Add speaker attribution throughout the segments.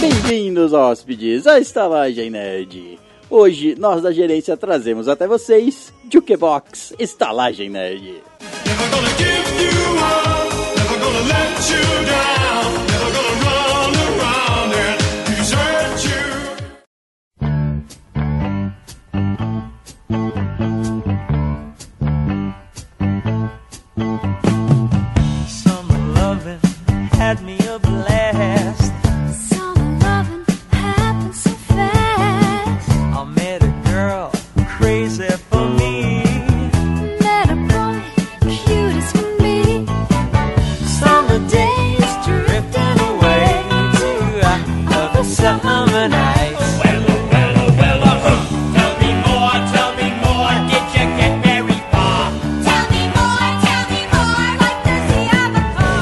Speaker 1: Bem-vindos, hóspedes, à Estalagem Nerd. Hoje, nós da gerência trazemos até vocês Jukebox Estalagem Nerd.
Speaker 2: Never gonna give you up, never gonna let you down, never gonna run around and desert you.
Speaker 3: Summer loving had me a blast.
Speaker 4: Summer loving happens so fast.
Speaker 3: I met a girl crazy for me.
Speaker 4: Met a boy, cute as can be.
Speaker 3: Summer days drifting away to other summer nights.
Speaker 4: Tell me more, tell me more. What does he have it for?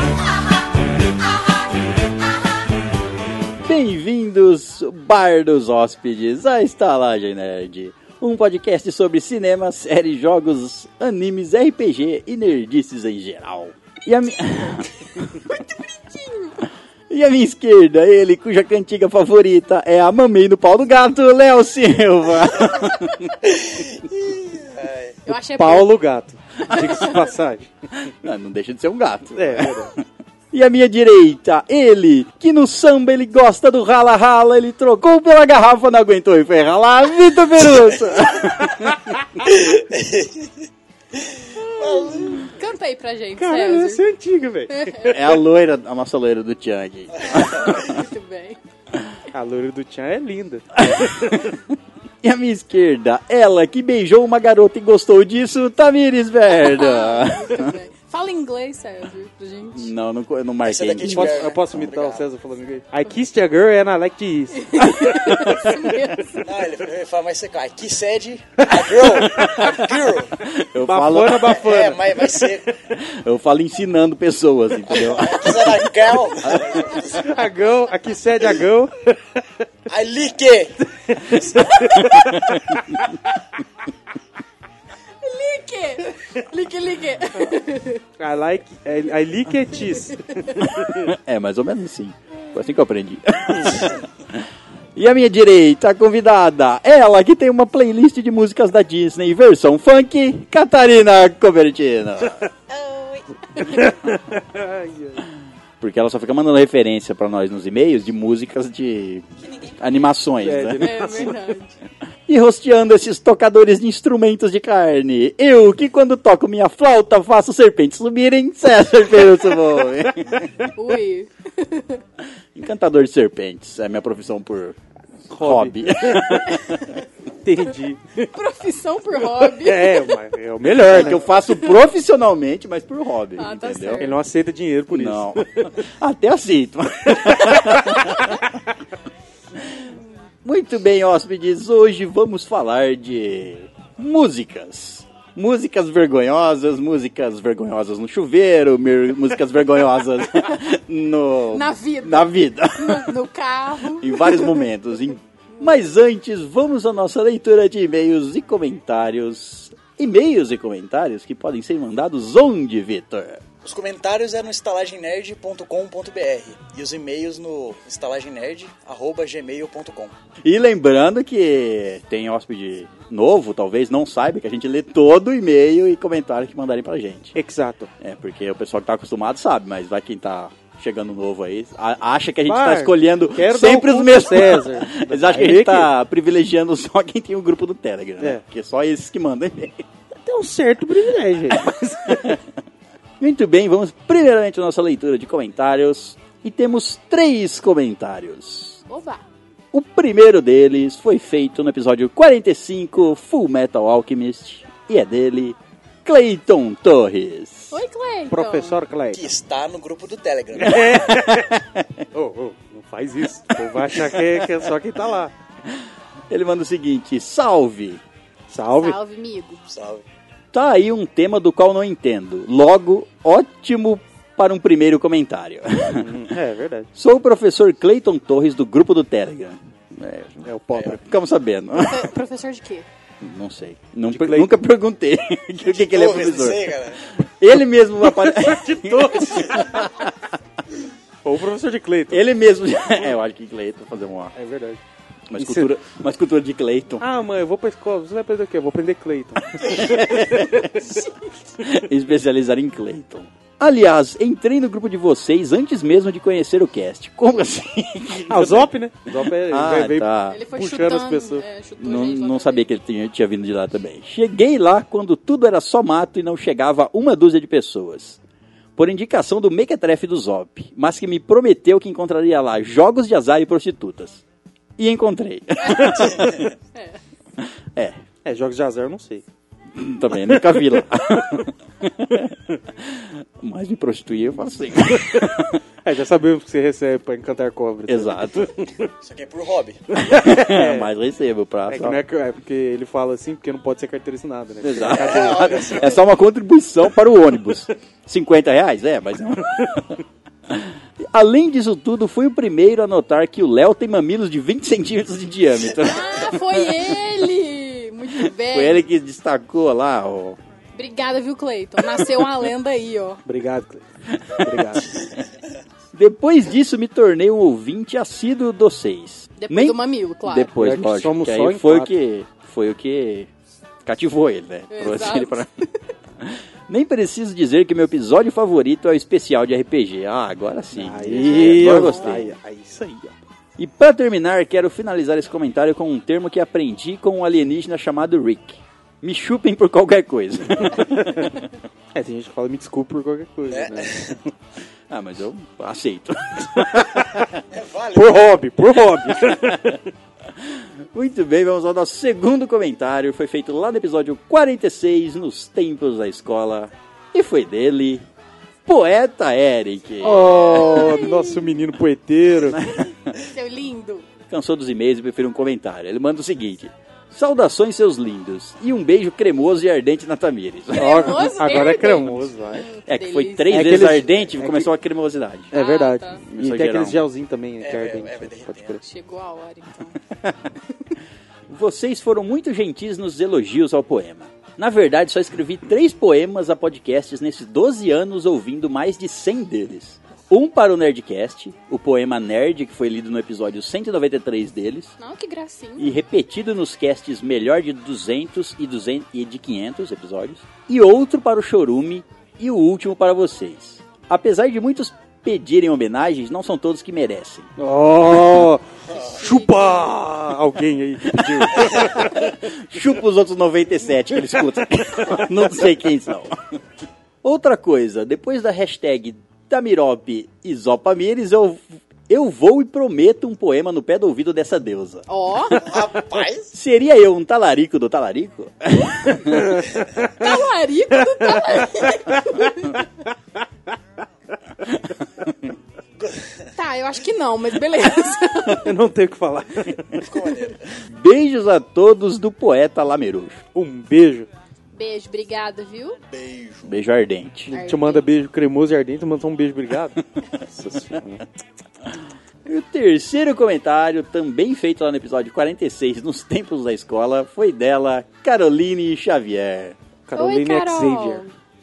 Speaker 4: Uh-huh,
Speaker 1: Bem-vindos, Bar dos Hóspedes, à Estalagem Nerd. Um podcast sobre cinema, séries, jogos, animes, RPG e nerdices em geral. E a minha... E à minha esquerda, ele cuja cantiga favorita é a Mamei no Pau do Gato, Léo Silva.
Speaker 5: É, Eu achei
Speaker 6: Paulo Gato. Diga-se de passagem.
Speaker 1: Não, não deixa de ser um gato.
Speaker 6: É, verdade.
Speaker 1: E à minha direita, ele, que no samba ele gosta do rala-rala, ele trocou pela garrafa, não aguentou e foi ralar, Vitor Perusso.
Speaker 5: por- Canta aí pra gente,
Speaker 6: Caralho, essa
Speaker 5: César.
Speaker 6: é antiga, velho.
Speaker 1: É a loira, a nossa loira do Tiang.
Speaker 5: Muito bem.
Speaker 6: A loira do Tchan é linda.
Speaker 1: E à minha esquerda, ela que beijou uma garota e gostou disso, Tamires Verda.
Speaker 5: Muito bem. Fala inglês, César, pra gente.
Speaker 1: não, não, co- eu não marquei.
Speaker 7: daqui é
Speaker 1: ninguém.
Speaker 7: de
Speaker 6: Posso- eu posso imitar o César falando inglês? I kissed a girl and I é like this.
Speaker 5: Isso mesmo.
Speaker 7: Não, ele, ele fala mais seco. Aqui sede a girl. A girl.
Speaker 1: Eu falo,
Speaker 6: Bafana, bafana.
Speaker 7: É, mas vai ser.
Speaker 1: eu falo ensinando pessoas, entendeu?
Speaker 7: Quiser a girl.
Speaker 6: A é girl, aqui sede a girl.
Speaker 7: I like it.
Speaker 5: Lique! Lique, lique!
Speaker 6: I like, I, I like it cheese.
Speaker 1: É, mais ou menos assim. Foi assim que eu aprendi. e à minha direita, a convidada, ela que tem uma playlist de músicas da Disney, versão funk, Catarina Cobertina. Porque ela só fica mandando referência pra nós nos e-mails de músicas de animações,
Speaker 6: É,
Speaker 1: né?
Speaker 6: de-
Speaker 5: É verdade.
Speaker 1: E rosteando esses tocadores de instrumentos de carne. Eu que quando toco minha flauta faço serpentes subirem, César Perusso Bom.
Speaker 5: Ui.
Speaker 1: Encantador de serpentes, é minha profissão por hobby.
Speaker 6: Entendi.
Speaker 5: Profissão por hobby.
Speaker 6: É, mas é o melhor,
Speaker 1: É
Speaker 6: né?
Speaker 1: que eu faço profissionalmente, mas por hobby,
Speaker 5: Ah, tá
Speaker 1: entendeu?
Speaker 5: certo.
Speaker 6: Ele não aceita dinheiro por isso.
Speaker 1: Não. Até aceito. Muito bem, hóspedes. Hoje vamos falar de músicas. Músicas vergonhosas, músicas vergonhosas no chuveiro, mer- músicas vergonhosas no...
Speaker 5: Na vida.
Speaker 1: Na vida.
Speaker 5: No, no carro.
Speaker 1: em vários momentos. em- Mas antes, vamos à nossa leitura de e-mails e comentários. E-mails e comentários que podem ser mandados onde, Vitor?
Speaker 7: Os comentários é no estalagemnerd.com.br e os e-mails no estalagemnerd.gmail.com.
Speaker 1: E lembrando que tem hóspede novo, talvez não saiba, que a gente lê todo o e-mail e comentário que mandarem pra gente.
Speaker 6: Exato.
Speaker 1: É, porque o pessoal que tá acostumado sabe, mas vai quem tá chegando novo aí, a- acha que a gente tá
Speaker 6: Vai,
Speaker 1: escolhendo
Speaker 6: quero
Speaker 1: sempre
Speaker 6: dar um
Speaker 1: os
Speaker 6: cu
Speaker 1: mesmos.
Speaker 6: pro César.
Speaker 1: Eles acham que a
Speaker 6: Aí é
Speaker 1: gente
Speaker 6: que-
Speaker 1: tá privilegiando só quem tem o grupo do Telegram, né?
Speaker 6: É.
Speaker 1: Porque só esses que mandam e-mail.
Speaker 6: Tem um certo privilégio. Mas...
Speaker 1: Muito bem, vamos primeiramente à nossa leitura de comentários. E temos três comentários.
Speaker 5: Oba.
Speaker 1: O primeiro deles foi feito no episódio 45, Full Metal Alchemist, e é dele, Clayton Torres.
Speaker 5: Oi, então. Cleiton.
Speaker 6: Professor Clay. É.
Speaker 7: Que está no grupo do Telegram.
Speaker 6: Ô, ô, não faz isso. O povo vai achar que é, que é só quem tá lá.
Speaker 1: Ele manda o seguinte: salve!
Speaker 6: Salve.
Speaker 5: Salve, amigo.
Speaker 7: Salve.
Speaker 1: Tá aí um tema do qual não entendo. Logo, ótimo para um primeiro comentário.
Speaker 6: É verdade.
Speaker 1: Sou o professor Clayton Torres do grupo do Telegram. É,
Speaker 6: É o pobre.
Speaker 1: ficamos sabendo.
Speaker 5: Foi é Professor de quê?
Speaker 1: Não sei. Não
Speaker 6: De
Speaker 1: per-
Speaker 6: Clayton.
Speaker 1: nunca perguntei o que, que ele é
Speaker 7: Pô, mas não
Speaker 1: professor.
Speaker 7: É. sei, cara.
Speaker 1: Ele mesmo aparece.
Speaker 6: Ou o professor de Cleiton.
Speaker 1: Ele mesmo. é, eu acho que Cleiton fazer uma,
Speaker 6: É verdade.
Speaker 1: uma,
Speaker 6: Isso-
Speaker 1: escultura, uma escultura de Cleiton.
Speaker 6: Ah, mãe, eu vou pra escola. Você vai aprender o quê? Eu vou aprender Cleiton.
Speaker 1: especializar em Clayton. Aliás, entrei no grupo de vocês antes mesmo de conhecer o cast. Como assim?
Speaker 6: ah, o Zop, né? O Zop é,
Speaker 1: Ah,
Speaker 6: veio- veio
Speaker 1: tá.
Speaker 5: Ele foi
Speaker 6: puxando
Speaker 5: chutando,
Speaker 6: as pessoas.
Speaker 5: é, chutou
Speaker 1: Não,
Speaker 5: gente lá
Speaker 1: não
Speaker 5: pra
Speaker 1: sabia que ele tinha, tinha vindo de lá também. Cheguei lá quando tudo era só mato e não chegava uma dúzia de pessoas. Por indicação do Mequetrefe do Zop, mas que me prometeu que encontraria lá jogos de azar e prostitutas. E encontrei. é,
Speaker 6: É, jogos de azar eu não sei.
Speaker 1: também nunca vi lá. mas me prostituir eu faço sim.
Speaker 6: É, já sabemos que você recebe pra encantar cobras. né?
Speaker 1: Exato.
Speaker 7: Isso aqui é por hobby.
Speaker 1: É, mas recebo pra.
Speaker 6: É que não é, que- é porque ele fala assim, porque não pode ser carteira assinada, né?
Speaker 1: Exato. É só uma contribuição para o ônibus. 50 reais? É, mas. não. Além disso tudo, fui o primeiro a notar que o Léo tem mamilos de 20 centímetros de diâmetro.
Speaker 5: Ah, foi ele! Muito bem.
Speaker 1: Foi ele que destacou lá, ó.
Speaker 5: Obrigada, viu, Cleiton? Nasceu uma lenda aí, ó.
Speaker 6: Obrigado, Cleiton. Obrigado.
Speaker 1: Depois disso, me tornei um ouvinte assíduo dos seis.
Speaker 5: Depois do mamilo, claro.
Speaker 1: Depois,
Speaker 6: É que
Speaker 1: lógico.
Speaker 6: somos
Speaker 1: que
Speaker 6: só
Speaker 1: aí
Speaker 6: em
Speaker 1: foi o
Speaker 6: quatro.
Speaker 1: que foi o que cativou ele, né? Trouxe
Speaker 5: Exato.
Speaker 1: ele pra... Nem preciso dizer que meu episódio favorito é o especial de RPG. Ah, agora sim.
Speaker 6: Aí,
Speaker 1: agora eu
Speaker 6: ó.
Speaker 1: gostei.
Speaker 6: Aí, aí, isso aí, ó.
Speaker 1: E pra terminar, quero finalizar esse comentário com um termo que aprendi com um alienígena chamado Rick. Me chupem por qualquer coisa.
Speaker 6: É, tem gente que fala me desculpe por qualquer coisa,
Speaker 7: É.
Speaker 6: né?
Speaker 1: ah, mas eu aceito.
Speaker 7: É válido.
Speaker 6: Por hobby, por hobby.
Speaker 1: Muito bem, vamos ao nosso segundo comentário. Foi feito lá no episódio 46, nos tempos da escola. E foi dele, Poeta Eric.
Speaker 6: oh, nosso menino poeteiro.
Speaker 5: Seu lindo.
Speaker 1: Cansou dos e-mails e prefiro um comentário. Ele manda o seguinte: Saudações, seus lindos. E um beijo cremoso e ardente na Tamires.
Speaker 6: Ó,
Speaker 5: Cremoso,
Speaker 6: agora é
Speaker 5: verdade.
Speaker 6: cremoso, vai.
Speaker 1: É que foi
Speaker 5: delícia.
Speaker 1: três
Speaker 6: É que
Speaker 1: vezes
Speaker 6: eles-
Speaker 1: ardente e
Speaker 6: é que-
Speaker 1: começou a cremosidade.
Speaker 6: É
Speaker 5: Ah,
Speaker 6: verdade.
Speaker 5: tá.
Speaker 1: Isso
Speaker 6: E
Speaker 1: é
Speaker 6: tem
Speaker 1: geral.
Speaker 6: aqueles gelzinho também, né, que
Speaker 7: É,
Speaker 6: é,
Speaker 7: é,
Speaker 6: ardente,
Speaker 7: é, vai
Speaker 6: né? pode
Speaker 7: derretendo.
Speaker 6: crer.
Speaker 5: Chegou a hora, então.
Speaker 1: Vocês foram muito gentis nos elogios ao poema. Na verdade, só escrevi três poemas a podcasts nesses 12 anos, ouvindo mais de 100 deles. Um para o Nerdcast, o poema Nerd, que foi lido no episódio 193 deles,
Speaker 5: Não, que gracinha.
Speaker 1: e repetido nos casts melhor de 200 e, 200 e de 500 episódios, e outro para o Chorume e o último para vocês. Apesar de muitos pedirem homenagens, não são todos que merecem.
Speaker 6: Oh, chupa! Alguém aí que pediu.
Speaker 1: Chupa os outros 97 que ele escuta. Não sei quem são. Outra coisa, depois da hashtag Tamirope e Zopamires, eu, eu vou e prometo um poema no pé do ouvido dessa deusa.
Speaker 5: Ó, é
Speaker 7: Rapaz,
Speaker 1: Seria eu um talarico do talarico?
Speaker 5: talarico do talarico. tá, eu acho que não, mas beleza.
Speaker 6: Eu não tenho o que falar.
Speaker 7: ficou maneiro.
Speaker 1: Beijos a todos do poeta Lamerujo.
Speaker 6: Um beijo.
Speaker 5: Beijo, obrigada, viu?
Speaker 7: Beijo.
Speaker 1: Beijo ardente.
Speaker 6: Te manda beijo cremoso e ardente, manda só um beijo obrigado. Nossa senhora.
Speaker 1: E o terceiro comentário, também feito lá no episódio 46, nos tempos da escola, foi dela, Caroline Xavier.
Speaker 5: Oi,
Speaker 6: Carolina
Speaker 5: Carol.
Speaker 6: Xavier.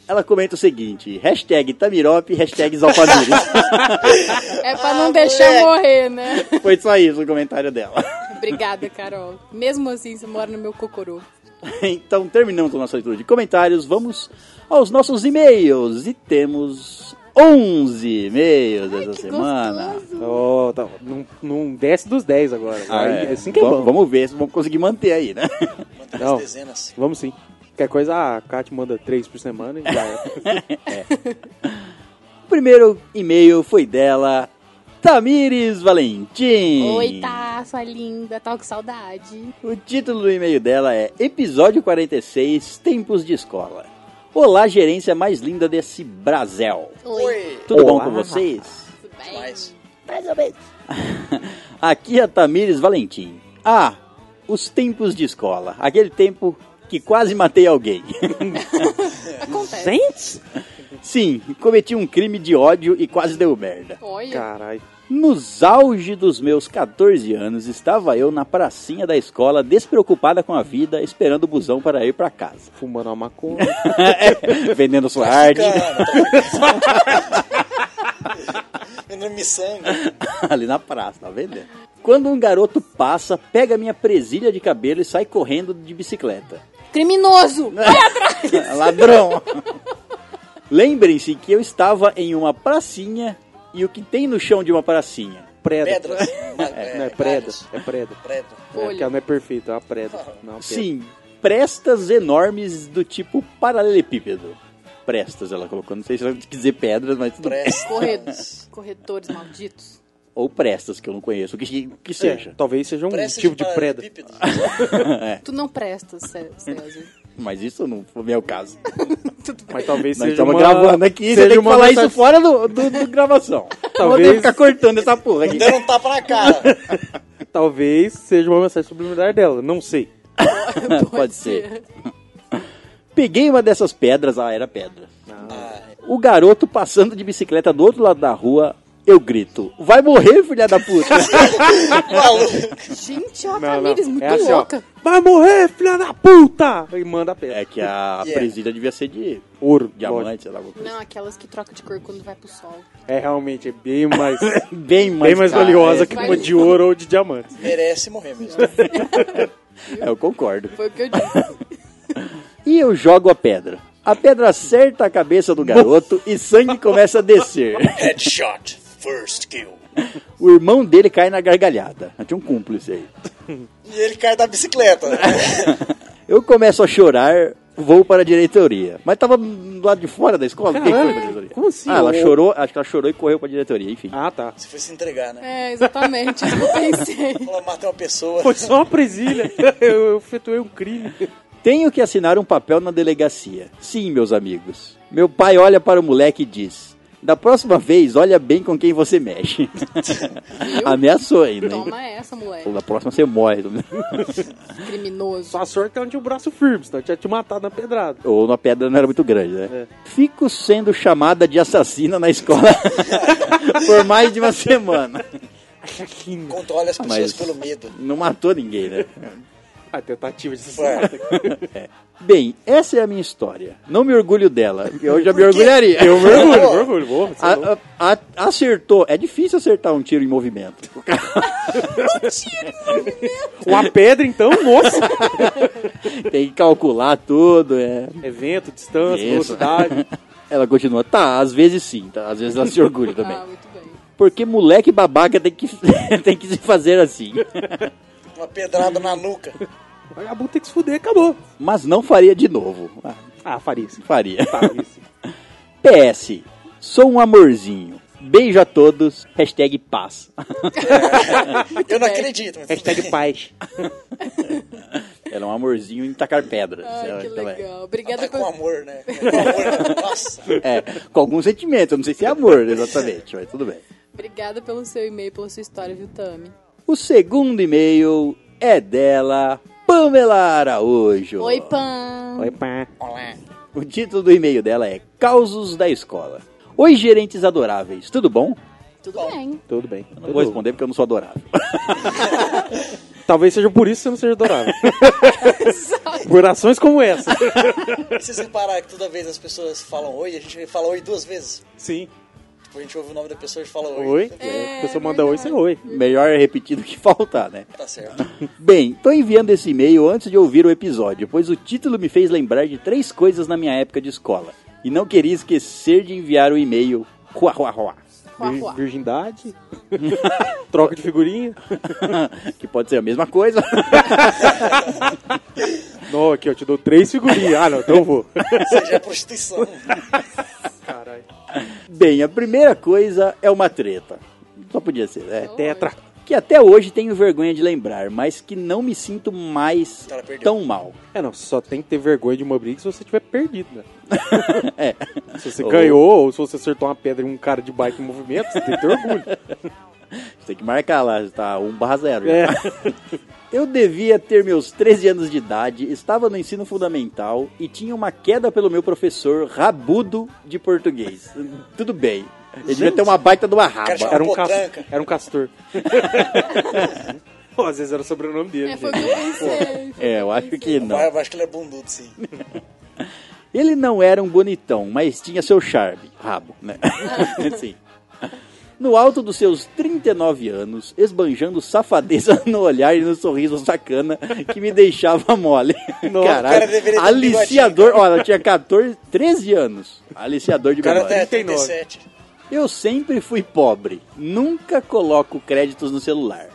Speaker 1: Ela comenta o seguinte, hashtag Tamirope, hashtag Zopamires.
Speaker 5: É pra não deixar morrer, né?
Speaker 1: Foi só isso o comentário dela.
Speaker 5: Obrigada, Carol. Mesmo assim, você mora no meu cocorô.
Speaker 1: Então, terminamos a nossa leitura de comentários. Vamos aos nossos e-mails. E temos 11 e-mails essa
Speaker 5: que
Speaker 1: semana.
Speaker 6: Oh, tá, não, não desce dos 10 agora.
Speaker 1: Ah,
Speaker 6: Aí,
Speaker 1: é.
Speaker 6: Assim que é
Speaker 1: vamos,
Speaker 6: bom.
Speaker 1: vamos ver se vamos conseguir manter aí, né?
Speaker 7: Manda
Speaker 6: Não.
Speaker 7: as dezenas.
Speaker 6: Vamos sim. Qualquer coisa, ah, a Kat manda 3 por semana e já é.
Speaker 1: O primeiro e-mail foi dela, Tamires Valentim.
Speaker 5: Oi, tá, sua linda. Tal que saudade.
Speaker 1: O título do e-mail dela é Episódio 46, Tempos de Escola. Olá, gerência mais linda desse Brasil.
Speaker 5: Oi.
Speaker 7: Oi.
Speaker 1: Tudo bom
Speaker 6: Olá.
Speaker 1: com vocês?
Speaker 5: Tudo bem?
Speaker 7: Mas,
Speaker 1: Aqui é Tamires Valentim. Ah, os tempos de escola. Aquele tempo que quase matei alguém.
Speaker 5: Acontece.
Speaker 1: Sim, cometi um crime de ódio e quase deu merda.
Speaker 5: Olha.
Speaker 6: Caralho.
Speaker 1: Nos auge dos meus 14 anos, estava eu na pracinha da escola, despreocupada com a vida, esperando o busão para ir para casa.
Speaker 6: Fumando uma maconha.
Speaker 1: Vendendo sua arte.
Speaker 7: cara, No miçanga.
Speaker 1: ali na praça, tá vendo? Quando um garoto passa, pega minha presilha de cabelo e sai correndo de bicicleta.
Speaker 5: Criminoso! Vai atrás!
Speaker 1: Ladrão! Lembrem-se que eu estava em uma pracinha e o que tem no chão de uma pracinha? Preda.
Speaker 7: Pedras.
Speaker 6: Não, é preda, é preda.
Speaker 7: Pedra.
Speaker 6: É, porque ela não é perfeita, é uma preda. Não é uma pedra.
Speaker 1: Sim, prestas enormes do tipo paralelepípedo. Prestas, ela colocou. Não sei se ela quis dizer pedras, mas tudo bem.
Speaker 7: Presta.
Speaker 5: Corredores, corretores malditos.
Speaker 1: Ou prestas, que eu não conheço. O que, que
Speaker 6: É,
Speaker 1: seja.
Speaker 6: talvez seja um
Speaker 7: Presta
Speaker 6: tipo de preda.
Speaker 7: paralelepípedo.
Speaker 5: Tu não prestas, Cé- César.
Speaker 1: Mas isso não foi meu caso.
Speaker 5: Tudo bem.
Speaker 6: Mas talvez
Speaker 1: Nós
Speaker 6: É. seja
Speaker 1: estamos
Speaker 6: uma...
Speaker 1: gravando aqui, você
Speaker 6: seja
Speaker 1: tem que
Speaker 6: uma
Speaker 1: falar
Speaker 6: versa-
Speaker 1: isso fora do, do, do gravação. Eu Vou ter
Speaker 6: Talvez-
Speaker 1: que ficar cortando essa porra aqui.
Speaker 7: Deram um tapa na cara.
Speaker 6: Talvez seja uma mensagem subliminar dela, não sei.
Speaker 1: Pode ser. Peguei uma dessas pedras, ah, era pedra.
Speaker 7: Ah,
Speaker 1: O garoto passando de bicicleta do outro lado da rua, eu grito: Vai morrer, filha da puta!
Speaker 7: maluco.
Speaker 5: Gente, ó, Tamires, muito
Speaker 6: é assim, ó,
Speaker 5: louca.
Speaker 6: Vai morrer, filha da puta! E manda a pedra.
Speaker 1: é que a
Speaker 7: Yeah.
Speaker 1: presilha devia ser de
Speaker 6: Ouro,
Speaker 1: diamante, sei lá, alguma coisa.
Speaker 5: Não, aquelas que trocam de cor quando vai pro sol.
Speaker 6: É realmente é bem mais,
Speaker 1: Bem mais,
Speaker 6: bem mais
Speaker 1: cara,
Speaker 6: valiosa
Speaker 1: é,
Speaker 6: que
Speaker 5: Vai
Speaker 6: uma
Speaker 5: no-
Speaker 6: de ouro ou de diamante.
Speaker 7: Merece morrer mesmo.
Speaker 1: é, eu concordo.
Speaker 5: Foi o que eu disse.
Speaker 1: E eu jogo a pedra. A pedra acerta a cabeça do garoto e sangue começa a descer.
Speaker 7: Headshot. First kill.
Speaker 1: O irmão dele cai na gargalhada. Tinha um cúmplice aí.
Speaker 7: E ele cai da bicicleta. né?
Speaker 1: Eu começo a chorar, vou para a diretoria. Mas tava do lado de fora da escola, ninguém foi pra diretoria.
Speaker 6: como assim?
Speaker 1: Ah, ela
Speaker 6: Ô-
Speaker 1: chorou, acho que ela chorou e correu pra diretoria, enfim.
Speaker 6: Ah, tá.
Speaker 7: Você foi se entregar, né?
Speaker 5: É, exatamente. isso que Eu pensei.
Speaker 7: Falou, matei uma pessoa.
Speaker 6: Foi só uma presilha. Eu, eu efetuei um crime.
Speaker 1: Tenho que assinar um papel na delegacia. Sim, meus amigos. Meu pai olha para o moleque e diz: Da próxima vez, olha bem com quem você mexe. Ameaçou né? ainda, hein?
Speaker 5: Toma essa, moleque.
Speaker 1: Ou na próxima você morre.
Speaker 5: Criminoso.
Speaker 6: Só a sorte que ela não tinha o braço firme, senão tinha te matado na pedrada.
Speaker 1: Ou na pedra não era muito grande, né? Fico sendo chamada de assassina na escola por mais de uma semana.
Speaker 7: Controla as pessoas
Speaker 1: Mas-
Speaker 7: pelo medo.
Speaker 1: Não matou ninguém, né?
Speaker 6: A Ah, tentativa de assassinato.
Speaker 7: Ué,
Speaker 1: Bem, essa é a minha história. Não me orgulho dela. porque Eu já me orgulharia.
Speaker 6: Eu mergulho, eu mergulho. Boa, você é louco.
Speaker 1: A- a- a- acertou. É difícil acertar um tiro em movimento.
Speaker 6: Uma pedra, então, nossa.
Speaker 1: Tem que calcular tudo. É.
Speaker 6: Evento, distância,
Speaker 1: Isso.
Speaker 6: velocidade.
Speaker 1: Ela continua. Tá, às vezes sim. Tá? Às vezes ela se orgulha também.
Speaker 5: Ah, muito bem.
Speaker 1: Porque moleque babaca tem que, tem que se fazer assim.
Speaker 7: uma pedrada na nuca.
Speaker 6: Vagabundo tem que se fuder, acabou.
Speaker 1: Mas não faria de novo. Ah,
Speaker 6: Ah, faria sim.
Speaker 1: faria.
Speaker 6: Faria sim.
Speaker 1: PS. Sou um amorzinho. Beijo a todos. Hashtag paz.
Speaker 7: Eu não
Speaker 5: bem.
Speaker 7: acredito. Mas tudo
Speaker 6: Hashtag
Speaker 7: bem.
Speaker 6: paz.
Speaker 1: Ela é um amorzinho em tacar pedra. Sei lá
Speaker 5: Ai, que
Speaker 1: o ela é.
Speaker 5: legal. Obrigada
Speaker 7: Tá com
Speaker 5: por...
Speaker 7: amor, né? Com amor, né? Nossa.
Speaker 1: É, com algum sentimento, eu não sei se é amor, exatamente, mas tudo bem.
Speaker 5: Obrigada pelo seu e-mail, pela sua história, viu, Tami?
Speaker 1: O segundo e-mail é dela, Pamela Araújo.
Speaker 5: Oi, Pam.
Speaker 6: Oi, pá.
Speaker 7: Olá.
Speaker 1: O título do e-mail dela é Causos da Escola. Oi, gerentes adoráveis, tudo bom?
Speaker 5: Tudo bem?
Speaker 6: Tudo
Speaker 1: Eu
Speaker 6: bem.
Speaker 1: não
Speaker 6: Tudo
Speaker 1: vou
Speaker 6: bem.
Speaker 1: responder porque eu não sou adorável.
Speaker 6: Talvez seja por isso que você não seja adorável. por ações como essa.
Speaker 7: Vocês repararam que toda vez as pessoas falam oi, a gente fala oi duas vezes.
Speaker 6: Sim.
Speaker 7: Tipo, a gente ouve o nome da pessoa e fala oi.
Speaker 6: Oi.
Speaker 1: É,
Speaker 6: a pessoa manda oi, você é oi.
Speaker 1: Melhor repetir do que faltar, né?
Speaker 7: Tá certo.
Speaker 1: Bem, tô enviando esse e-mail antes de ouvir o episódio, pois o título me fez lembrar de três coisas na minha época de escola. E não queria esquecer de enviar o e-mail. Huá, huá, huá.
Speaker 5: Ruá,
Speaker 6: Vir-
Speaker 5: ruá.
Speaker 6: virgindade. Troca de figurinha.
Speaker 1: que pode ser a mesma coisa.
Speaker 6: Não, aqui, ó, te dou três figurinhas. Ah, não, então eu vou.
Speaker 7: Ou seja, é prostituição.
Speaker 6: Caralho.
Speaker 1: Bem, a primeira coisa é uma treta. Só podia ser, né?
Speaker 6: Tetra.
Speaker 1: Que até hoje tenho vergonha de lembrar, mas que não me sinto mais
Speaker 7: Ela perdeu.
Speaker 1: tão mal.
Speaker 6: É, não, só tem que ter vergonha de uma briga se você tiver perdido, né?
Speaker 1: É.
Speaker 6: Se você
Speaker 1: Ou-
Speaker 6: ganhou ou se você acertou uma pedra em um cara de bike em movimento, você tem que ter orgulho.
Speaker 1: Você tem que marcar lá, tá 1 barra 0.
Speaker 6: É.
Speaker 1: Eu devia ter meus 13 anos de idade, estava no ensino fundamental e tinha uma queda pelo meu professor rabudo de português. Tudo bem. Ele devia ter uma baita de uma raba.
Speaker 7: Cara,
Speaker 6: Era um, cas...
Speaker 7: Potranca.
Speaker 6: era um castor. Pô, às vezes era o sobrenome dele.
Speaker 5: É,
Speaker 6: gente.
Speaker 5: foi o que eu pensei.
Speaker 1: É, eu acho que não.
Speaker 7: Vai, eu acho que ele é bundudo, sim.
Speaker 1: Ele não era um bonitão, mas tinha seu charme. Rabo, né? Sim. No alto dos seus 39 anos, esbanjando safadeza no olhar e no sorriso sacana que me deixava mole.
Speaker 6: Nossa.
Speaker 7: O cara deveria ter um
Speaker 1: aliciador. Olha, ela tinha 14, 13 anos. Aliciador de
Speaker 7: O cara
Speaker 1: memória.
Speaker 7: até
Speaker 6: 39.
Speaker 7: 37.
Speaker 1: Eu sempre fui pobre, nunca coloco créditos no celular.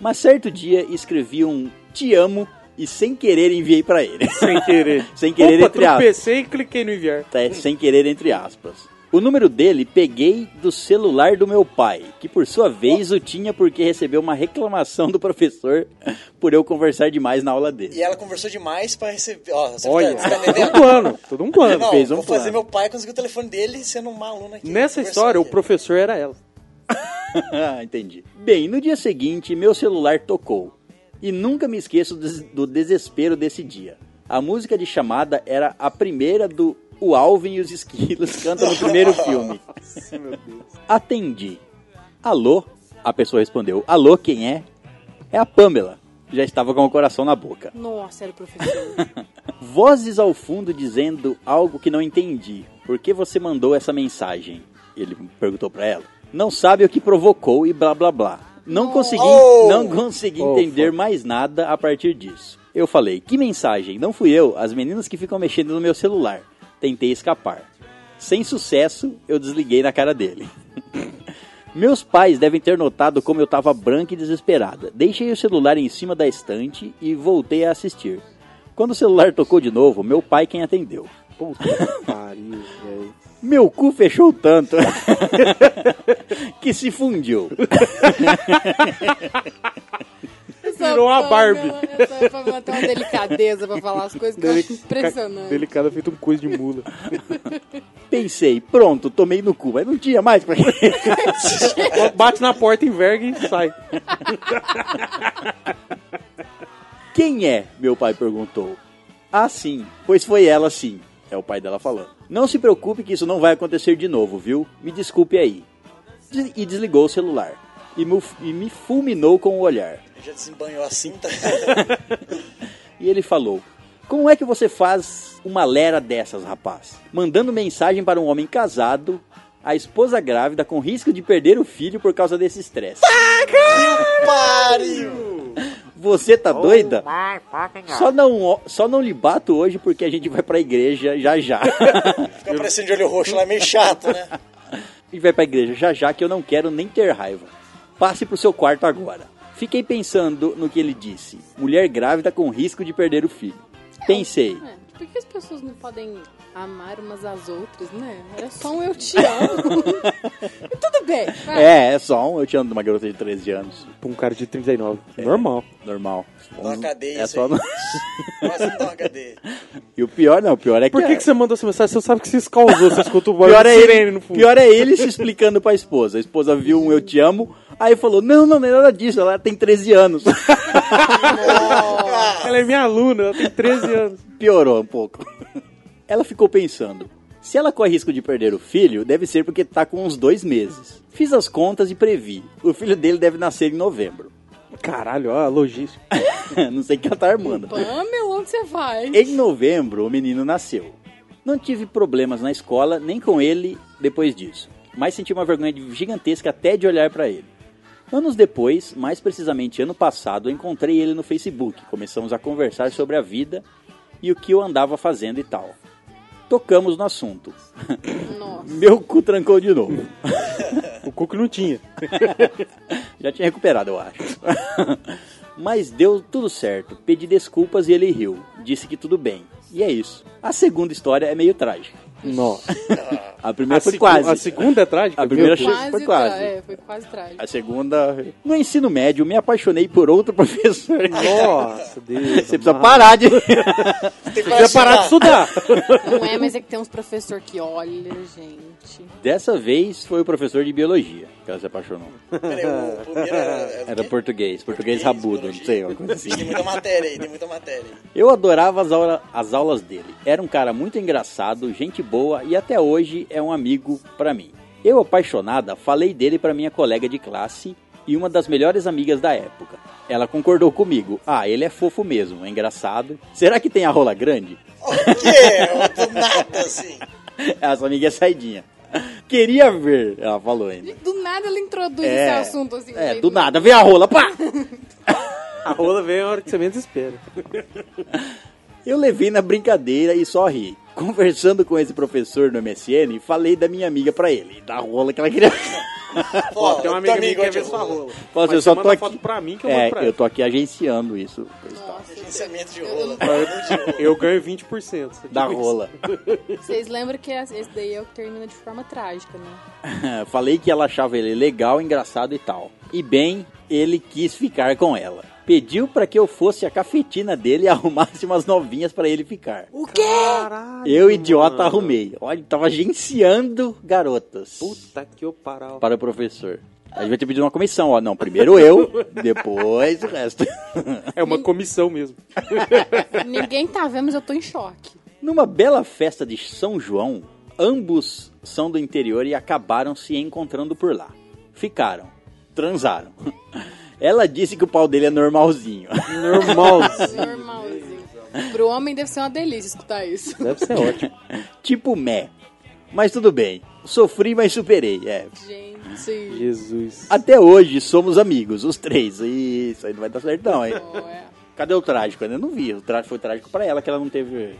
Speaker 1: Mas certo dia escrevi um te amo e sem querer enviei pra ele.
Speaker 6: Sem querer.
Speaker 1: Sem querer,
Speaker 6: Opa,
Speaker 1: entre aspas.
Speaker 6: tropecei e cliquei no enviar.
Speaker 1: Tá, sem querer entre aspas. O número dele peguei do celular do meu pai, que por sua vez o tinha porque recebeu uma reclamação do professor por eu conversar demais na aula dele.
Speaker 7: E ela conversou demais pra receber. Ó, você,
Speaker 6: Olha,
Speaker 7: tá, você tá
Speaker 6: todo um
Speaker 7: entendendo?
Speaker 6: plano, todo um plano.
Speaker 7: Não,
Speaker 1: fez um
Speaker 7: vou fazer
Speaker 1: plano.
Speaker 7: meu pai conseguir o telefone dele sendo uma aluna aqui.
Speaker 6: Nessa
Speaker 7: conversando
Speaker 6: história, o
Speaker 7: aqui.
Speaker 6: professor era ela.
Speaker 1: Ah, entendi. Bem, no dia seguinte, meu celular tocou. E nunca me esqueço des- do desespero desse dia. A música de chamada era a primeira do O Alvin e os Esquilos canta no primeiro filme. Atendi. Alô? A pessoa respondeu. Alô, quem é? É a Pamela. Já estava com o coração na boca.
Speaker 5: Nossa, era o professor.
Speaker 1: Vozes ao fundo dizendo algo que não entendi. Por que você mandou essa mensagem? Ele perguntou pra ela. Não sabe o que provocou e blá blá blá. Não consegui,
Speaker 7: Oh!
Speaker 1: não consegui
Speaker 6: Oh,
Speaker 1: entender
Speaker 6: fuck.
Speaker 1: mais nada a partir disso. Eu falei: "Que mensagem? Não fui eu, as meninas que ficam mexendo no meu celular." Tentei escapar. Sem sucesso, eu desliguei na cara dele. Meus pais devem ter notado como eu tava branca e desesperada. Deixei o celular em cima da estante e voltei a assistir. Quando o celular tocou de novo, meu pai quem atendeu.
Speaker 6: Puta que pariu, velho.
Speaker 1: Meu cu fechou tanto que se fundiu.
Speaker 5: Essa
Speaker 6: Virou uma Barbie.
Speaker 5: Pamela- Essa Pamela tem uma delicadeza pra falar as coisas que eu acho
Speaker 6: Delic-
Speaker 5: impressionante.
Speaker 6: Delicada feito um coisa de mula.
Speaker 1: Pensei, pronto, tomei no cu, mas não tinha mais pra quê.
Speaker 6: Bate na porta, enverga e sai.
Speaker 1: Quem é? Meu pai perguntou. Ah, sim, pois foi ela sim, é o pai dela falando. Não se preocupe que isso não vai acontecer de novo, viu? Me desculpe aí. Des- E desligou o celular. E mu- e me fulminou com o olhar.
Speaker 7: Já desembanhou assim, tá? a cinta.
Speaker 1: E ele falou: Como é que você faz uma lera dessas, rapaz? Mandando mensagem para um homem casado, a esposa grávida com risco de perder o filho por causa desse estresse.
Speaker 7: Pariu!
Speaker 1: Você tá doida?
Speaker 7: Ah.
Speaker 1: Só não, só não lhe bato hoje porque a gente vai pra igreja já já.
Speaker 7: Fica aparecendo de olho roxo lá, é meio chato, né?
Speaker 1: a gente vai pra igreja já já que eu não quero nem ter raiva. Passe pro seu quarto agora. Fiquei pensando no que ele disse. Mulher grávida com risco de perder o filho. Pensei.
Speaker 5: É, por que as pessoas não podem amar umas às outras, né? Era só um eu te amo. E Tudo bem. vai.
Speaker 1: É, é só um. Eu te amo de uma garota de 13 anos.
Speaker 6: Pra um cara de 39. Normal.
Speaker 1: Normal.
Speaker 7: Dá uma cadeia
Speaker 1: É
Speaker 7: isso
Speaker 1: só
Speaker 7: aí.
Speaker 1: no-
Speaker 7: Quase não dá uma cadeia.
Speaker 1: E o pior não, o pior é que.
Speaker 6: Por que, que você mandou essa mensagem? Você sabe que você se causou, você escuta o barulho
Speaker 1: pior
Speaker 6: de
Speaker 1: é,
Speaker 6: sirene
Speaker 1: ele,
Speaker 6: no fundo.
Speaker 1: pior é ele se explicando pra esposa. A esposa viu um eu te amo, aí falou: Não, não, não é nada disso, ela tem 13 anos.
Speaker 6: Ela é minha aluna, ela tem 13 anos.
Speaker 1: Piorou um pouco. Ela ficou pensando: Se ela corre risco de perder o filho, deve ser porque tá com uns dois meses. Fiz as contas e previ. O filho dele deve nascer em novembro.
Speaker 6: Caralho, ó, a logística.
Speaker 1: não sei o que ela tá armando.
Speaker 5: Pamela, onde você vai?
Speaker 1: Em novembro, o menino nasceu. Não tive problemas na escola, nem com ele depois disso. Mas senti uma vergonha de- gigantesca até de olhar pra ele. Anos depois, mais precisamente ano passado, eu encontrei ele no Facebook. Começamos a conversar sobre a vida e o que eu andava fazendo e tal. Tocamos no assunto.
Speaker 5: Nossa.
Speaker 1: Meu cu trancou de novo.
Speaker 6: O Cook não tinha.
Speaker 1: Já tinha recuperado, eu acho. Mas deu tudo certo. Pedi desculpas e ele riu. Disse que tudo bem. E é isso. A segunda história é meio trágica.
Speaker 6: Nossa.
Speaker 1: A primeira foi
Speaker 6: segu-
Speaker 1: quase.
Speaker 6: a segunda é trágica?
Speaker 1: A primeira
Speaker 6: Meu Deus.
Speaker 1: chega- foi
Speaker 5: Quase,
Speaker 1: quase.
Speaker 5: tra- É, foi quase trágico.
Speaker 1: A segunda. No ensino médio, me apaixonei por outro professor.
Speaker 6: Nossa, Deus.
Speaker 1: Você precisa parar de.
Speaker 7: Tem que
Speaker 6: Já parar de estudar.
Speaker 5: Não é, mas é que tem uns professor que olha, gente.
Speaker 1: Dessa vez foi o professor de biologia que ela se apaixonou.
Speaker 7: Peraí, o, o primeiro era...
Speaker 1: Era português, português rabudo, não sei, uma coisa assim.
Speaker 7: Tem muita matéria aí, tem muita matéria aí.
Speaker 1: Eu adorava as, aula- as aulas dele. Era um cara muito engraçado, gente boa e até hoje é um amigo pra mim. Eu, apaixonada, falei dele pra minha colega de classe e uma das melhores amigas da época. Ela concordou comigo. Ah, ele é fofo mesmo, é engraçado. Será que tem a rola grande?
Speaker 7: O quê? Do nada, assim.
Speaker 1: Essa amiga é saidinha. Queria ver, ela falou ainda.
Speaker 5: Do nada nada ele introduz
Speaker 1: É,
Speaker 5: esse assunto assim. no
Speaker 1: é,
Speaker 5: meio
Speaker 1: do nada, vem a rola, pá!
Speaker 6: A rola vem a hora que você menos espera.
Speaker 1: Eu levei na brincadeira e só ri. Conversando com esse professor no MSN, falei da minha amiga pra ele, da rola que ela queria.
Speaker 7: Pô,
Speaker 6: Tem
Speaker 7: eu
Speaker 6: uma amiga
Speaker 7: também
Speaker 6: minha que quer
Speaker 7: gosto de
Speaker 6: ver sua rola.
Speaker 1: Fala assim,
Speaker 6: Mas
Speaker 1: eu só
Speaker 6: você
Speaker 1: tô
Speaker 6: manda
Speaker 1: aqui.
Speaker 6: foto pra mim que eu mando pra
Speaker 1: é, eu
Speaker 6: ela.
Speaker 1: tô aqui agenciando isso. coisa e tal.
Speaker 5: Nossa,
Speaker 7: Agenciamento de rola.
Speaker 6: Eu ganho 20%. Tipo
Speaker 1: Da
Speaker 6: isso.
Speaker 1: rola.
Speaker 5: vocês lembram que esse daí é o que termina de forma trágica, né?
Speaker 1: Falei que ela achava ele legal, engraçado e tal. E bem, ele quis ficar com ela. Pediu pra que eu fosse a cafetina dele e arrumasse umas novinhas pra ele ficar.
Speaker 7: O quê?
Speaker 6: Caralho,
Speaker 1: Eu, idiota,
Speaker 6: mano.
Speaker 1: arrumei. Olha, tava agenciando garotas.
Speaker 6: Puta que eu parar.
Speaker 1: Para o professor. A gente vai te pedir uma comissão, ó. Não, primeiro eu, depois o resto.
Speaker 6: É uma comissão mesmo.
Speaker 5: Ninguém tá vendo, mas eu tô em choque.
Speaker 1: Numa bela festa de São João, ambos são do interior e acabaram se encontrando por lá. Ficaram, transaram. Ela disse que o pau dele é normalzinho.
Speaker 6: Normal.
Speaker 5: Normalzinho. assim. Pro homem deve ser uma delícia escutar isso.
Speaker 6: Deve ser ótimo.
Speaker 1: tipo mé. Mas tudo bem. Sofri, mas superei. É.
Speaker 5: Gente.
Speaker 6: Jesus.
Speaker 1: Até hoje somos amigos, os três. Ih, Isso aí não vai dar certo, não, hein?
Speaker 5: ó, é.
Speaker 1: Cadê o trágico? Eu não vi. O trágico foi trágico pra ela, que ela não teve.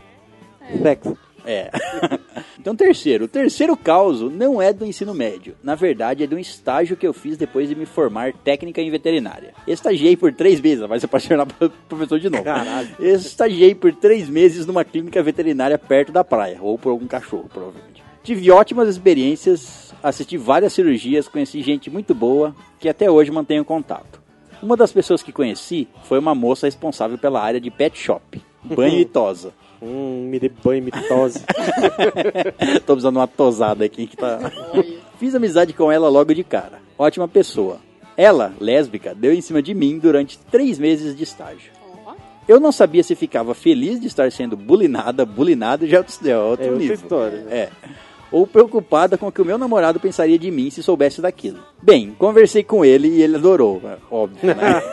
Speaker 6: Sexo.
Speaker 1: É. então, terceiro. O terceiro caso não é do ensino médio. Na verdade, é de um estágio que eu fiz depois de me formar técnica em veterinária. Estagiei por três meses. Ela Vai se apaixonar pelo professor de novo.
Speaker 6: Caralho.
Speaker 1: Estagiei por três meses numa clínica veterinária perto da praia. Ou por algum cachorro, provavelmente. Tive ótimas experiências, assisti várias cirurgias, conheci gente muito boa que até hoje mantenho contato. Uma das pessoas que conheci foi uma moça responsável pela área de pet shop, banho e tosa.
Speaker 6: Hum, me dê banho, me tose.
Speaker 1: Tô precisando de uma tosada aqui que tá. Fiz amizade com ela logo de cara. Ótima pessoa. Ela, lésbica, deu em cima de mim durante três meses de estágio.
Speaker 5: Ó.
Speaker 1: Eu não sabia se ficava feliz de estar sendo bulinada, bulinada já é outro- é outro
Speaker 6: É outra
Speaker 1: nível.
Speaker 6: história.
Speaker 1: É. Ou preocupada com o que o meu namorado pensaria de mim se soubesse daquilo. Bem, conversei com ele e ele adorou. É, Óbvio, né?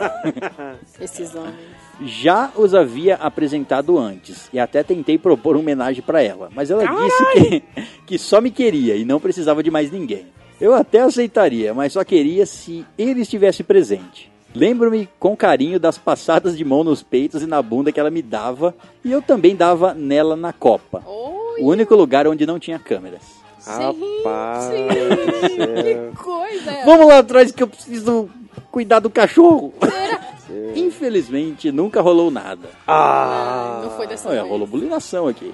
Speaker 5: Esses homens.
Speaker 1: já os havia apresentado antes e até tentei propor uma homenagem pra ela, mas ela disse que, que só me queria e não precisava de mais ninguém. Eu até aceitaria, mas só queria se ele estivesse presente. Lembro-me com carinho das passadas de mão nos peitos e na bunda que ela me dava, e eu também dava nela na copa.
Speaker 5: Oi,
Speaker 1: O único lugar onde não tinha câmeras.
Speaker 6: Rapaz.
Speaker 5: gente. Que coisa. é
Speaker 1: Vamos lá atrás que eu preciso cuidar do cachorro. Infelizmente, nunca rolou nada.
Speaker 5: Ai, não foi dessa
Speaker 1: Olha,
Speaker 5: vez.
Speaker 1: Ah, é, rolou bulinação aqui.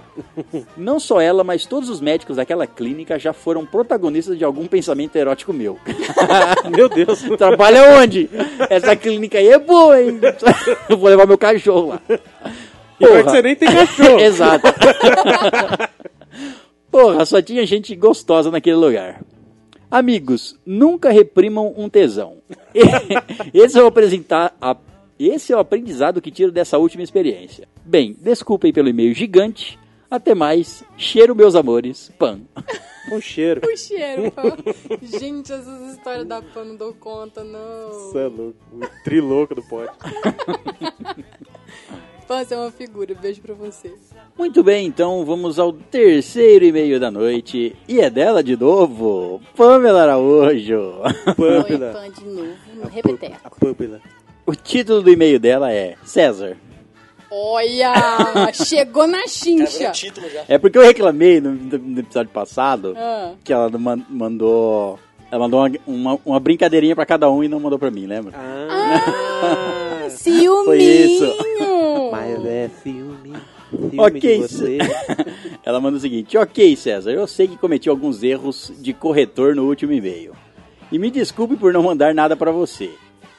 Speaker 1: Não só ela, mas todos os médicos daquela clínica já foram protagonistas de algum pensamento erótico meu.
Speaker 6: Meu Deus.
Speaker 1: Trabalha onde? Essa clínica aí é boa, hein? Eu vou levar meu cachorro lá.
Speaker 6: Pior é que você nem tem cachorro.
Speaker 1: Exato. Porra, só tinha gente gostosa naquele lugar. Amigos, nunca reprimam um tesão. Esse é o apresentar. a- Esse é o aprendizado que tiro dessa última experiência. Bem, desculpem pelo e-mail gigante. Até mais. Cheiro, meus amores. Pan.
Speaker 6: Com cheiro.
Speaker 5: O cheiro. Gente, essas histórias da Pan não dou conta, não.
Speaker 6: Você é louco. O trilouco do pote.
Speaker 5: Pan, você é uma figura. Beijo pra você.
Speaker 1: Muito bem, então vamos ao terceiro e-mail da noite. E é dela de novo, Pamela Araújo.
Speaker 5: Oi,
Speaker 6: Pâmpila.
Speaker 5: Pan, de novo. No repeteco.
Speaker 6: A Pâmpila.
Speaker 1: O título do e-mail dela é César.
Speaker 5: Olha! Chegou na
Speaker 7: Já virou
Speaker 5: chincha.
Speaker 7: título já.
Speaker 1: É porque eu reclamei no, no episódio passado
Speaker 5: Ah.
Speaker 1: que ela man- mandou. Ela mandou uma, uma, uma brincadeirinha pra cada um e não mandou pra mim,
Speaker 5: É.
Speaker 1: lembra?
Speaker 6: Ah.
Speaker 1: Foi isso.
Speaker 5: Ciúminho!
Speaker 6: Mas é filme. Filme
Speaker 1: Ok,
Speaker 6: um de você.
Speaker 1: Ela manda o seguinte: Ok, César, eu sei que cometi alguns erros de corretor no último e-mail. E me desculpe por não mandar nada pra você.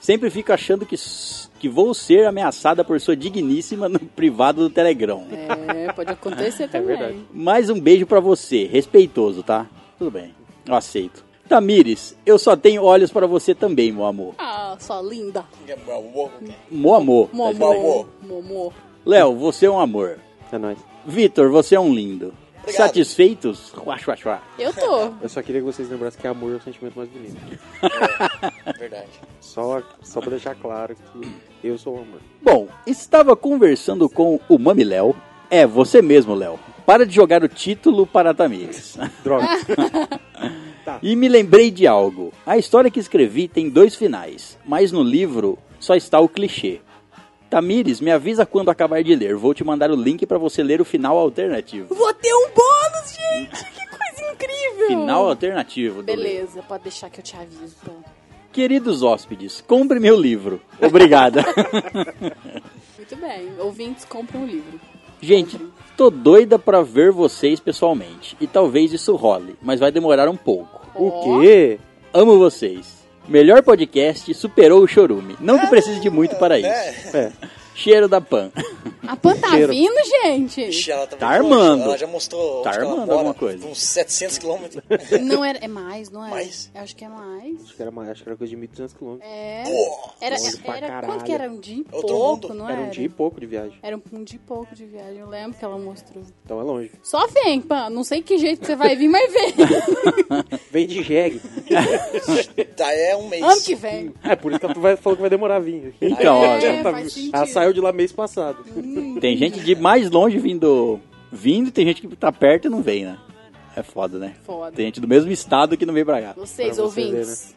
Speaker 1: Sempre fico achando que, s- que vou ser ameaçada por sua digníssima no privado do Telegram.
Speaker 5: É, pode acontecer também.
Speaker 6: verdade.
Speaker 1: Mais um beijo pra você, respeitoso, tá? Tudo bem, eu aceito. Tamires, eu só tenho olhos pra você também, meu amor.
Speaker 5: Ah, sua linda.
Speaker 7: é
Speaker 1: Meu amor.
Speaker 5: Momô. Momô.
Speaker 1: Léo, você é um amor.
Speaker 6: É nóis.
Speaker 1: Vitor, você é um lindo.
Speaker 7: Obrigado.
Speaker 1: Satisfeitos? Chua, chua, chua.
Speaker 5: Eu tô.
Speaker 6: Eu só queria que vocês lembrassem que amor é o sentimento mais bonito.
Speaker 7: é Verdade.
Speaker 6: Só, só pra deixar claro que eu sou o amor.
Speaker 1: Bom, estava conversando com o Mami Léo. É, você mesmo, Léo. Para de jogar o título para Tamires.
Speaker 6: Droga.
Speaker 1: e me lembrei de algo. A história que escrevi tem dois finais, mas no livro só está o clichê. Tamires, me avisa quando acabar de ler. Vou te mandar o link pra você ler o final alternativo.
Speaker 8: Vou ter um bônus, gente! Que coisa incrível!
Speaker 1: Final alternativo. do livro.
Speaker 5: Beleza, pode deixar que eu te aviso. Então.
Speaker 1: Queridos hóspedes, compre meu livro. Obrigada.
Speaker 5: Muito bem, ouvintes, comprem um livro.
Speaker 1: Gente, tô doida pra ver vocês pessoalmente. E talvez isso role, mas vai demorar um pouco.
Speaker 6: O quê?
Speaker 1: Amo vocês. Melhor podcast superou o Chorume. Não que precise de muito para isso.
Speaker 6: É.
Speaker 1: Cheiro da Pan.
Speaker 5: A Pan tá vindo, gente?
Speaker 7: Ixi, ela tá,
Speaker 1: Tá
Speaker 7: muito
Speaker 1: armando.
Speaker 7: longe, Ela já mostrou
Speaker 1: Tá
Speaker 7: onde que ela
Speaker 1: armando
Speaker 7: mora,
Speaker 1: alguma coisa.
Speaker 7: Uns 700 quilômetros.
Speaker 5: Não era, é mais, não é?
Speaker 7: Mais?
Speaker 5: Eu acho que é mais.
Speaker 6: Acho que, era, mais- acho que era coisa de 1.200 quilômetros.
Speaker 5: É.
Speaker 7: Pô,
Speaker 5: Era,
Speaker 6: Longe pra
Speaker 5: era
Speaker 6: caralho.
Speaker 5: quanto que era? Um dia e
Speaker 7: Outro
Speaker 5: pouco,
Speaker 7: mundo.
Speaker 5: não
Speaker 6: Era
Speaker 5: É, era?
Speaker 6: um dia e pouco de viagem.
Speaker 5: Era um dia e pouco de viagem, eu lembro que ela mostrou.
Speaker 6: Então é longe.
Speaker 5: Só vem, Pan. Não sei que jeito que você vai vir, mas vem.
Speaker 6: Vem de jegue.
Speaker 7: tá, é um mês.
Speaker 5: ano que vem.
Speaker 6: É por isso que ela vai- falou que vai demorar a vir.
Speaker 1: Então,
Speaker 5: É,
Speaker 1: olha.
Speaker 6: Ela tá-
Speaker 5: faz sentido. Hum,
Speaker 6: ela saiu de lá mês passado.
Speaker 1: Tem gente de mais longe vindo. Vindo e tem gente que tá perto e não vem, né? É foda, né?
Speaker 5: Foda.
Speaker 1: Tem gente do mesmo estado que não veio pra cá.
Speaker 5: Vocês,
Speaker 6: você né?
Speaker 5: ouvintes,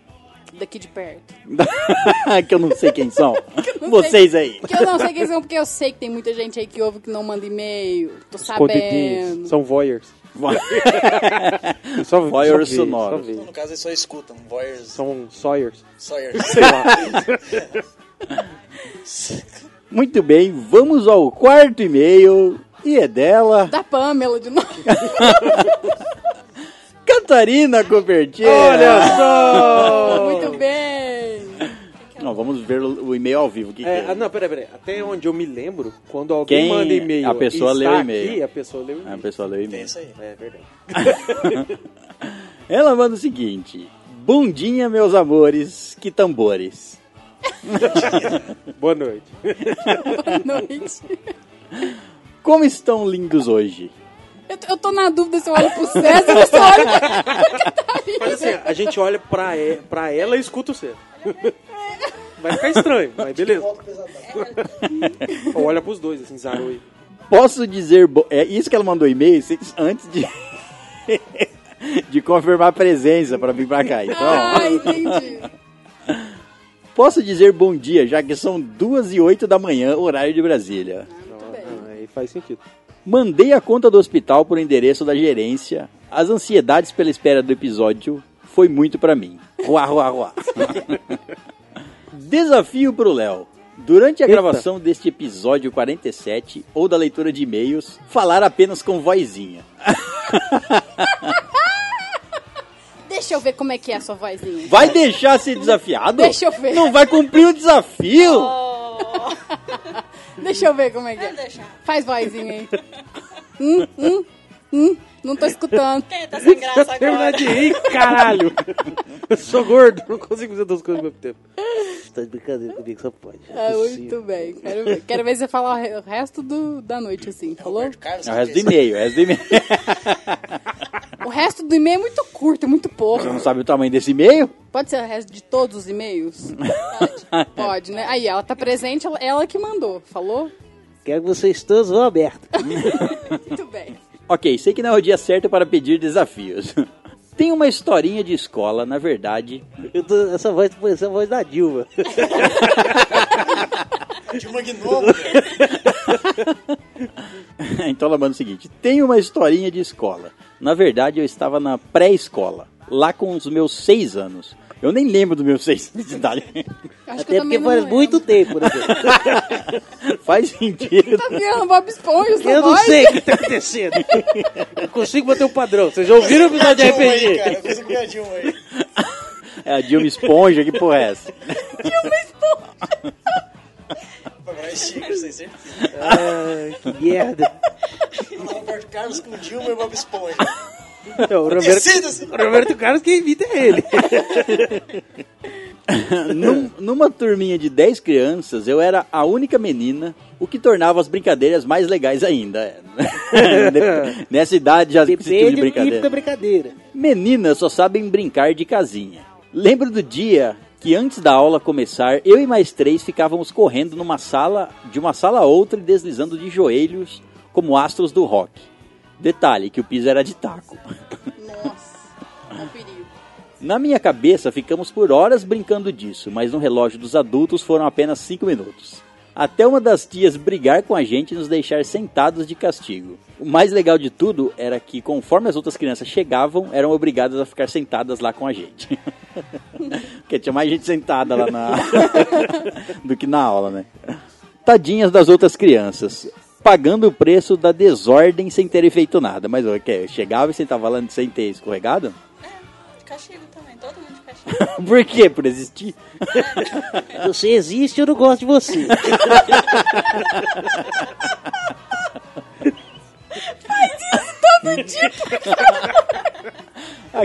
Speaker 5: daqui de perto.
Speaker 1: que eu não sei quem são.
Speaker 5: não
Speaker 1: Vocês aí.
Speaker 5: Que eu não sei quem são, porque eu sei que tem muita gente aí que ouve que não manda e-mail. Tô
Speaker 6: Escondidinhos.
Speaker 5: sabendo.
Speaker 6: São voyeurs. Só,
Speaker 1: Voyeurs
Speaker 6: só vê,
Speaker 1: sonoros.
Speaker 6: só vê.
Speaker 7: No caso, eles só escutam. Voyeurs,
Speaker 6: São sawyers.
Speaker 7: Sawyers.
Speaker 6: Sei lá.
Speaker 1: Muito bem, vamos ao quarto e-mail. E é dela,
Speaker 5: Da Pamela de novo.
Speaker 1: Catarina Copertina.
Speaker 6: Olha só!
Speaker 5: Muito bem.
Speaker 1: Não, vamos ver o o e-mail ao vivo. o Que que
Speaker 6: É,
Speaker 1: é?
Speaker 6: ah, não, peraí, peraí. Até onde eu me lembro, quando alguém
Speaker 1: Quem-
Speaker 6: manda e-mail
Speaker 1: a pessoa
Speaker 6: e
Speaker 1: lê o
Speaker 6: está
Speaker 1: e-mail.
Speaker 6: aqui, a pessoa lê o
Speaker 1: Ah,
Speaker 6: e-mail.
Speaker 1: o pessoal leu o
Speaker 7: Tem
Speaker 1: e-mail.
Speaker 7: isso aí.
Speaker 6: É verdade.
Speaker 1: Ela manda o seguinte: Bom dia, meus amores, que tambores.
Speaker 6: Boa noite.
Speaker 5: Boa noite.
Speaker 1: Como estão lindos hoje?
Speaker 5: Eu, tô- eu tô na dúvida se eu olho pro César ou se eu olho pra...
Speaker 6: Mas assim, a gente olha pra, e- pra ela e escuta o C. Vai ficar estranho, mas beleza. Ou olha pros dois, assim, zaroi.
Speaker 1: Posso dizer. bo- É isso que ela mandou e-mail se- antes de. de confirmar a presença pra vir pra cá. Então,
Speaker 5: Ah, entendi.
Speaker 1: posso dizer bom dia, já que são duas e oito da manhã, horário de Brasília.
Speaker 5: Muito bem.
Speaker 6: Ah, aí faz sentido.
Speaker 1: Mandei a conta do hospital por endereço da gerência. As ansiedades pela espera do episódio foi muito pra mim. Ruá, ruá, ruá. Desafio pro Léo. Durante a
Speaker 6: Eita.
Speaker 1: gravação deste episódio 47 ou da leitura de e-mails, falar apenas com vozinha.
Speaker 5: Deixa eu ver como é que é a sua vozinha.
Speaker 1: Vai deixar ser desafiado?
Speaker 5: Deixa eu ver. Oh.
Speaker 1: Não vai cumprir o desafio?
Speaker 5: Deixa eu ver como é que é. Faz vozinha aí. Hum, hum, hum. Não tô escutando.
Speaker 8: Tá sem
Speaker 6: Pra
Speaker 8: graça
Speaker 6: terminar
Speaker 8: agora.
Speaker 6: de rir, caralho! Eu sou gordo, não consigo fazer duas coisas ao mesmo tempo. Você tá de brincadeira comigo, só pode.
Speaker 5: Ah, muito bem. Quero ver, Quero ver você falar o re- o resto do, da noite, assim. Falou?
Speaker 7: Roberto Carlos.
Speaker 1: É o resto do e-mail, é o resto do e-mail.
Speaker 5: O resto do e-mail é muito curto, é muito pouco.
Speaker 1: Não sabe o tamanho desse e-mail?
Speaker 5: Pode ser o resto de todos os e-mails? Pode. Pode, né? Aí, ela tá presente, ela- ela que mandou. Falou?
Speaker 6: Quero que vocês todos vão aberto.
Speaker 5: Muito bem.
Speaker 1: Ok, sei que não é o dia certo para pedir desafios. Tem uma historinha de escola, na verdade.
Speaker 6: essa voz parece a voz da Dilma. É
Speaker 7: De uma gnome.
Speaker 1: então ela manda o seguinte: tem uma historinha de escola. Na verdade, eu estava na pré-escola, lá com os meus seis anos. Eu nem lembro dos meus seis anos de idade.
Speaker 5: Acho que eu também não lembro.
Speaker 6: tempo, né?
Speaker 1: Faz sentido.
Speaker 5: Tá virando Bob Esponja, essa
Speaker 6: Eu não
Speaker 5: voz?
Speaker 6: sei o que tá acontecendo. Eu consigo manter o padrão. Vocês já ouviram o episódio de
Speaker 7: Dilma aí, cara.
Speaker 6: RPG?
Speaker 7: Eu consigo ganhar Dilma aí.
Speaker 1: É a Dilma Esponja, que porra é essa?
Speaker 7: Agora é Chico, sem certeza.
Speaker 6: Ai, que merda.
Speaker 7: Roberto Carlos com Dilma e Bob Esponja.
Speaker 6: Não, o Roberto,
Speaker 7: Decida-se.
Speaker 6: o Roberto Carlos quem evita é ele.
Speaker 1: Num- numa turminha de 10 crianças, eu era a única menina, o que tornava as brincadeiras mais legais ainda. É. Nessa idade já se tipo de brincadeira.
Speaker 6: brincadeira.
Speaker 1: Meninas só sabem brincar de casinha. Lembro do dia que antes da aula começar, eu e mais três ficávamos correndo numa sala, de uma sala a outra e deslizando de joelhos como astros do rock. Detalhe que o piso era de taco.
Speaker 5: Nossa, é um perigo.
Speaker 1: Na minha cabeça, ficamos por horas brincando disso, mas no relógio dos adultos foram apenas 5 minutos. Até uma das tias brigar com a gente e nos deixar sentados de castigo. O mais legal de tudo era que, conforme as outras crianças chegavam, eram obrigadas a ficar sentadas lá com a gente. Porque tinha mais gente sentada lá na. do que na aula, né? Tadinhas das outras crianças. Pagando o preço da desordem sem terem feito nada. Mas o que? Chegava e sentava lá sem ter escorregado?
Speaker 9: De castigo também, todo mundo de castigo.
Speaker 1: Por quê? Por existir?
Speaker 10: Você existe, eu não gosto de você.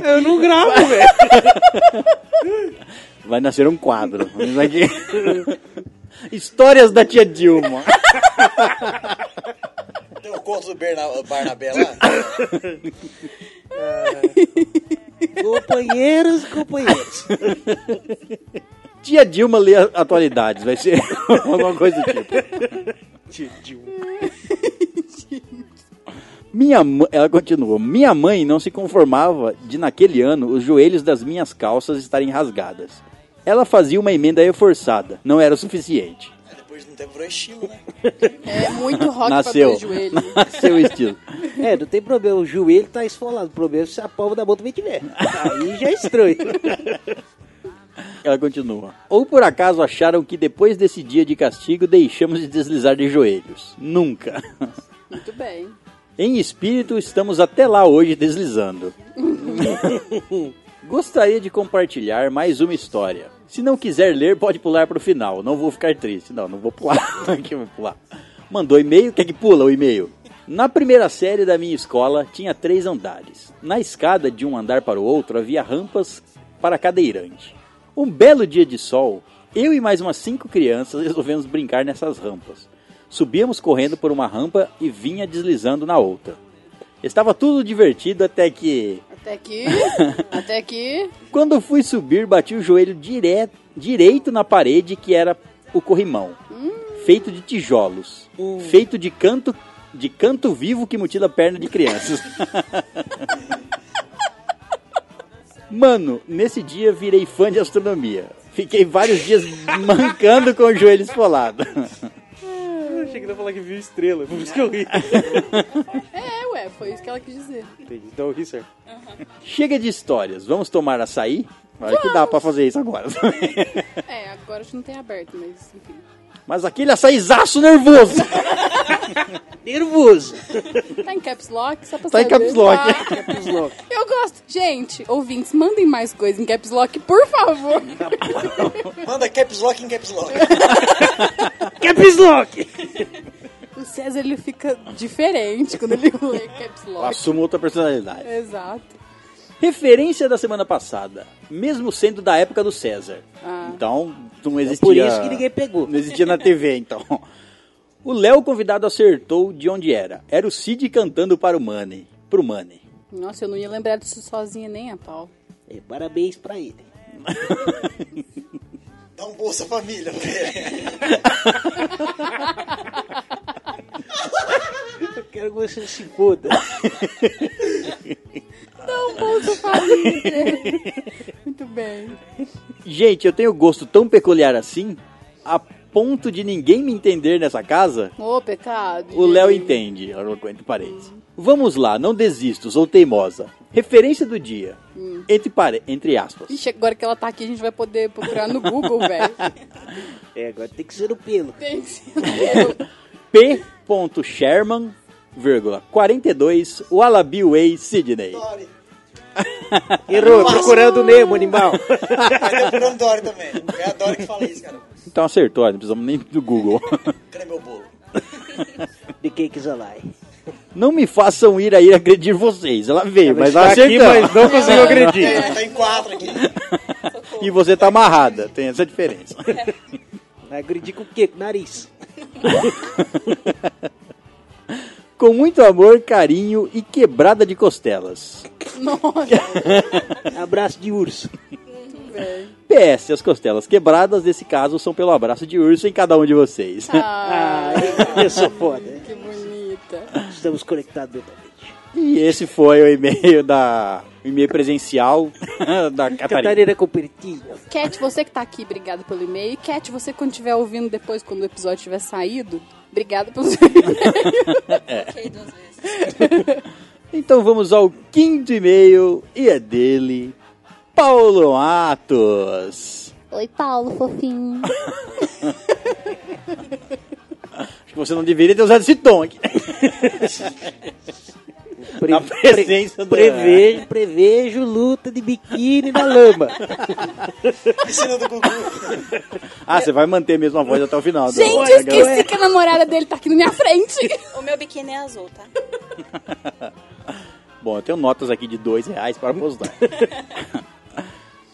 Speaker 6: Eu não gravo, velho.
Speaker 1: Vai nascer um quadro. Vamos aqui. Histórias da tia Dilma.
Speaker 7: Tem o conto do Berna- Barnabé lá?
Speaker 10: companheiros, companheiros.
Speaker 1: Tia Dilma lê a- atualidades, vai ser alguma coisa do tipo. Minha mã- ela continua. Minha mãe não se conformava de naquele ano os joelhos das minhas calças estarem rasgadas. Ela fazia uma emenda reforçada, não era o suficiente.
Speaker 7: Aí Depois de um tempo virou estilo, né?
Speaker 5: É muito rock
Speaker 1: Nasceu.
Speaker 5: pra ter joelho.
Speaker 1: Nasceu o estilo.
Speaker 10: É, não tem problema, o joelho tá esfolado. O problema é se a palma da mão também tiver. Aí já é estranho.
Speaker 1: Ela continua. Ou por acaso acharam que depois desse dia de castigo deixamos de deslizar de joelhos? Nunca.
Speaker 5: Muito bem.
Speaker 1: Em espírito, estamos até lá hoje deslizando. Gostaria de compartilhar mais uma história. Se não quiser ler, pode pular pro final. Não vou ficar triste. Não, não vou pular. Aqui eu vou pular. Mandou e-mail, quer que pula o e-mail? Na primeira série da minha escola, tinha três andares. Na escada de um andar para o outro, havia rampas para cadeirante. Um belo dia de sol, eu e mais umas cinco crianças resolvemos brincar nessas rampas. Subíamos correndo por uma rampa e vinha deslizando na outra. Estava tudo divertido até que
Speaker 5: Até aqui. até aqui.
Speaker 1: quando fui subir, bati o joelho dire- direito na parede que era o corrimão. Feito de tijolos. Feito de canto de canto vivo que mutila a perna de crianças. Mano, nesse dia virei fã de astronomia. Fiquei vários dias mancando com o joelho esfolado.
Speaker 6: Eu achei que ele ia falar que viu estrela, por isso que eu ri.
Speaker 5: É, ué, foi isso que ela quis dizer.
Speaker 6: Entendi, então eu ri certo.
Speaker 1: Chega de histórias, vamos tomar açaí? Olha que dá pra fazer isso agora.
Speaker 5: É, agora a gente não tem aberto, mas enfim.
Speaker 1: Mas aquele açaizaço nervoso.
Speaker 10: Nervoso.
Speaker 5: Tá em caps lock, só pra
Speaker 1: Tá em
Speaker 5: saber.
Speaker 1: caps lock.
Speaker 5: Tá. Eu gosto. Gente, ouvintes, mandem mais coisa em caps lock, por favor.
Speaker 7: Manda caps lock em caps lock.
Speaker 6: Caps Lock!
Speaker 5: O César, ele fica diferente quando ele lê caps lock.
Speaker 1: Assumo outra personalidade.
Speaker 5: Exato.
Speaker 1: Referência da semana passada, mesmo sendo da época do César. Então, não existia.
Speaker 10: Ah. É Por isso que ninguém pegou.
Speaker 1: Não existia na TV, então. O Léo convidado acertou de onde era. Era o Cid cantando para o Money. Pro Money.
Speaker 5: Nossa, eu não ia lembrar disso sozinha nem a pau.
Speaker 10: É, parabéns pra ele.
Speaker 7: Dá um Bolsa Família, velho.
Speaker 10: Eu quero que você se foda.
Speaker 5: É Puta um família. Muito bem.
Speaker 1: Gente, eu tenho gosto tão peculiar assim, a ponto de ninguém me entender nessa casa.
Speaker 5: Ô, pecado.
Speaker 1: O Léo
Speaker 5: gente.
Speaker 1: entende, entre parênteses. Vamos lá, não desisto, sou teimosa. Referência do dia.
Speaker 10: Hum.
Speaker 1: Entre, pare- entre aspas.
Speaker 5: Ixi, agora que ela tá aqui, a gente vai poder procurar no Google, velho.
Speaker 10: É, agora tem que ser o pelo.
Speaker 5: Tem que ser no Google.
Speaker 1: P. Sherman, vírgula, 42, Wallaby Way, Sydney.
Speaker 7: Dory.
Speaker 10: Errou, procurando o Nemo,
Speaker 6: né?
Speaker 10: animal.
Speaker 7: Mas tá procurando Dory também. É a Dory que fala isso, cara.
Speaker 1: Então acertou, não precisamos nem do Google.
Speaker 7: Cadê meu bolo?
Speaker 10: De quem quiser lá.
Speaker 1: Não me façam ir aí agredir vocês. Ela veio, mas ela
Speaker 6: Tá aqui,
Speaker 1: acertou.
Speaker 6: mas não conseguiu agredir.
Speaker 7: É, tá em quatro aqui.
Speaker 1: E você tá amarrada, tem essa diferença.
Speaker 10: Vai agredir com o quê? Com o nariz.
Speaker 1: Com muito amor, carinho e quebrada de costelas.
Speaker 5: Nossa,
Speaker 10: Abraço de urso.
Speaker 5: velho.
Speaker 1: PS, as costelas quebradas, nesse caso, são pelo abraço de urso em cada um de vocês.
Speaker 5: Ah,
Speaker 10: Eu sou foda.
Speaker 5: que bonita.
Speaker 10: Estamos conectados mentalmente.
Speaker 1: E esse foi o e-mail da um e-mail presencial da Catarina.
Speaker 10: Catarina Copertina.
Speaker 5: Cat, você que tá aqui, obrigado pelo e-mail. E Cat, você quando estiver ouvindo depois, quando o episódio tiver saído, obrigado pelo seu e-mail.
Speaker 9: Fiquei duas vezes.
Speaker 1: Então vamos ao quinto e-mail e é dele, Paulo Atos.
Speaker 4: Oi, Paulo, fofinho.
Speaker 1: Acho que você não deveria ter usado esse tom aqui.
Speaker 10: Pre-
Speaker 1: Na presença da-
Speaker 10: pre- prevejo, prevejo luta de biquíni na lama.
Speaker 7: Piscina do Gugu.
Speaker 1: Ah, você vai manter mesmo a voz até o final. né?
Speaker 5: Gente, eu esqueci que a namorada dele tá aqui na minha frente.
Speaker 9: O meu biquíni é azul, tá?
Speaker 1: Bom, eu tenho notas aqui de dois reais para postar.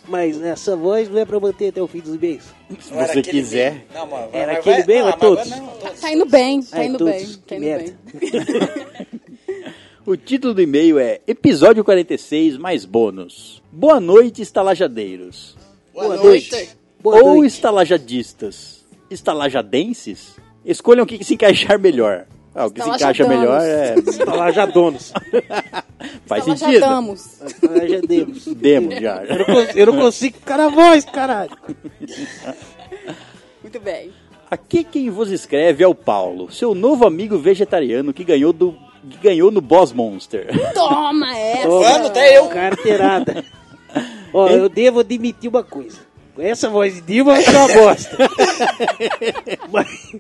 Speaker 10: Mas essa voz não é pra manter até o fim dos mês.
Speaker 1: Se
Speaker 7: Não era
Speaker 1: você
Speaker 7: aquele
Speaker 1: quiser.
Speaker 7: bem? Não, mano.
Speaker 10: Era
Speaker 7: mas
Speaker 10: aquele
Speaker 7: vai-
Speaker 10: bem ou é
Speaker 7: mas agora
Speaker 10: todos?
Speaker 7: não, todos.
Speaker 5: Tá indo bem, tá
Speaker 10: Ai,
Speaker 5: indo
Speaker 10: todos,
Speaker 5: bem,
Speaker 10: que
Speaker 5: tá indo
Speaker 10: merda.
Speaker 5: bem.
Speaker 1: O título do e-mail é Episódio 46 mais bônus. Boa noite, estalajadeiros.
Speaker 7: Boa,
Speaker 10: noite. Boa
Speaker 1: Ou
Speaker 10: noite.
Speaker 1: estalajadistas. Estalajadenses? Escolham o que se encaixar melhor. Ah, o que se encaixa
Speaker 5: Estalajadanos.
Speaker 1: melhor é.
Speaker 6: Tá lá já donos.
Speaker 1: Faz
Speaker 5: Ela Então, já
Speaker 1: sentido?
Speaker 5: damos.
Speaker 10: Ah, já demos.
Speaker 1: Demo já.
Speaker 10: Eu não, cons- eu não consigo ficar na voz, caralho.
Speaker 5: Muito bem.
Speaker 1: Aqui quem vos escreve é o Paulo, seu novo amigo vegetariano que ganhou do que ganhou no Boss Monster.
Speaker 5: Toma essa.
Speaker 7: Mano, até eu.
Speaker 10: Carteirada. Ó, eu devo admitir uma coisa. Com essa voz de Dilma, você é uma bosta. Mas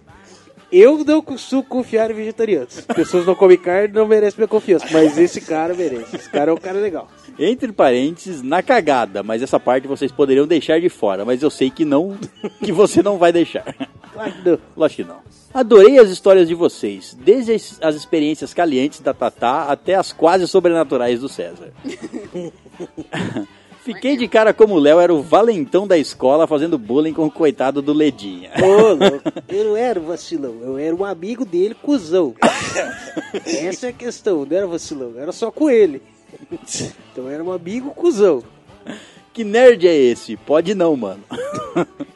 Speaker 10: eu não consigo confiar em vegetarianos. Pessoas não comem carne não merecem minha confiança. Mas esse cara merece. Esse cara é um cara legal.
Speaker 1: Entre parênteses, na cagada, mas essa parte vocês poderiam deixar de fora, mas eu sei que não, que você não vai deixar.
Speaker 10: Claro que não.
Speaker 1: Lógico que não. Adorei as histórias de vocês, desde as, as experiências calientes da Tatá até as quase sobrenaturais do César. Fiquei de cara como o Léo era o valentão da escola fazendo bullying com o coitado do Ledinha.
Speaker 10: Ô, louco. Eu não era um vacilão. Eu era um amigo dele, cuzão. Essa é a questão. Não era vacilão. Era só com ele. Então eu era um amigo cuzão.
Speaker 1: Que nerd é esse? Pode não, mano.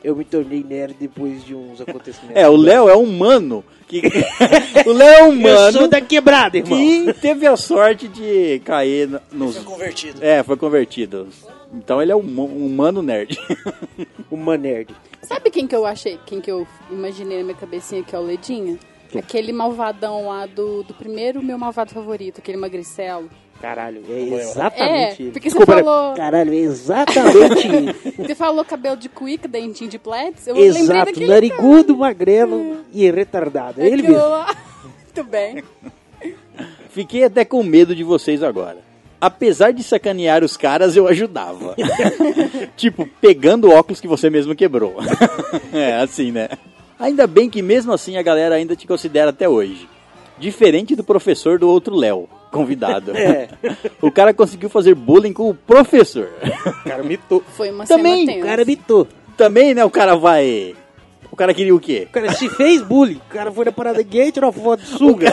Speaker 10: Eu me tornei nerd depois de uns acontecimentos.
Speaker 1: É, o Léo é um mano que. o Léo é um
Speaker 10: Eu
Speaker 1: mano
Speaker 10: sou da quebrada, irmão.
Speaker 1: que teve a sorte de cair no- nos.
Speaker 7: Fui convertido.
Speaker 1: É, foi convertido. Então ele é um, mo- um mano nerd.
Speaker 10: Uma nerd.
Speaker 5: Sabe quem que eu achei, quem que eu imaginei na minha cabecinha que é o Ledinha? Aquele malvadão lá do, do primeiro meu malvado favorito, aquele magricelo.
Speaker 10: Caralho, é
Speaker 7: lembro.
Speaker 5: É,
Speaker 10: exatamente ele.
Speaker 5: porque você
Speaker 10: Desculpa, né?
Speaker 5: falou,
Speaker 10: Caralho, é exatamente ele.
Speaker 5: você falou cabelo de cuica, dentinho de plats, eu lembrei
Speaker 10: Exato,
Speaker 5: daquele
Speaker 10: narigudo, magrelo e retardado. É ele
Speaker 5: Aquilo
Speaker 10: mesmo.
Speaker 5: lá. Muito bem.
Speaker 1: Fiquei até com medo de vocês agora. Apesar de sacanear os caras, eu ajudava. tipo, pegando óculos que você mesmo quebrou. é, assim, né? Ainda bem que mesmo assim a galera ainda te considera até hoje. Diferente do professor do outro Léo, convidado.
Speaker 10: É.
Speaker 1: O cara conseguiu fazer bullying com o professor.
Speaker 6: O cara mitou.
Speaker 5: Foi uma
Speaker 1: Também,
Speaker 5: cena
Speaker 10: O
Speaker 5: tensa.
Speaker 10: cara mitou.
Speaker 1: Também, né, o cara vai... O cara queria o quê?
Speaker 10: O cara se fez bullying. O cara foi na parada gay e tirou uma foto de sunga.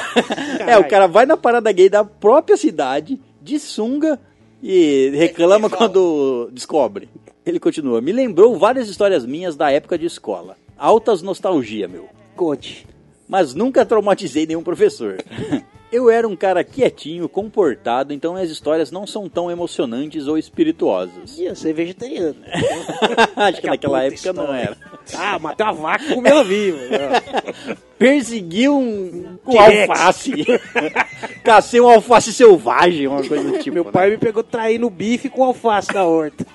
Speaker 1: É, o cara vai na parada gay da própria cidade, de sunga, e reclama
Speaker 7: Ele fala.
Speaker 1: quando descobre. Ele continua, me lembrou várias histórias minhas da época de escola. Altas nostalgia, meu.
Speaker 10: Conte.
Speaker 1: Mas nunca traumatizei nenhum professor. Eu era um cara quietinho, comportado, então as histórias não são tão emocionantes ou espirituosas.
Speaker 10: E eu sou vegetariano.
Speaker 1: Acho que
Speaker 10: a
Speaker 1: naquela
Speaker 10: puta
Speaker 1: época não
Speaker 10: história.
Speaker 1: era.
Speaker 10: Ah, matou a vaca e comeu ela viva.
Speaker 1: É. Perseguiu um, um
Speaker 10: T-Rex.
Speaker 1: alface. Cacei um alface selvagem, uma coisa do tipo.
Speaker 10: Meu
Speaker 1: né?
Speaker 10: pai me pegou traindo bife com alface na horta.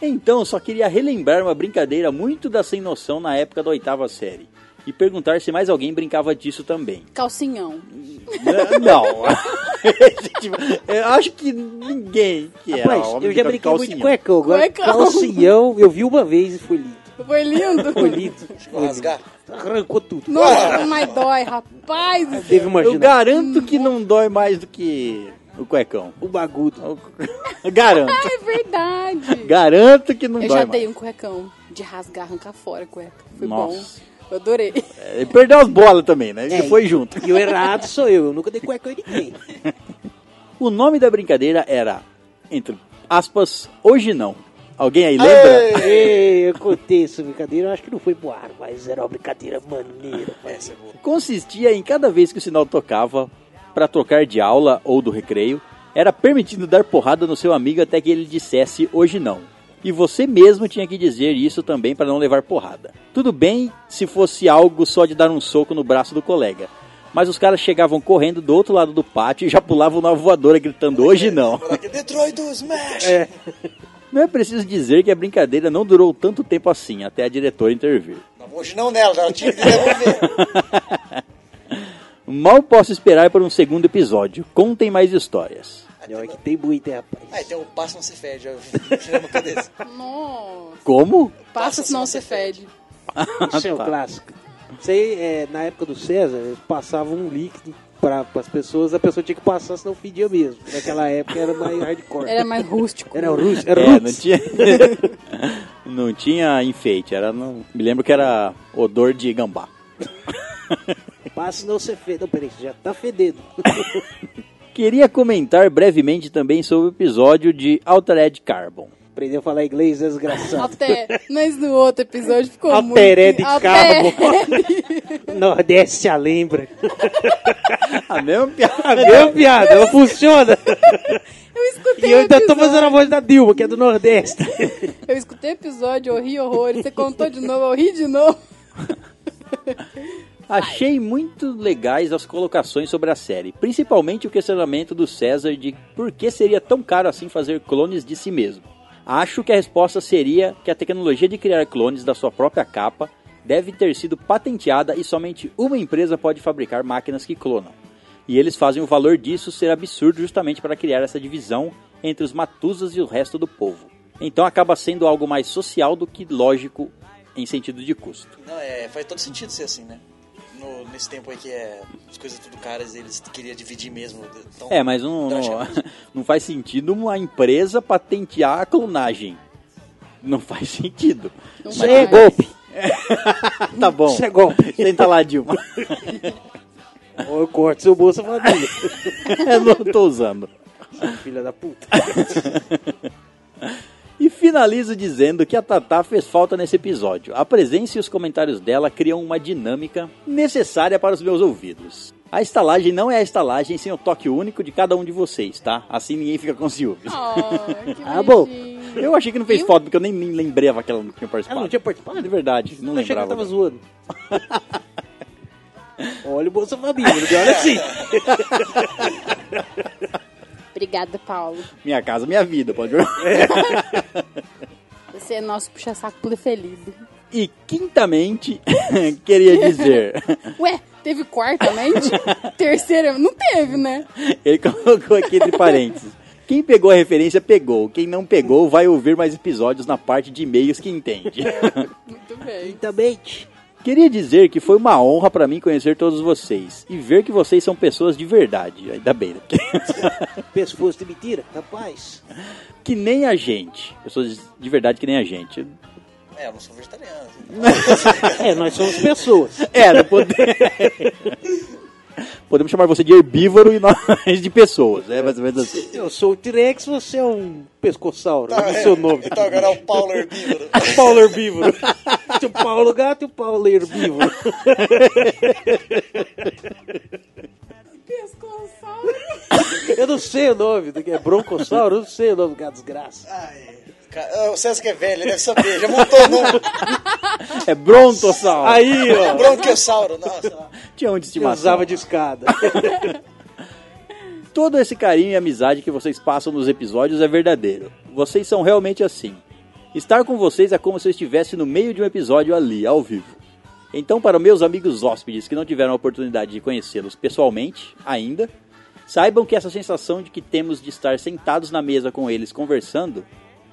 Speaker 1: Então, só queria relembrar uma brincadeira muito da sem noção na época da oitava série. E perguntar se mais alguém brincava disso também.
Speaker 5: Calcinhão.
Speaker 1: N- Não. Tipo, eu acho que ninguém que era
Speaker 10: Rapaz,
Speaker 1: homem
Speaker 10: eu já
Speaker 1: brincava
Speaker 10: brinquei muito de
Speaker 1: calcinha.
Speaker 10: cuecão. Agora,
Speaker 5: Cuecão.
Speaker 10: calcinhão, eu vi uma vez e foi lindo.
Speaker 5: Foi lindo.
Speaker 10: Foi lindo.
Speaker 7: Vou rasgar.
Speaker 10: Arrancou tudo.
Speaker 5: Nossa, mais dói, rapaz. do céu.
Speaker 10: Teve uma
Speaker 1: Eu
Speaker 10: ginástica,
Speaker 1: garanto que não dói mais do que o cuecão.
Speaker 10: um bagudo.
Speaker 1: Eu Garanto.
Speaker 5: É verdade.
Speaker 1: Garanto que não
Speaker 5: Eu
Speaker 1: dói
Speaker 5: já
Speaker 1: mais.
Speaker 5: dei um cuecão de rasgar, arrancar fora a cueca. Foi
Speaker 1: Nossa.
Speaker 5: bom. Eu adorei.
Speaker 1: É, perdeu as bolas também, né?
Speaker 10: É,
Speaker 1: Que foi junto.
Speaker 10: E o errado sou eu, eu nunca dei cuecão em ninguém.
Speaker 1: O nome da brincadeira era, entre aspas, hoje não. Alguém aí lembra?
Speaker 7: Ei!
Speaker 10: Ei, eu contei essa brincadeira, eu acho que não foi pro ar, mas era uma brincadeira maneira.
Speaker 7: Essa é boa.
Speaker 1: consistia em cada vez que o sinal tocava para trocar de aula ou do recreio, Era permitido dar porrada no seu amigo até que ele dissesse hoje não. E você mesmo tinha que dizer isso também para não levar porrada. Tudo bem se fosse algo só de dar um soco no braço do colega. Mas os caras chegavam correndo do outro lado do pátio e já pulavam na voadora gritando hoje não.
Speaker 7: Detroit do Smash!
Speaker 1: Não é preciso dizer que a brincadeira não durou tanto tempo assim, até a diretora intervir.
Speaker 7: Não, hoje não nela, ela tinha que devolver.
Speaker 1: Mal posso esperar por um segundo episódio. Contem mais histórias.
Speaker 10: Olha que tem muito, hein, rapaz.
Speaker 7: Aí tem um passo não se fede, eu tirei uma cabeça.
Speaker 5: Nossa.
Speaker 1: Como?
Speaker 5: Passa senão você fede.
Speaker 10: Isso é o clássico. Isso aí, é, na época do César, eles passavam um líquido para as pessoas, a pessoa tinha que passar, senão fedia mesmo. Naquela época era mais hardcore.
Speaker 5: Era mais rústico.
Speaker 10: Era o Roots, era
Speaker 1: É, não
Speaker 10: Roots.
Speaker 1: tinha. não tinha enfeite, era. Não... Me lembro que era odor de gambá.
Speaker 10: Passa não ser fede. Não, peraí, você já tá fedendo.
Speaker 1: Queria comentar brevemente também sobre o episódio de Altered Carbon.
Speaker 10: Aprendeu a falar inglês, é desgraçado.
Speaker 5: Até, mas no outro episódio ficou muito...
Speaker 10: Alteré de
Speaker 5: Até-
Speaker 10: Nordeste a lembra.
Speaker 1: A mesma piada.
Speaker 10: Meu piada, Tá ela funciona.
Speaker 5: Eu escutei
Speaker 10: E eu ainda tô
Speaker 5: episódio.
Speaker 10: fazendo a voz da Dilma, que é do Nordeste.
Speaker 5: Eu escutei o episódio, eu ri horrores. Você contou de novo, eu ri de novo.
Speaker 1: Achei muito legais as colocações sobre a série, principalmente o questionamento do César de por que seria tão caro assim fazer clones de si mesmo. Acho que a resposta seria que a tecnologia de criar clones da sua própria capa deve ter sido patenteada e somente uma empresa pode fabricar máquinas que clonam. E eles fazem o valor disso ser absurdo justamente para criar essa divisão entre os matusas e o resto do povo. Então acaba sendo algo mais social do que lógico em sentido de custo.
Speaker 7: Não, é, faz todo sentido ser assim, né? No- nesse tempo aí que é, as coisas tudo caras, eles queriam dividir mesmo. de- Tão
Speaker 1: É, mas não, não,
Speaker 7: drasticamente.
Speaker 1: não faz sentido uma empresa patentear a clonagem. Não faz sentido.
Speaker 5: Não
Speaker 10: Isso aí é
Speaker 5: faz.
Speaker 10: golpe.
Speaker 1: Tá bom.
Speaker 10: Isso é golpe.
Speaker 1: Senta lá, Dilma.
Speaker 10: Ou eu corto seu bolso e falo, "Dilma,
Speaker 1: Eu não tô usando.
Speaker 10: filha da puta.
Speaker 1: E finalizo dizendo que a Tatá fez falta nesse episódio. A presença e os comentários dela criam uma dinâmica necessária para os meus ouvidos. A estalagem não é a estalagem sem o toque único de cada um de vocês, tá? Assim ninguém fica com ciúmes.
Speaker 5: Oh, que
Speaker 10: Ah, bom.
Speaker 5: bonitinho.
Speaker 1: Eu achei que não fez
Speaker 5: Eu-
Speaker 1: falta, porque eu nem, nem lembrava que ela não tinha participado.
Speaker 10: Ela não tinha participado?
Speaker 1: De verdade, não
Speaker 10: Eu achei que eu
Speaker 1: lembrava.
Speaker 10: tava zoando. Olha o Bolsa Família, ele me olha assim.
Speaker 5: Obrigada, Paulo.
Speaker 1: Minha casa, minha vida, pode ver.
Speaker 5: Você é nosso puxa-saco preferido.
Speaker 1: E quintamente, queria dizer,
Speaker 5: Ué, teve quartamente? Terceira? Não teve, né?
Speaker 1: ele colocou aqui entre parênteses. Quem pegou a referência, pegou. Quem não pegou, vai ouvir mais episódios na parte de e-mails que entende.
Speaker 5: Muito bem.
Speaker 10: Quintamente.
Speaker 1: Queria dizer que foi uma honra pra mim conhecer todos vocês e ver que vocês são pessoas de verdade. Ainda bem, né?
Speaker 10: Pescoço de mentira, rapaz.
Speaker 1: Que nem a gente. Pessoas de verdade que nem a gente.
Speaker 7: É, eu não sou vegetariano. assim.
Speaker 10: É, nós somos pessoas.
Speaker 1: É, não pode... Podemos chamar você de herbívoro e nós de pessoas. É mais ou menos assim.
Speaker 10: Eu sou o T-Rex, você é um pescoçauro. Olha o seu nome.
Speaker 7: Então agora é o Paulo Herbívoro.
Speaker 10: Paulo Herbívoro. Tem o Paulo Gato e o Paulo Herbívoro. Eu não sei o nome do que é broncossauro, eu não sei o nome do gato desgraça.
Speaker 7: Ai, ca- ah, o César que é velho, ele deve saber. Já montou o nome.
Speaker 1: É brontossauro.
Speaker 10: Aí, ó,
Speaker 7: Bronquiossauro. Nossa, lá.
Speaker 1: Tinha onde
Speaker 10: eu
Speaker 1: estimação.
Speaker 10: usava de escada.
Speaker 1: Todo esse carinho e amizade que vocês passam nos episódios é verdadeiro. Vocês são realmente assim. Estar com vocês é como se eu estivesse no meio de um episódio ali, ao vivo. Então, para meus amigos hóspedes que não tiveram a oportunidade de conhecê-los pessoalmente ainda, saibam que essa sensação de que temos de estar sentados na mesa com eles conversando,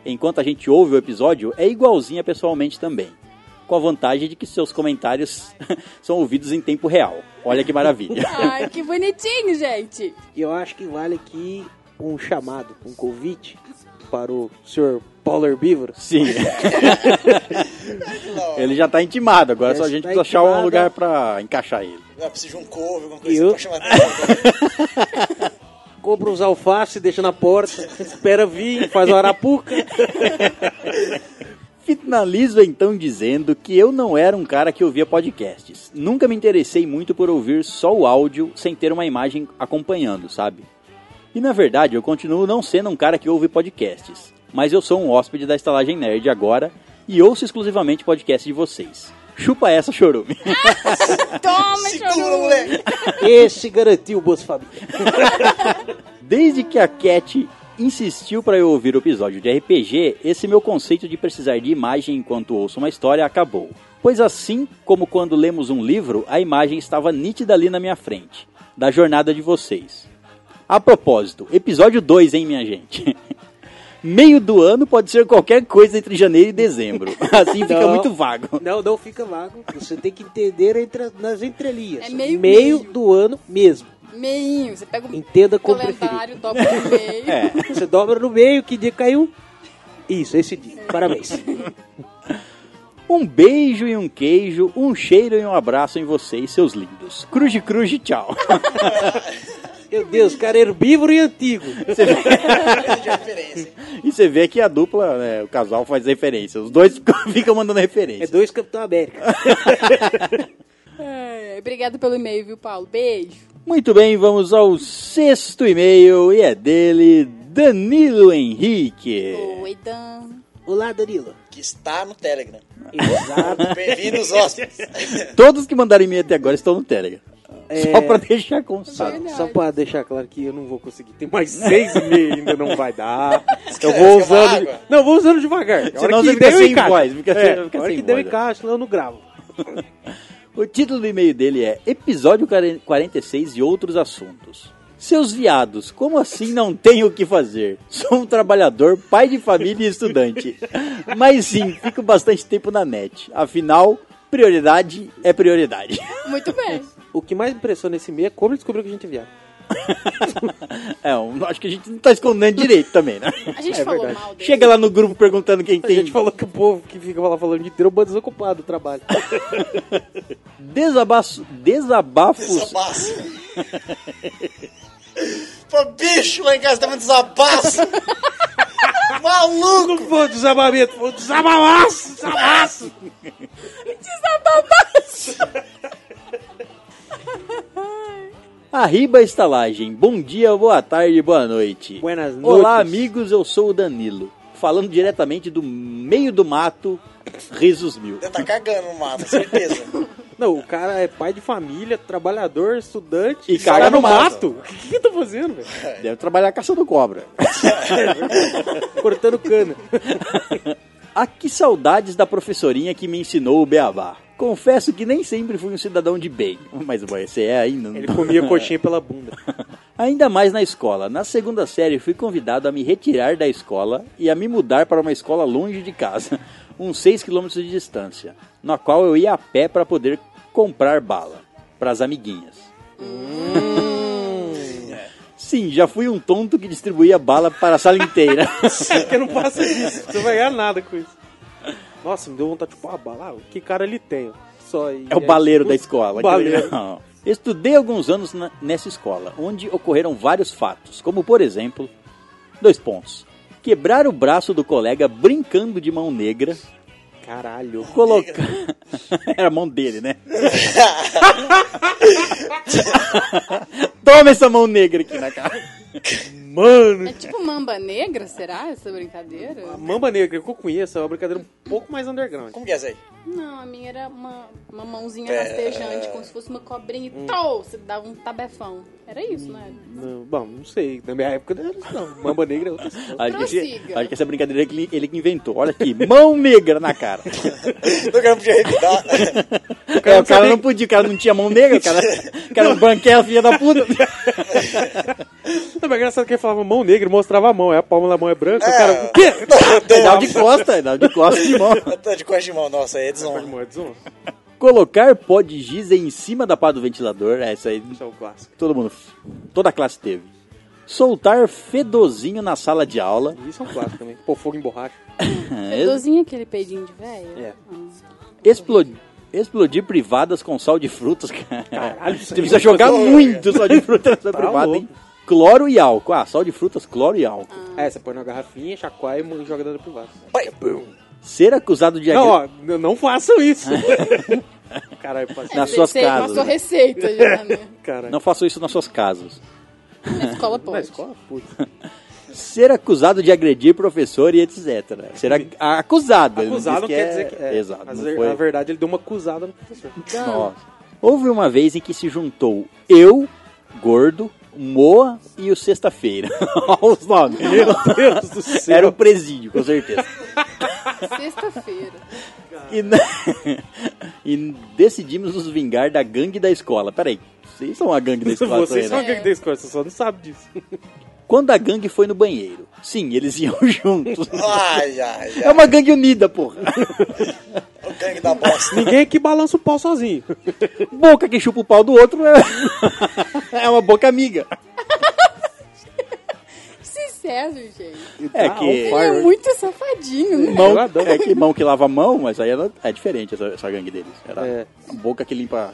Speaker 1: enquanto a gente ouve o episódio, é igualzinha pessoalmente também. Com a vantagem de que seus comentários são ouvidos em tempo real. Olha que maravilha.
Speaker 5: Ai, que bonitinho, gente.
Speaker 10: E eu acho que vale aqui um chamado, um convite para o senhor Paulo Herbívoro.
Speaker 1: Sim. ele já tá intimado, agora
Speaker 10: Já
Speaker 1: só a gente
Speaker 10: está
Speaker 1: precisa achar
Speaker 10: intimado.
Speaker 1: um lugar pra encaixar ele.
Speaker 7: Ah, precisa de um couve, alguma
Speaker 10: E
Speaker 7: coisa
Speaker 10: eu?
Speaker 7: pra chamar atenção.
Speaker 10: Compra uns alface, deixa na porta, espera vir, faz uma arapuca.
Speaker 1: Finalizo então dizendo que eu não era um cara que ouvia podcasts. Nunca me interessei muito por ouvir só o áudio sem ter uma imagem acompanhando, sabe? E na verdade, eu continuo não sendo um cara que ouve podcasts, mas eu sou um hóspede da Estalagem Nerd agora e ouço exclusivamente podcast de vocês. Chupa essa, chorume.
Speaker 7: é
Speaker 8: Toma,
Speaker 7: Segura,
Speaker 8: Chorume.
Speaker 7: moleque.
Speaker 10: Esse garantiu o Bolsa Família.
Speaker 1: Desde que a Cat insistiu para eu ouvir o episódio de RPG, esse meu conceito de precisar de imagem enquanto ouço uma história acabou. Pois assim como quando lemos um livro, a imagem estava nítida ali na minha frente, da jornada de vocês. A propósito, episódio 2, hein, minha gente? Meio do ano pode ser qualquer coisa entre janeiro e dezembro. Assim fica
Speaker 10: Não.
Speaker 1: muito vago.
Speaker 10: Não, não fica vago. Você tem que entender entre- nas entrelinhas.
Speaker 5: É meio meio.
Speaker 10: do ano mesmo.
Speaker 5: Meinho, você pega
Speaker 6: Então,
Speaker 5: o
Speaker 10: Entenda como preferir.
Speaker 5: calendário, dobra no meio.
Speaker 1: É.
Speaker 10: Você dobra no meio, que dia caiu? Isso, esse dia. Parabéns.
Speaker 1: Um beijo e um queijo, um cheiro e um abraço em vocês, seus lindos. Cruz de cruz, de tchau.
Speaker 10: Meu Deus, cara é herbívoro e antigo.
Speaker 7: de referência.
Speaker 1: E você vê que a dupla, né, o casal faz referência. Os dois ficam mandando
Speaker 10: É
Speaker 1: referência.
Speaker 10: dois Capitão América.
Speaker 5: É, Obrigada pelo e-mail, viu, Paulo? Beijo.
Speaker 1: Muito bem, vamos ao sexto e-mail e é dele, Danilo Henrique.
Speaker 5: Oi, Dan.
Speaker 10: Olá, Danilo.
Speaker 7: Que está no Telegram.
Speaker 10: Exato.
Speaker 7: Bem-vindos, hóspedes.
Speaker 1: Todos que mandaram e-mail até agora estão no Telegram. Só pra deixar
Speaker 10: Só,
Speaker 1: constado.
Speaker 5: Verdade.
Speaker 10: só pra deixar claro que eu não vou conseguir. Tem mais seis e meio ainda, não vai dar. Eu
Speaker 7: quer
Speaker 10: vou
Speaker 7: uma
Speaker 10: usando.
Speaker 7: água?
Speaker 10: Não, eu vou usando devagar. A hora
Speaker 1: Senão
Speaker 10: que
Speaker 1: você fica
Speaker 10: der, eu
Speaker 1: sem
Speaker 10: encaixo.
Speaker 1: voz, fica
Speaker 10: é,
Speaker 1: sem- fica
Speaker 10: a hora
Speaker 1: sem
Speaker 10: que deu
Speaker 1: voz, né? ó.
Speaker 10: encaixe, lá eu não gravo.
Speaker 1: O título do e-mail dele é Episódio 46 e outros assuntos. Seus viados, como assim não tenho o que fazer? Sou um trabalhador, pai de família e estudante. Mas sim, fico bastante tempo na net. Afinal, prioridade é prioridade.
Speaker 5: Muito bem.
Speaker 10: O que mais me impressiona nesse meio é como ele descobriu que a gente é viado.
Speaker 1: É, um- acho que a gente não tá escondendo direito também, né?
Speaker 5: A gente falou
Speaker 10: verdade.
Speaker 5: mal dele.
Speaker 1: Chega lá no grupo perguntando quem
Speaker 10: A
Speaker 1: tem
Speaker 10: gente falou que o povo que fica lá falando de inteiro é um bando desocupado do trabalho.
Speaker 1: desabaço, desabafos.
Speaker 7: Desabaço. Pô, bicho, lá em casa tava um desabaço. Maluco.
Speaker 10: Não foi um desabamento, foi um desababaço, desabaço.
Speaker 1: Arriba a estalagem. Bom dia, boa tarde, boa noite.
Speaker 10: Buenas
Speaker 1: Olá,
Speaker 10: noites.
Speaker 1: amigos, eu sou o Danilo. Falando diretamente do meio do mato, risos mil.
Speaker 7: Você tá cagando no mato, certeza.
Speaker 10: Não, o cara é pai de família, trabalhador, estudante.
Speaker 1: E
Speaker 10: está
Speaker 1: caga
Speaker 10: no
Speaker 1: no
Speaker 10: mato. O que que ele tá fazendo, velho?
Speaker 1: Deve trabalhar caçando cobra.
Speaker 10: Cortando cana.
Speaker 1: Ah, que saudades da professorinha que me ensinou o beabá. Confesso que nem sempre fui um cidadão de bem. Mas você é ainda. não-
Speaker 10: Ele comia coxinha pela bunda.
Speaker 1: Ainda mais na escola. Na segunda série, fui convidado a me retirar da escola e a me mudar para uma escola longe de casa, uns 6 km de distância, na qual eu ia a pé para poder comprar bala para as amiguinhas. Sim, já fui um tonto que distribuía bala para a sala inteira.
Speaker 10: Porque não passa disso. Você não vai ganhar nada com isso. Nossa, me deu vontade de pôr uma bala. Ah, Que cara ele tem. ó. Só aí.
Speaker 1: É o baleiro da escola.
Speaker 10: O um baleiro.
Speaker 1: Não. Estudei alguns anos na- nessa escola, onde ocorreram vários fatos, como por exemplo, dois pontos. Quebrar o braço do colega brincando de mão negra,
Speaker 10: Caralho.
Speaker 1: colocar. Era a mão dele, né? Toma essa mão negra aqui na cara.
Speaker 10: Mano.
Speaker 5: É tipo mamba negra, será? Essa brincadeira?
Speaker 10: A Mamba Negra que eu conheço é uma brincadeira um pouco mais underground.
Speaker 7: Como que é isso aí?
Speaker 5: Não, a minha era uma, uma mãozinha rastejante, como se fosse uma cobrinha e tol, você dava um tabefão. Era isso, né? não
Speaker 6: Hum.
Speaker 5: era?
Speaker 10: Não, bom, não sei. Na minha época não era isso, não. Mamba Negra é outra história.
Speaker 1: Acho que, esse-
Speaker 5: Prossiga.
Speaker 1: acho que essa brincadeira é que ele, ele que inventou. Olha aqui, mão negra na cara.
Speaker 7: O cara podia revidar.
Speaker 1: É, o cara não podia, o cara não tinha mão negra, o cara, o cara era um banquete, filha da puta.
Speaker 10: Não, mas é engraçado que ele falava mão negra e mostrava a mão. Aí a palma da mão é branca. O cara.
Speaker 7: É.
Speaker 10: O quê?
Speaker 1: Ele dava de costa, ele dava de costa de mão.
Speaker 7: Tá de costa de mão, nossa, aí é desonra.
Speaker 10: Irmão, é desonra.
Speaker 1: Colocar pó de giz em cima da pá do ventilador, essa aí
Speaker 10: Isso é o clássico.
Speaker 1: todo mundo, toda a classe teve. Soltar fedozinho na sala de aula.
Speaker 10: Isso é um clássico também. Pô, fogo em borracha.
Speaker 5: Fedozinho aquele peidinho de Ah. velho?
Speaker 10: É.
Speaker 1: Explodir, explodir privadas com sal de frutas, cara.
Speaker 10: Caralho, isso
Speaker 1: Você
Speaker 10: aí
Speaker 1: precisa
Speaker 10: é
Speaker 1: jogar
Speaker 7: coisa
Speaker 1: muito sal de frutas nessa
Speaker 10: Tá
Speaker 1: privada,
Speaker 10: louco.
Speaker 1: hein? Cloro e álcool. Ah, sal de frutas, cloro e álcool.
Speaker 10: É, você põe na garrafinha, chacoalha e joga dentro do privado.
Speaker 7: Pai,
Speaker 1: Ser acusado de
Speaker 10: Não,
Speaker 1: agre-
Speaker 10: ó, n- não façam isso. Caralho, passei.
Speaker 1: Nas suas
Speaker 5: Pensei numa
Speaker 1: casas.
Speaker 5: sua receita já, né?
Speaker 10: Caralho.
Speaker 1: Não façam isso nas suas casas.
Speaker 5: Na escola pode.
Speaker 6: Na escola? Puta.
Speaker 1: Ser acusado de agredir professor e etc. Ser ac- acusado. ele não
Speaker 6: Acusado não
Speaker 1: disse
Speaker 6: quer dizer que. É,
Speaker 1: Exato.
Speaker 6: Mas,
Speaker 1: não
Speaker 6: Na
Speaker 1: foi-
Speaker 6: verdade, ele deu uma acusada no professor.
Speaker 1: Nossa. Houve uma vez em que se juntou eu, Gordo, Moa e o Sexta-feira. Olha os nomes.
Speaker 6: Meu Deus do céu.
Speaker 1: um- Era o presídio, com certeza.
Speaker 5: Sexta-feira.
Speaker 1: E, na- e decidimos nos vingar da gangue da escola. Peraí, vocês são a gangue da escola
Speaker 6: Vocês
Speaker 1: também,
Speaker 6: são
Speaker 1: né?
Speaker 6: a gangue da escola, você só não sabe disso.
Speaker 1: Quando a gangue foi no banheiro. Sim, eles iam juntos.
Speaker 7: Ai, ai,
Speaker 1: É uma gangue unida, porra.
Speaker 7: ai. O gangue da bosta.
Speaker 6: Ninguém aqui balança o pau sozinho.
Speaker 1: Boca que chupa o pau do outro é, é uma boca amiga.
Speaker 5: Sincero, Tá gente.
Speaker 1: É
Speaker 6: Tá,
Speaker 1: que.
Speaker 6: on
Speaker 5: Ele é
Speaker 6: fire.
Speaker 5: muito safadinho, né?
Speaker 1: Mão,
Speaker 6: Jogador.
Speaker 1: é que mão que lava a mão, mas aí ela, é diferente essa, essa gangue deles. Era
Speaker 6: É.
Speaker 1: a boca que limpa.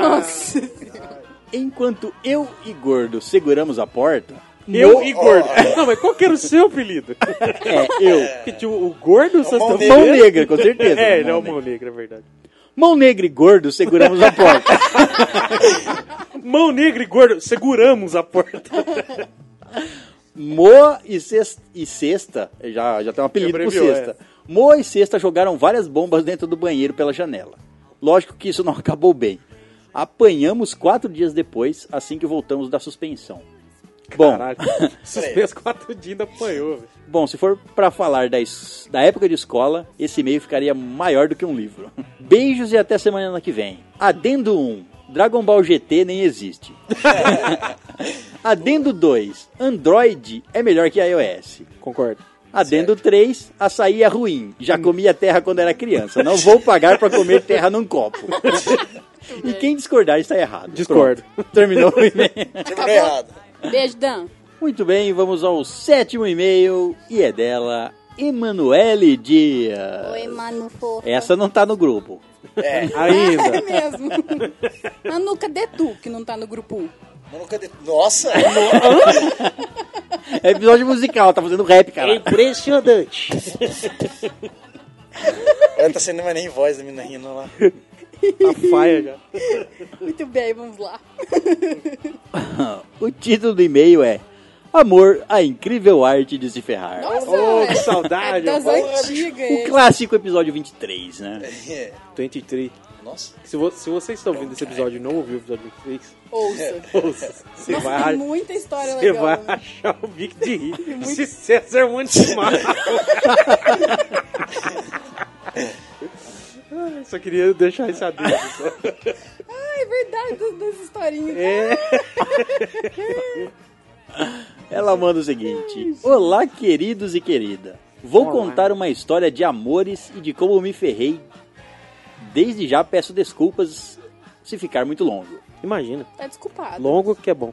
Speaker 5: Nossa.
Speaker 1: Enquanto eu e Gordo seguramos a porta.
Speaker 6: Eu
Speaker 1: Mo-
Speaker 6: e gordo. Não, mas qual que era o seu apelido?
Speaker 1: É, eu.
Speaker 6: Porque tinha o o gordo, É o
Speaker 7: Mão
Speaker 6: sexta-feira.
Speaker 1: Mão negra, com certeza.
Speaker 6: É, ele é o
Speaker 1: negra.
Speaker 6: mão negra, é verdade.
Speaker 1: Mão negra e gordo seguramos a porta.
Speaker 6: Mão negra e gordo, seguramos a porta.
Speaker 1: Moa e Sexta, e Sexta já, já tem um apelido pro
Speaker 6: Abreviou,
Speaker 1: Sexta. Moa e Sexta jogaram várias bombas dentro do banheiro pela janela. Lógico que isso não acabou bem. Apanhamos quatro dias depois, assim que voltamos da suspensão. Bom,
Speaker 6: Caralho. Suspenso quatro dias ainda apanhou, velho.
Speaker 1: bom, se for pra falar da, es- da época de escola, esse e-mail ficaria maior do que um livro. Beijos e até semana que vem. Adendo 1. Dragon Ball GT nem existe. Adendo 2. Android é melhor que iOS.
Speaker 6: Concordo.
Speaker 1: Adendo 3, açaí é ruim. Já comia terra quando era criança. Não vou pagar pra comer terra num copo. e quem discordar está errado.
Speaker 6: Discordo.
Speaker 1: Pronto. Terminou o e-mail.
Speaker 7: Terminou errado.
Speaker 5: Beijo, Dan.
Speaker 1: Muito bem, vamos ao sétimo e-mail e é dela, Emanuele Dias.
Speaker 8: Oi, mano,
Speaker 6: É
Speaker 8: fofa.
Speaker 1: Essa não tá no grupo.
Speaker 5: É
Speaker 6: Ainda.
Speaker 5: mesmo. Manu, cadê tu que não tá no grupo 1?
Speaker 7: Eu nunca de- Nossa!
Speaker 1: É episódio musical, tá fazendo rap,
Speaker 10: É
Speaker 1: cara.
Speaker 10: impressionante.
Speaker 7: Ela tá sendo mais nem voz da menina rindo lá.
Speaker 6: Tá faia já.
Speaker 5: Muito bem, vamos lá.
Speaker 1: O título do e-mail é Amor, a incrível arte de se ferrar.
Speaker 5: Nossa,
Speaker 6: Ô,
Speaker 5: velho.
Speaker 6: que
Speaker 5: Tá é
Speaker 6: saudade.
Speaker 5: das
Speaker 6: ó.
Speaker 5: antigas.
Speaker 1: O
Speaker 5: esse.
Speaker 1: clássico episódio 23, né?
Speaker 7: É.
Speaker 6: 23.
Speaker 7: Nossa.
Speaker 6: Se, vo se vocês estão ouvindo esse episódio e não ouviu o episódio 23,
Speaker 5: Ouça.
Speaker 6: ouça. Você
Speaker 5: Nossa,
Speaker 6: vai,
Speaker 5: tem muita história
Speaker 6: você
Speaker 5: legal.
Speaker 6: vai
Speaker 5: né?
Speaker 6: achar o bico de rir. Esse César Montemar. Só queria deixar isso adendo. só.
Speaker 5: Ah, é verdade, das, das historinhas.
Speaker 6: É.
Speaker 1: Ela manda o seguinte: Olá, queridos e querida. Vou contar uma história de amores e de como me ferrei. Desde já peço desculpas se ficar muito longo.
Speaker 6: Imagina.
Speaker 5: Tá desculpado.
Speaker 6: Longo que é bom.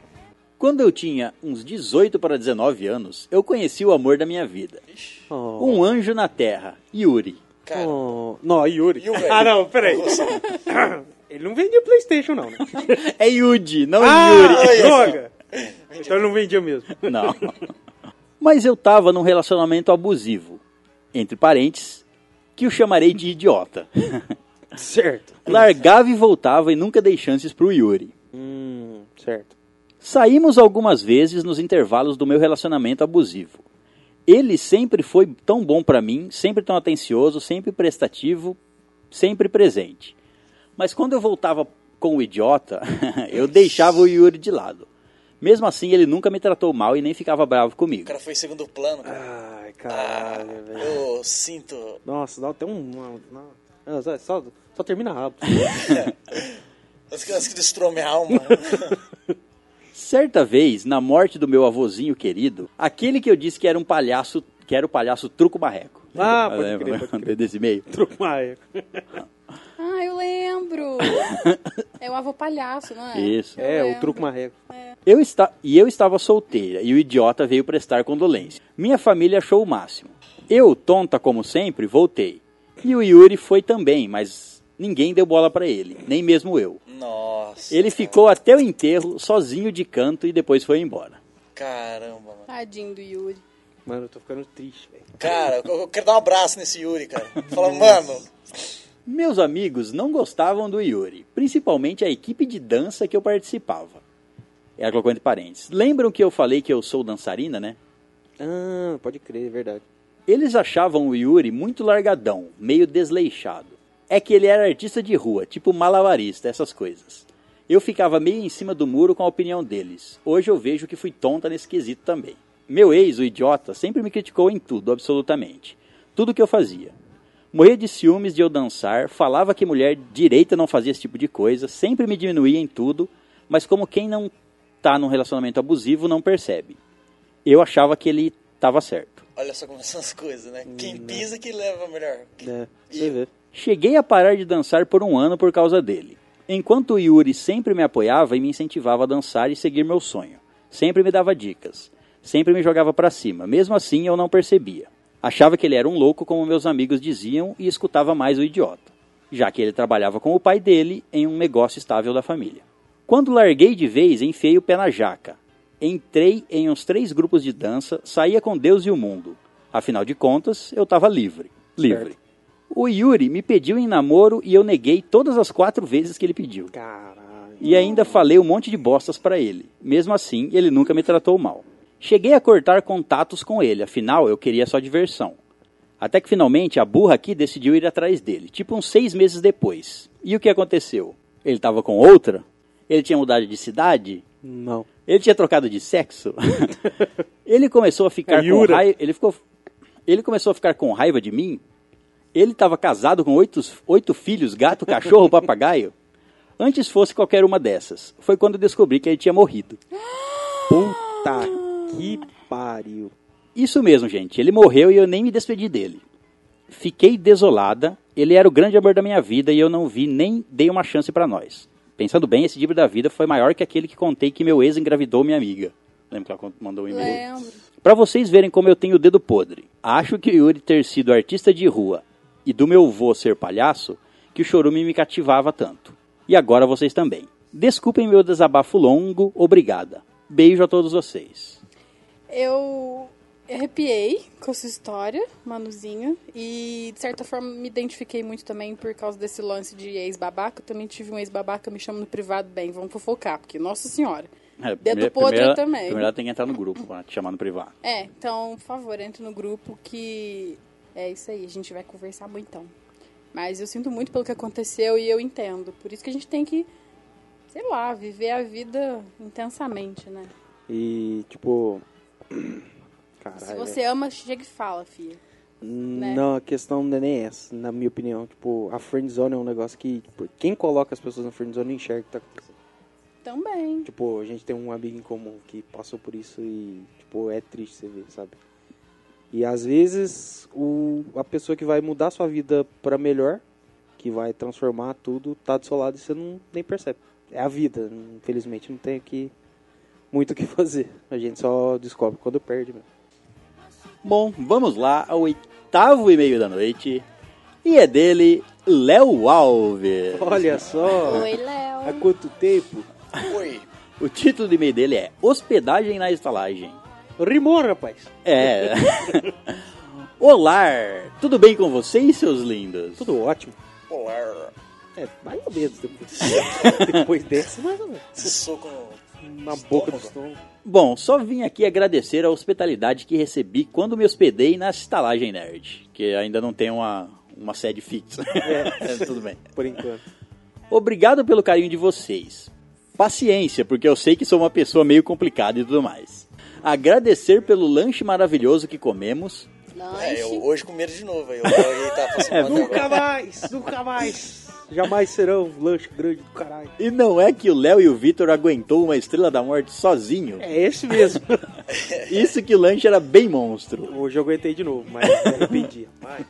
Speaker 1: Quando eu tinha uns 18 para 19 anos, eu conheci o amor da minha vida.
Speaker 6: Oh.
Speaker 1: Um anjo na terra, Yuri.
Speaker 7: Cara,
Speaker 6: Oh. Não, é Yuri.
Speaker 7: Yuri.
Speaker 6: Ah, não, peraí. Ele não vendia Playstation, não, né?
Speaker 1: É Yudi, não é Yuri.
Speaker 6: Ah, droga! Então ele não vendia mesmo.
Speaker 1: Não. Mas eu tava num relacionamento abusivo. Entre parentes, que o chamarei de idiota.
Speaker 6: Certo.
Speaker 1: Largava e voltava e nunca dei chances pro Yuri.
Speaker 6: Hum, certo.
Speaker 1: Saímos algumas vezes nos intervalos do meu relacionamento abusivo. Ele sempre foi tão bom pra mim, sempre tão atencioso, sempre prestativo, sempre presente. Mas quando eu voltava com o idiota, eu deixava o Yuri de lado. Mesmo assim, ele nunca me tratou mal e nem ficava bravo
Speaker 7: o
Speaker 1: comigo.
Speaker 7: cara foi em segundo plano, cara.
Speaker 6: Ai, caralho, Ah, velho.
Speaker 7: Eu sinto.
Speaker 6: Nossa, dá até um. Não, não. Ah, só- Só, só termina rápido.
Speaker 7: As que, as que destroem minha alma.
Speaker 1: Certa vez, na morte do meu avôzinho querido, aquele que eu disse que era um palhaço, que era o palhaço Truco Marreco.
Speaker 6: Ah, pode
Speaker 1: Lembra?
Speaker 6: crer, pode crer.
Speaker 1: Desse meio.
Speaker 6: Truco Maia.
Speaker 5: Ah, eu lembro. é o avô palhaço, não é?
Speaker 1: Isso.
Speaker 6: É, o truco marreco.
Speaker 1: Eu esta... E eu estava solteira e o idiota veio prestar condolência. Minha família achou o máximo. Eu, tonta como sempre, voltei. E o Yuri foi também, mas ninguém deu bola pra ele, nem mesmo eu.
Speaker 7: Nossa.
Speaker 1: Ele ficou até o enterro, sozinho de canto e depois foi embora.
Speaker 7: Caramba, mano.
Speaker 5: Tadinho do Yuri.
Speaker 6: Mano, eu tô ficando triste, velho.
Speaker 7: Cara, eu, eu quero dar um abraço nesse Yuri, cara. Falar, mano,
Speaker 1: Meus amigos não gostavam do Yuri, principalmente a equipe de dança que eu participava. Ela colocou entre parênteses. Lembram que eu falei que eu sou dançarina, né?
Speaker 10: Ah, pode crer, é verdade.
Speaker 1: Eles achavam o Yuri muito largadão, meio desleixado. É que ele era artista de rua, tipo malabarista, essas coisas. Eu ficava meio em cima do muro com a opinião deles. Hoje eu vejo que fui tonta nesse quesito também. Meu ex, o idiota, sempre me criticou em tudo, absolutamente. Tudo que eu fazia. Morria de ciúmes de eu dançar, falava que mulher direita não fazia esse tipo de coisa, sempre me diminuía em tudo, mas como quem não tá num relacionamento abusivo não percebe. Eu achava que ele tava certo.
Speaker 7: Olha só como são as coisas, né? Quem pisa que leva melhor.
Speaker 10: É, você vê.
Speaker 1: Cheguei a parar de dançar por um ano por causa dele. Enquanto o Yuri sempre me apoiava e me incentivava a dançar e seguir meu sonho. Sempre me dava dicas. Sempre me jogava pra cima. Mesmo assim, eu não percebia. Achava que ele era um louco, como meus amigos diziam, e escutava mais o idiota. Já que ele trabalhava com o pai dele em um negócio estável da família. Quando larguei de vez, enfiei o pé na jaca. Entrei em uns três grupos de dança, saía com Deus e o mundo. Afinal de contas, eu estava livre. Livre. O Yuri me pediu em namoro e eu neguei todas as quatro vezes que ele pediu.
Speaker 10: Caralho.
Speaker 1: E ainda falei um monte de bostas pra ele. Mesmo assim, ele nunca me tratou mal. Cheguei a cortar contatos com ele, afinal eu queria só diversão. Até que finalmente a burra aqui decidiu ir atrás dele, tipo uns seis meses depois. E o que aconteceu? Ele tava com outra? Ele tinha mudado de cidade?
Speaker 10: Não.
Speaker 1: Ele tinha trocado de sexo. ele começou a ficar
Speaker 10: É
Speaker 1: com
Speaker 10: Yura.
Speaker 1: raiva. Ele ficou. Ele começou a ficar com raiva de mim. Ele estava casado com oito, oito filhos, gato, cachorro, papagaio. Antes fosse qualquer uma dessas. Foi quando eu descobri que ele tinha morrido.
Speaker 10: Puta que pariu.
Speaker 1: Isso mesmo, gente. Ele morreu e eu nem me despedi dele. Fiquei desolada. Ele era o grande amor da minha vida e eu não vi nem dei uma chance pra nós. Pensando bem, esse livro da vida foi maior que aquele que contei que meu ex engravidou minha amiga. Lembra que ela con- mandou um e-mail?
Speaker 5: Lembro.
Speaker 1: Pra vocês verem como eu tenho o dedo podre, acho que o Yuri ter sido artista de rua e do meu vô ser palhaço, que o chorume me cativava tanto. E agora vocês também. Desculpem meu desabafo longo, obrigada. Beijo a todos vocês.
Speaker 5: Eu arrepiei com essa história, Manuzinha, e de certa forma me identifiquei muito também por causa desse lance de ex-babaca. Eu também tive um ex-babaca, me chama no privado, bem, vamos fofocar, porque, nossa senhora,
Speaker 1: É,
Speaker 5: dedo
Speaker 1: primeira-
Speaker 5: podre
Speaker 1: primeira-
Speaker 5: também.
Speaker 1: Primeiro ela tem que entrar no grupo, pra te chamar no privado.
Speaker 5: É, então, por favor, entre no grupo que é isso aí, a gente vai conversar muito então. Mas eu sinto muito pelo que aconteceu e eu entendo. Por isso que a gente tem que, sei lá, viver a vida intensamente, né?
Speaker 10: E, tipo. Caralho. é.
Speaker 5: Se você ama, chega e fala, filha. né?
Speaker 10: Não, a questão não é nem essa, na minha opinião. Tipo, a friendzone é um negócio que. tipo, quem coloca as pessoas na friendzone não enxerga o que tá acontecendo.
Speaker 5: Também.
Speaker 10: Tipo, a gente tem um amigo em comum que passou por isso e, tipo, é triste você ver, sabe? E às vezes o, a pessoa que vai mudar sua vida pra melhor, que vai transformar tudo, tá do seu lado e você não, nem percebe. É a vida, infelizmente não tem o que, muito o que fazer. A gente só descobre quando perde mesmo.
Speaker 1: Bom, vamos lá ao oitavo e meio da noite. E é dele, Léo Alves.
Speaker 10: Olha só!
Speaker 5: Oi, Léo.
Speaker 10: Há quanto tempo?
Speaker 7: Oi.
Speaker 1: O título do e-mail dele é Hospedagem na Estalagem.
Speaker 10: Rimou, rapaz!
Speaker 1: É. Olá, tudo bem com vocês, seus lindos?
Speaker 10: Tudo ótimo.
Speaker 7: Olá.
Speaker 10: É, mais ou menos depois. depois dessa, mais ou menos.
Speaker 7: Esse soco no...
Speaker 10: Na boca do estômago.
Speaker 1: Bom, só vim aqui agradecer a hospitalidade que recebi quando me hospedei na Estalagem Nerd, que ainda não tem uma, uma sede fixa. É, tudo bem.
Speaker 10: Por enquanto.
Speaker 1: Obrigado pelo carinho de vocês. Paciência, porque eu sei que sou uma pessoa meio complicada e tudo mais. Agradecer pelo lanche maravilhoso que comemos.
Speaker 7: É,
Speaker 5: Lanche.
Speaker 7: eu hoje comeram de novo. aí Eu, eu tá passando mal até
Speaker 10: Nunca
Speaker 7: agora.
Speaker 10: mais, nunca mais. Jamais serão um lanche grande do caralho.
Speaker 1: E não é que o Léo e o Vitor aguentou uma estrela da morte sozinho.
Speaker 10: É esse mesmo.
Speaker 1: Isso que o lanche era bem monstro.
Speaker 10: Hoje eu aguentei de novo, mas me arrependi. Mas...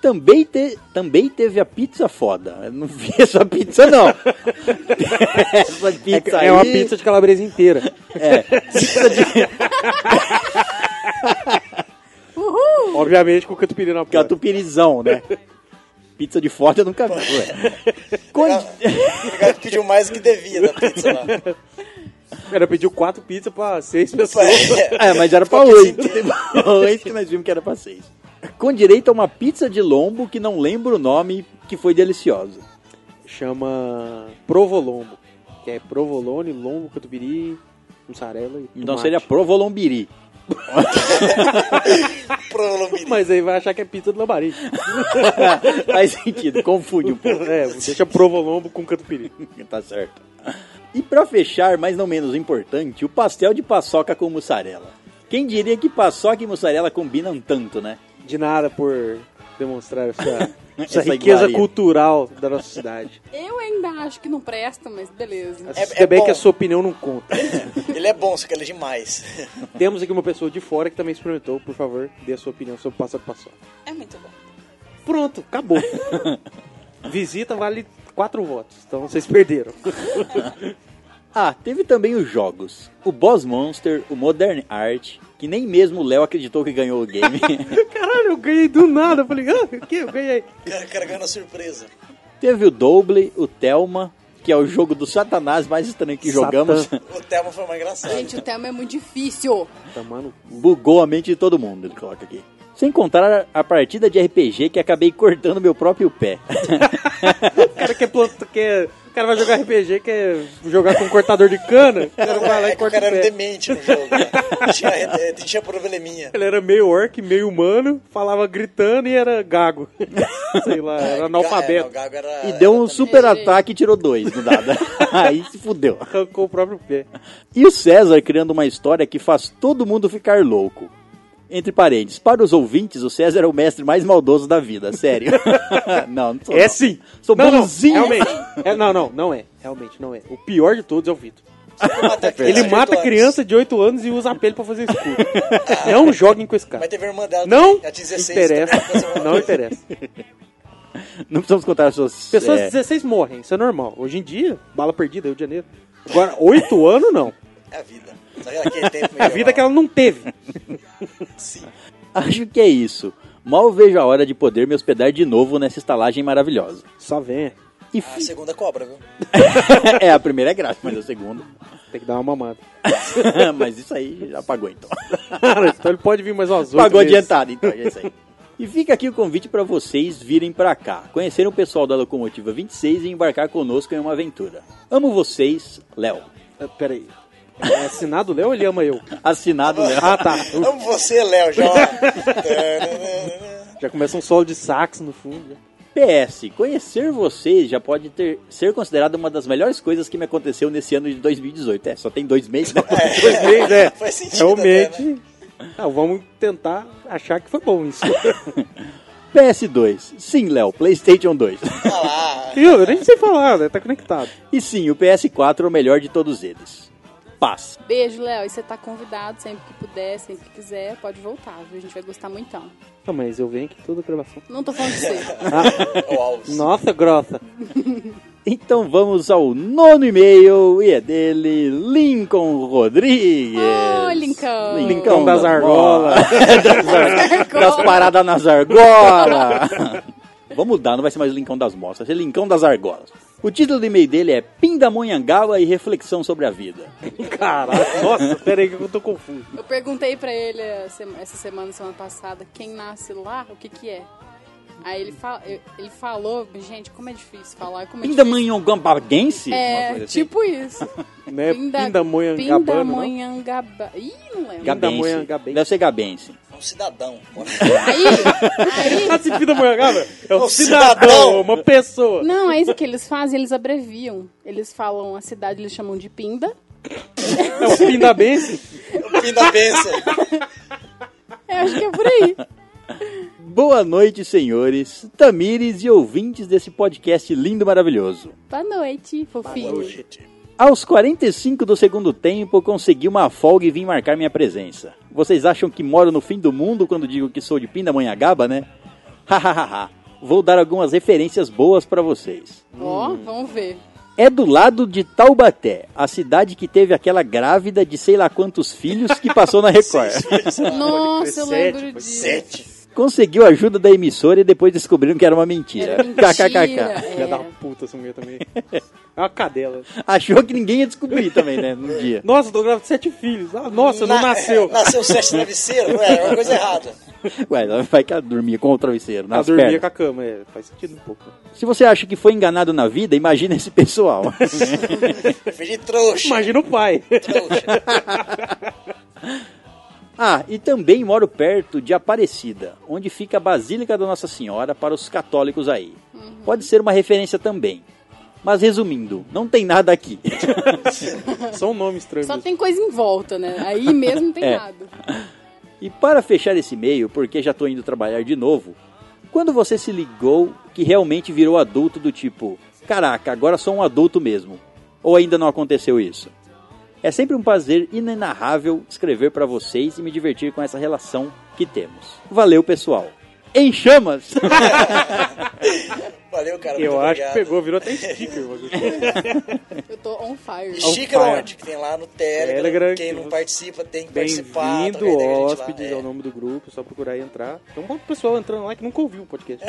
Speaker 1: Também, te- também teve a pizza foda. Eu não vi essa pizza, não. essa pizza aí... é,
Speaker 10: É uma pizza de calabresa inteira.
Speaker 5: Uhul!
Speaker 10: Obviamente com catupiry na ponta.
Speaker 1: Catupirizão, é né? Pizza de foda eu nunca vi. ué.
Speaker 10: Ah.
Speaker 1: Condi-
Speaker 7: O cara pediu mais do que devia né, da pizza lá.
Speaker 10: Ela pediu quatro pizzas pra seis pessoas.
Speaker 7: É,
Speaker 1: É, mas era pra oito. Oito que nós vimos que era pra seis. Com direito a uma pizza de lombo que não lembro o nome, que foi deliciosa.
Speaker 10: Chama provolombo. Que é provolone, lombo, catupiry
Speaker 6: mussarela e
Speaker 1: Então
Speaker 6: tomate.
Speaker 1: seria provolombiri.
Speaker 6: Mas aí vai achar que é pizza do lambari.
Speaker 1: Faz sentido, confunde um pouco.
Speaker 6: é, deixa provolombo com catupiry.
Speaker 1: tá certo. E pra fechar, mas não menos importante, o pastel de paçoca com mussarela. Quem diria que paçoca e mussarela combinam tanto, né?
Speaker 6: De nada por demonstrar essa, essa
Speaker 1: Essa
Speaker 6: riqueza
Speaker 1: iguaria.
Speaker 6: cultural da nossa cidade.
Speaker 5: Eu ainda acho que não presta, mas beleza.
Speaker 6: Ainda
Speaker 7: É- é
Speaker 6: bem
Speaker 7: bom.
Speaker 6: que a sua opinião não conta.
Speaker 7: Ele é bom, só que ele é demais.
Speaker 6: Temos aqui uma pessoa de fora que também experimentou. Por favor, dê a sua opinião sobre passa paçoca.
Speaker 9: É muito bom.
Speaker 6: Pronto, acabou. Visita vale quatro votos, então vocês perderam.
Speaker 1: Ah, teve também os jogos. O Boss Monster, o Modern Art, que nem mesmo o Léo acreditou que ganhou o game.
Speaker 6: Caralho, eu ganhei do nada. Eu falei, ah, o que? Eu ganhei.
Speaker 7: O cara, o cara ganha na surpresa.
Speaker 1: teve o Double, o Thelma, que é o jogo do satanás mais estranho que
Speaker 6: Satã.
Speaker 1: jogamos.
Speaker 7: O Thelma foi mais engraçado.
Speaker 5: Gente, o tema é muito difícil.
Speaker 6: Tá, mano.
Speaker 1: Bugou a mente de todo mundo, ele coloca aqui. Sem contar a partida de RPG que acabei cortando meu próprio pé.
Speaker 6: O cara quer planta, quer. O cara vai jogar RPG, quer jogar com um cortador de cana. O cara vai lá
Speaker 7: é que
Speaker 6: e
Speaker 7: o
Speaker 6: corta o
Speaker 7: cara era
Speaker 6: pé.
Speaker 7: demente no jogo. Né? tinha, é, tinha probleminha.
Speaker 6: Ele era meio orc, meio humano, falava gritando e era gago. Sei lá, era
Speaker 7: É, o
Speaker 6: analfabeto.
Speaker 7: Gago era,
Speaker 1: E deu um
Speaker 7: era
Speaker 1: super ataque e tirou dois no dado. Aí se fudeu.
Speaker 6: Arrancou o próprio pé.
Speaker 1: E o César criando uma história que faz todo mundo ficar louco. Entre parênteses, para os ouvintes, o César é o mestre mais maldoso da vida, sério. não, não sou.
Speaker 6: É
Speaker 1: não.
Speaker 6: sim.
Speaker 1: Sou
Speaker 6: não,
Speaker 1: bonzinho.
Speaker 6: Não, realmente. É, não, não, não é. Realmente não é. O pior de todos é o Vitor.
Speaker 7: também. Mata criança
Speaker 6: Ele
Speaker 7: de
Speaker 6: mata
Speaker 7: oito anos.
Speaker 6: criança de 8 anos e usa a pele pra fazer escudo. Não joguem com esse cara.
Speaker 7: Mas teve a irmã dela
Speaker 6: Não
Speaker 7: também, a 16 também fez
Speaker 6: interessa.
Speaker 7: alguma
Speaker 6: Não
Speaker 7: coisa.
Speaker 6: interessa.
Speaker 1: Não precisamos contar as suas.
Speaker 6: Pessoas de
Speaker 1: é,
Speaker 6: 16 morrem, isso é normal. Hoje em dia, bala perdida, Rio de Janeiro. Agora, 8 anos não.
Speaker 7: É a vida. Só que naquele tempo
Speaker 6: É A vida que ela não teve.
Speaker 1: Acho que é isso. Mal vejo a hora de poder me hospedar de novo nessa estalagem maravilhosa.
Speaker 6: Só vem.
Speaker 1: E
Speaker 7: Ah, A
Speaker 1: fi-
Speaker 7: segunda cobra, viu?
Speaker 1: é, a primeira é grátis, mas a segunda.
Speaker 6: Tem que dar uma mamada.
Speaker 1: mas isso aí já pagou então.
Speaker 6: Cara, então ele pode vir mais umas 8
Speaker 1: Pagou adiantado, então, é isso aí. E fica aqui o convite para vocês virem para cá, conhecer o pessoal da Locomotiva 26 e embarcar conosco em uma aventura. Amo vocês, Léo.
Speaker 6: Ah, Peraí. É assinado o Léo ou ele ama eu?
Speaker 1: Assinado Léo.
Speaker 6: Ah, tá.
Speaker 7: Amo você, Léo, já.
Speaker 6: Já começa um solo de sax no fundo.
Speaker 1: PS, conhecer vocês já pode ter, ser considerado uma das melhores coisas que me aconteceu nesse ano de 2018. É, só tem dois meses, né?
Speaker 6: Dois meses, é.
Speaker 7: Faz sentido até, né?
Speaker 6: Realmente. Ah, vamos tentar achar que foi bom isso.
Speaker 1: PS2. Sim, Léo, PlayStation 2.
Speaker 7: Ah lá.
Speaker 6: Viu? Eu nem sei falar, né? Tá conectado.
Speaker 1: E sim, o PS4 é o melhor de todos eles. Paz.
Speaker 5: Beijo, Léo. E você tá convidado sempre que puder, sempre que quiser. Pode voltar, viu? A gente vai gostar muito.
Speaker 6: Ah, mas eu venho aqui toda a gravação. Ah,
Speaker 5: Não tô falando de você.
Speaker 7: O Alves.
Speaker 6: Nossa, grossa.
Speaker 1: Então vamos ao nono e-mail e é dele Lincoln Rodrigues.
Speaker 5: Ô, Lincoln.
Speaker 1: Lincoln
Speaker 6: das argolas.
Speaker 1: das paradas nas argolas. Vamos mudar, não vai ser mais Lincão das Moças, vai ser Lincão das Argolas. O título do e-mail dele é Pindamonhangaba e Reflexão sobre a Vida.
Speaker 6: Caralho, nossa, peraí que eu tô confuso.
Speaker 5: Eu perguntei pra ele eh, sema- essa semana, semana passada, quem nasce lá, o que que é? Aí ele, fala, eu- ele falou, gente, como é difícil falar, como é difícil.
Speaker 1: Pindamonhangabaguense? Uma
Speaker 5: É,
Speaker 1: coisa assim.
Speaker 5: tipo isso.
Speaker 6: Né? Pindamonhangabana, não?
Speaker 5: Pindamonhangaba. Ih, não lembro.
Speaker 6: Tipo
Speaker 1: Gabense.
Speaker 6: Pindamonhangabense.
Speaker 1: Deve ser Gabense.
Speaker 7: É um cidadão.
Speaker 5: Aí, aí...
Speaker 6: Ah, se Pindamonhangaba é um
Speaker 7: Um
Speaker 6: cidadão,
Speaker 7: cidadão.
Speaker 6: uma pessoa.
Speaker 5: Não, é isso que eles fazem, eles abreviam. Eles falam a cidade, eles chamam de Pinda.
Speaker 6: É um pindabense.
Speaker 7: O fim da benção.
Speaker 5: Eu acho que é por aí.
Speaker 1: Boa noite, senhores, tamires e ouvintes desse podcast lindo e maravilhoso.
Speaker 5: Boa noite, fofinho.
Speaker 1: Aos 45 do segundo tempo, consegui uma folga e vim marcar minha presença. Vocês acham que moro no fim do mundo quando digo que sou de Pindamonhangaba, né? Hahaha. Vou dar algumas referências boas pra vocês.
Speaker 5: Ó, vamos ver.
Speaker 1: É do lado de Taubaté, a cidade que teve aquela grávida de sei lá quantos filhos que passou na Record.
Speaker 5: Nossa, eu
Speaker 6: Sete,
Speaker 5: lembro
Speaker 6: foi
Speaker 5: disso.
Speaker 7: Sete.
Speaker 1: Conseguiu a ajuda da emissora e depois descobriram que era uma mentira.
Speaker 5: Era mentira,
Speaker 1: KKKK.
Speaker 6: Filha
Speaker 5: é.
Speaker 6: da puta essa mulher também. É uma cadela.
Speaker 1: Achou que ninguém ia descobrir também, né? Num dia.
Speaker 6: Nossa, eu tô grávida de sete filhos. Ah, nossa, não
Speaker 7: Na- é,
Speaker 6: nasceu.
Speaker 7: Nasceu sete travesseiro, não é? É uma coisa errada.
Speaker 1: Ué, ela vai que ela dormia com o travesseiro
Speaker 6: Ela
Speaker 1: nas
Speaker 6: dormia
Speaker 1: pernas.
Speaker 6: com a cama, é. Faz sentido um pouco.
Speaker 1: Se você acha que foi enganado na vida, imagina esse pessoal.
Speaker 7: Preferi trouxa.
Speaker 6: Imagina o pai.
Speaker 7: trouxa.
Speaker 1: ah, e também moro perto de Aparecida, onde fica a Basílica da Nossa Senhora para os católicos aí. Pode ser uma referência também. Mas resumindo, não tem nada aqui.
Speaker 6: Só um nome estranho.
Speaker 5: Só
Speaker 6: mesmo.
Speaker 5: tem coisa em volta, né? Aí mesmo não tem
Speaker 1: É.
Speaker 5: nada.
Speaker 1: E para fechar esse e-mail, porque já tô indo trabalhar de novo, quando você se ligou que realmente virou adulto do tipo, caraca, agora sou um adulto mesmo? Ou ainda não aconteceu isso? É sempre um prazer inenarrável escrever para vocês e me divertir com essa relação que temos. Valeu, pessoal. Em chamas!
Speaker 7: Valeu, cara.
Speaker 6: Eu
Speaker 7: muito
Speaker 6: acho que
Speaker 7: um obrigado.
Speaker 6: pegou, virou até sticker. o bagulho.
Speaker 5: Eu tô on fire.
Speaker 7: E xícara
Speaker 6: fire.
Speaker 7: onde? é Que tem lá no Telegram.
Speaker 6: é. Telegram,
Speaker 7: Quem
Speaker 6: que
Speaker 7: não
Speaker 6: você-
Speaker 7: participa tem que participar. troca
Speaker 6: Bem-vindo,
Speaker 7: ideia com a né, gente lá.
Speaker 6: hóspedes,
Speaker 7: É.
Speaker 6: é o nome do grupo. Só procurar e entrar. Tem um monte de pessoal entrando lá que nunca ouviu o podcast.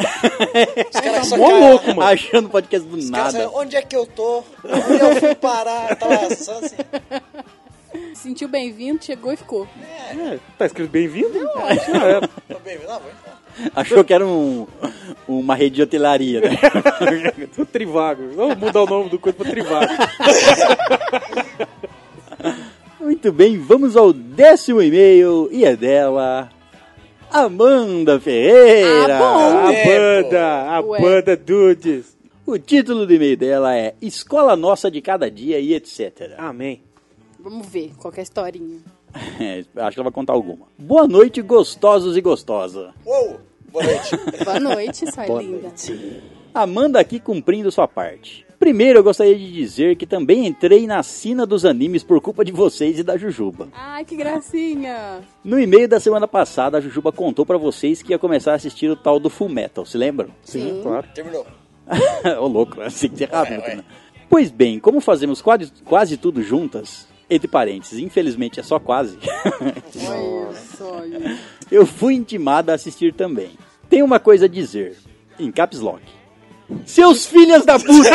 Speaker 7: Os caras só
Speaker 6: Mó
Speaker 7: cara-
Speaker 6: Tá louco, mano.
Speaker 1: Achando podcast do
Speaker 7: Os caras
Speaker 1: nada.
Speaker 7: falam, onde é que eu tô? Onde eu fui parar? Eu tava só assim.
Speaker 5: Se Sentiu bem-vindo, chegou e ficou.
Speaker 6: É, tá escrito bem-vindo? Ah,
Speaker 7: Tô bem, não, vou entrar.
Speaker 1: Achou que era um, uma rede de hotelaria, né?
Speaker 6: É, Trivago. Vamos mudar o nome do coisa pra Trivago.
Speaker 1: Muito bem, vamos ao décimo e-mail e é dela. Amanda Ferreira!
Speaker 5: Ah,
Speaker 6: A
Speaker 7: Tempo.
Speaker 6: banda, a
Speaker 5: Ué.
Speaker 6: banda Dudes.
Speaker 1: O título do e-mail dela é Escola Nossa de Cada Dia e etc.
Speaker 6: Amém.
Speaker 5: Vamos ver qual que é a historinha.
Speaker 1: É, acho que ela vai contar alguma. Boa noite, gostosos e gostosa.
Speaker 7: Uou, boa noite.
Speaker 5: Boa noite, sua linda.
Speaker 1: Amanda aqui cumprindo sua parte. Primeiro, eu gostaria de dizer que também entrei na sina dos animes por culpa de vocês e da Jujuba.
Speaker 5: Ai, que gracinha.
Speaker 1: No e-mail da semana passada, a Jujuba contou pra vocês que ia começar a assistir o tal do Full Metal, se lembram?
Speaker 5: Sim.
Speaker 6: Claro.
Speaker 7: Terminou.
Speaker 1: Ô louco, assim que ser rápido.
Speaker 7: Ué, ué.
Speaker 1: né? Pois bem, como fazemos quase, quase tudo juntas, entre parênteses, infelizmente é só quase,
Speaker 5: Olha só. gente.
Speaker 1: eu fui intimada a assistir também. Tem uma coisa a dizer, em caps lock. Seus filhos da puta!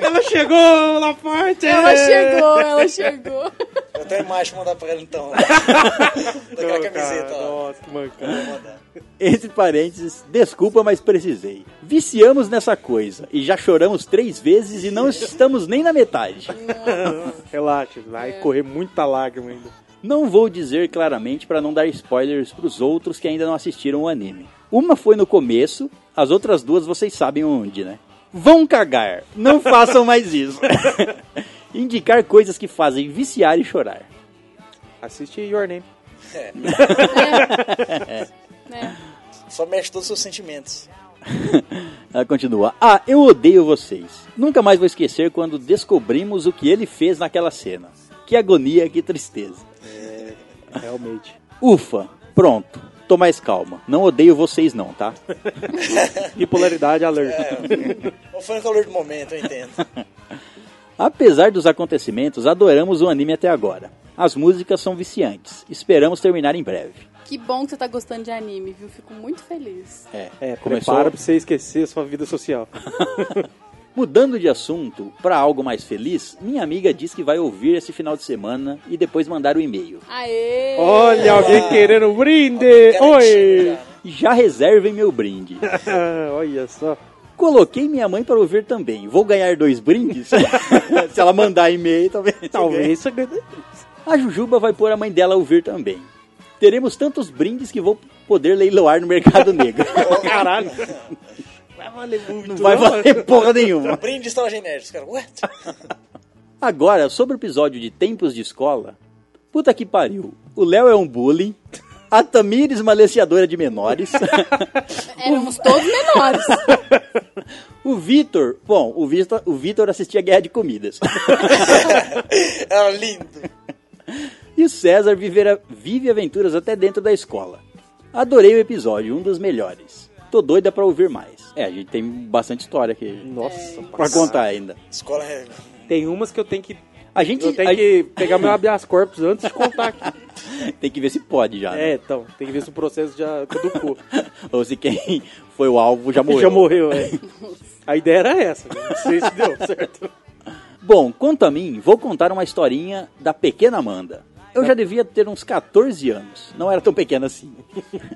Speaker 6: Ela chegou na parte.
Speaker 5: Ela chegou, ela chegou.
Speaker 7: Eu tenho imagem pra mandar pra ela então. Daquela
Speaker 6: Não, cara,
Speaker 7: camiseta, ó.
Speaker 6: Nossa, que mancada.
Speaker 7: Vou mandar.
Speaker 1: entre parênteses, desculpa, mas precisei. Viciamos nessa coisa e já choramos três vezes e não estamos nem na metade.
Speaker 6: Relaxa, vai correr muita lágrima ainda.
Speaker 1: Não vou dizer claramente para não dar spoilers para os outros que ainda não assistiram o anime. Uma foi no começo, as outras duas vocês sabem onde, né? Vão cagar, não façam mais isso. Indicar coisas que fazem viciar e chorar.
Speaker 6: Assiste Your Name.
Speaker 5: Né?
Speaker 7: Só mexe todos os seus sentimentos.
Speaker 1: Ela continua: Ah, eu odeio vocês. Nunca mais vou esquecer quando descobrimos o que ele fez naquela cena. Que agonia, que tristeza.
Speaker 6: Realmente.
Speaker 1: Ufa, pronto. Tô mais calma. Não odeio vocês não, tá?
Speaker 6: Bipolaridade alert.
Speaker 7: Ou foi no calor do momento, eu entendo.
Speaker 1: Apesar dos acontecimentos, adoramos o anime até agora. As músicas são viciantes. Esperamos terminar em breve.
Speaker 5: Que bom que você tá gostando de anime, viu? Fico muito feliz.
Speaker 1: É,
Speaker 6: É,
Speaker 1: começou.
Speaker 6: prepara pra você esquecer a sua vida social.
Speaker 1: Mudando de assunto para algo mais feliz, minha amiga diz que vai ouvir esse final de semana e depois mandar o e-mail.
Speaker 5: Aê!
Speaker 6: Olha, alguém querendo um brinde.
Speaker 7: Garantido
Speaker 6: Oi.
Speaker 7: já, né?
Speaker 1: Já reservem meu brinde.
Speaker 6: Ah, Olha só.
Speaker 1: Coloquei minha mãe para ouvir também. Vou ganhar dois brindes? Se ela mandar e-mail, talvez. eu ganhe.
Speaker 6: Talvez isso ganhe.
Speaker 1: A Jujuba vai pôr a mãe dela a ouvir também. Teremos tantos brindes que vou poder leiloar no mercado negro.
Speaker 6: Caralho. Vai valer muito.
Speaker 1: Não vai valer porra nenhuma.
Speaker 7: Brinde estava genérico. Os caras, what?
Speaker 1: Agora, sobre o episódio de tempos de escola. Puta que pariu. O Léo é um bullying. A Tamires, maleciadora de menores.
Speaker 5: Éramos todos menores.
Speaker 1: o Vitor. Bom, o Vitor, o Vitor assistia Guerra de Comidas.
Speaker 7: Era É lindo.
Speaker 1: e o César vivera- vive aventuras até dentro da escola. Adorei o episódio, um dos melhores. Tô doida pra ouvir mais. É, a gente tem bastante história aqui
Speaker 6: Nossa,
Speaker 1: pra contar ainda.
Speaker 7: Escola é
Speaker 6: Tem umas que eu tenho que
Speaker 1: A gente
Speaker 6: Eu tenho
Speaker 1: a-
Speaker 6: que pegar meu habeas corpus antes de contar aqui.
Speaker 1: tem que ver se pode já. né?
Speaker 6: É, então, tem que ver se o processo já caducou.
Speaker 1: Ou se quem foi o alvo já morreu.
Speaker 6: É. Já morreu, é. A ideia era essa. Não sei se deu certo.
Speaker 1: Bom, quanto a mim, vou contar uma historinha da pequena Amanda. Eu
Speaker 6: Tá.
Speaker 1: já devia ter uns 14 anos. Não era tão pequena assim.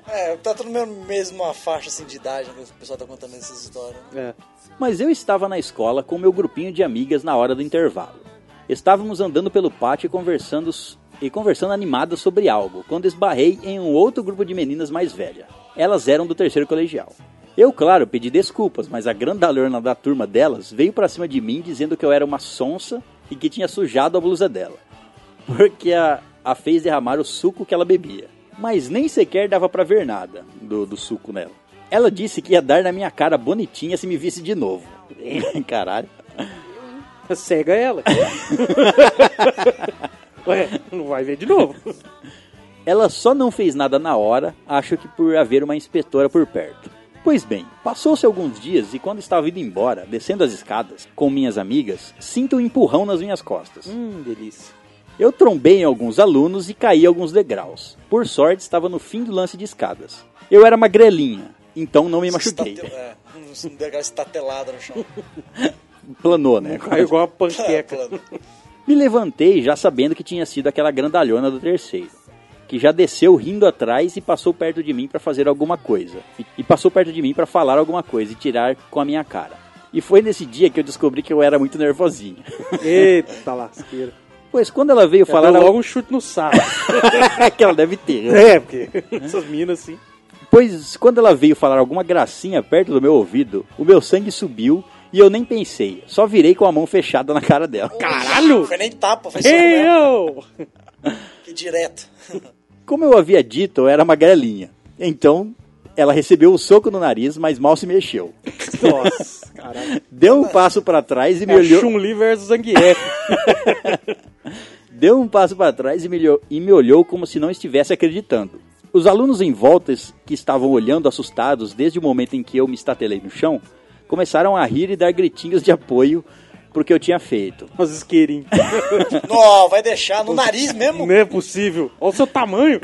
Speaker 7: É, tá todo mundo mesmo uma faixa assim de idade, né? O pessoal tá contando essas histórias.
Speaker 6: É.
Speaker 1: Mas eu estava na escola com meu grupinho de amigas na hora do intervalo. Estávamos andando pelo pátio e conversando e conversando animadas sobre algo, quando esbarrei em um outro grupo de meninas mais velha. Elas eram do terceiro colegial. Eu, claro, pedi desculpas, mas a grandalhona da turma delas veio pra cima de mim dizendo que eu era uma sonsa e que tinha sujado a blusa dela, porque a, a fez derramar o suco que ela bebia. Mas nem sequer dava pra ver nada do, do suco nela. Ela disse que ia dar na minha cara bonitinha se me visse de novo. Caralho.
Speaker 6: Cega ela. Ué, não vai ver de novo.
Speaker 1: Ela só não fez nada na hora, acho que por haver uma inspetora por perto. Pois bem, passou-se alguns dias e quando estava indo embora, descendo as escadas com minhas amigas, sinto um empurrão nas minhas costas.
Speaker 6: Hum, delícia.
Speaker 1: Eu trombei em alguns alunos e caí alguns degraus. Por sorte, estava no fim do lance de escadas. Eu era magrelinha, então não me machuquei.
Speaker 7: Estatel- É, não deu aquela estatelada no chão.
Speaker 1: Planou, né?
Speaker 6: Caiu igual a panqueca.
Speaker 7: Plano.
Speaker 1: Me levantei já sabendo que tinha sido aquela grandalhona do terceiro, que já desceu rindo atrás e passou perto de mim para fazer alguma coisa. E- E passou perto de mim para falar alguma coisa e tirar com a minha cara. E foi nesse dia que eu descobri que eu era muito nervosinha.
Speaker 6: Eita tá lasqueira.
Speaker 1: Pois quando ela veio falar
Speaker 6: Falar logo um chute no saco.
Speaker 1: que ela deve ter. né?
Speaker 6: é, porque essas minas assim.
Speaker 1: Pois quando ela veio falar alguma gracinha perto do meu ouvido, o meu sangue subiu e eu nem pensei, só virei com a mão fechada na cara dela.
Speaker 6: Caralho!
Speaker 7: Foi nem tapa, foi só
Speaker 6: Ei,
Speaker 7: né?
Speaker 6: eu!
Speaker 7: Que direto.
Speaker 1: Como eu havia dito, eu era magrelinha. Então, ela recebeu um soco no nariz, mas mal se mexeu.
Speaker 6: Nossa, caralho.
Speaker 1: Deu um passo para trás e me
Speaker 6: É
Speaker 1: olhou.
Speaker 6: Chun-Li versus Zangief.
Speaker 1: Deu um passo para trás e me, olhou, e me olhou como se não estivesse acreditando. Os alunos em voltas, que estavam olhando assustados desde o momento em que eu me estatelei no chão, começaram a rir e dar gritinhos de apoio pro que eu tinha feito.
Speaker 6: Os isqueirinhos.
Speaker 7: Nó, vai deixar no nariz mesmo?
Speaker 6: Não é possível. Olha o seu tamanho.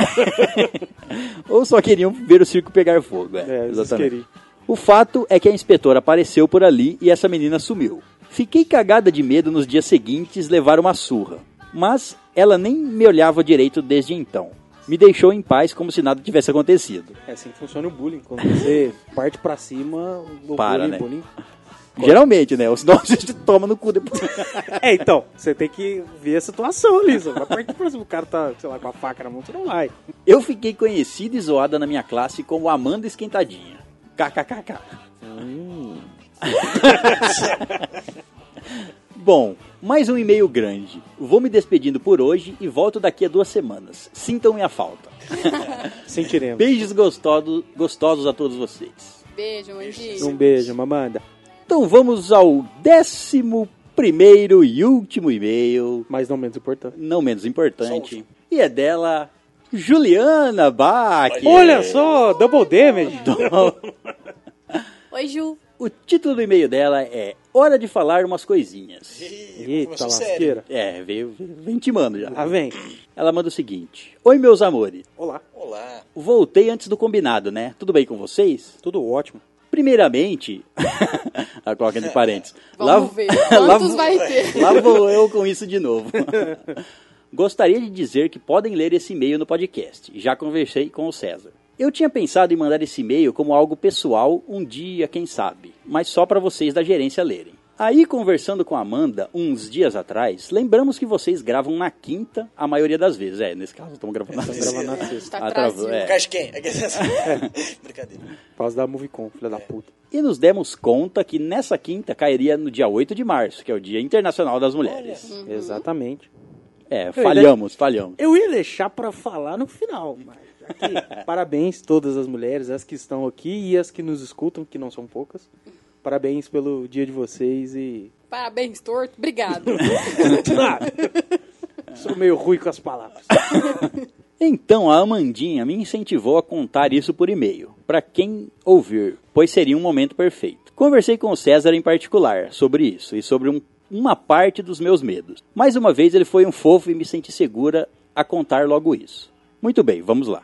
Speaker 1: Ou só queriam ver o circo pegar fogo. É,
Speaker 6: É, vocês
Speaker 1: exatamente.
Speaker 6: queriam.
Speaker 1: O fato é que a inspetora apareceu por ali e essa menina sumiu. Fiquei cagada de medo nos dias seguintes levar uma surra, mas ela nem me olhava direito desde então. Me deixou em paz como se nada tivesse acontecido.
Speaker 6: É assim que funciona o bullying. Quando você parte pra cima, o
Speaker 1: Para,
Speaker 6: bullying,
Speaker 1: né?
Speaker 6: bullying.
Speaker 1: Geralmente, né? Ou senão a gente toma no cu depois.
Speaker 6: É, então, você tem que ver a situação ali. Você vai partir pra cima. O cara tá, sei lá, com a faca na mão, você não vai.
Speaker 1: Eu fiquei conhecida e zoada na minha classe como Amanda Esquentadinha. KKKK. Bom, mais um e-mail grande. Vou me despedindo por hoje e volto daqui a duas semanas. Sintam minha falta.
Speaker 6: Sentiremos.
Speaker 1: Beijos gostoso- gostosos a todos vocês.
Speaker 5: Beijo, Mandinho.
Speaker 6: Um beijo, mamanda.
Speaker 1: Então vamos ao décimo primeiro e último e-mail,
Speaker 6: Mas não menos importante.
Speaker 1: não menos importante. E é dela, Juliana Bach. Então,
Speaker 6: Olha só, double damage.
Speaker 9: Oi, Ju.
Speaker 1: O título do e-mail dela é Hora de Falar Umas Coisinhas.
Speaker 7: Ih,
Speaker 6: Eita,
Speaker 7: começou sério.
Speaker 6: lasqueira.
Speaker 1: É, veio, vem timando já.
Speaker 6: Ah, vem.
Speaker 1: Ela manda o seguinte: Oi, meus amores.
Speaker 6: Olá.
Speaker 7: Olá.
Speaker 1: Voltei antes do combinado, né? Tudo bem com vocês?
Speaker 6: Tudo ótimo.
Speaker 1: Primeiramente, ela coloca entre parênteses.
Speaker 5: Vamos
Speaker 1: lá-
Speaker 5: ver
Speaker 1: lá
Speaker 5: quantos
Speaker 1: vou-
Speaker 5: vai ter.
Speaker 1: Lá vou eu com isso de novo. Gostaria de dizer que podem ler esse e-mail no podcast. Já conversei com o César. Eu tinha pensado em mandar esse e-mail como algo pessoal um dia, quem sabe, mas só para vocês da gerência lerem. Aí, conversando com a Amanda uns dias atrás, lembramos que vocês gravam na quinta a maioria das vezes. É, nesse caso, estamos gravando na
Speaker 6: Grava
Speaker 1: sexta.
Speaker 6: na sexta.
Speaker 5: Tá
Speaker 1: Atrasou,
Speaker 5: atrasado.
Speaker 1: é.
Speaker 7: É. Caixa quem? É que- Brincadeira.
Speaker 6: Faz da Movicon, filha da puta.
Speaker 1: E nos demos conta que nessa quinta cairia no dia 8 de março, que é o Dia Internacional das Mulheres.
Speaker 6: Exatamente.
Speaker 1: É, falhamos, falhamos.
Speaker 6: Eu ia deixar pra falar no final, mas aqui, parabéns todas as mulheres, as que estão aqui e as que nos escutam, que não são poucas. Parabéns pelo dia de vocês e.
Speaker 5: Parabéns, torto. Obrigado.
Speaker 6: Sou meio ruim com as palavras.
Speaker 1: Então a Amandinha me incentivou a contar isso por e-mail, para quem ouvir, pois seria um momento perfeito. Conversei com o César em particular sobre isso e sobre um uma parte dos meus medos. Mais uma vez ele foi um fofo e me senti segura a contar logo isso. Muito bem, vamos lá.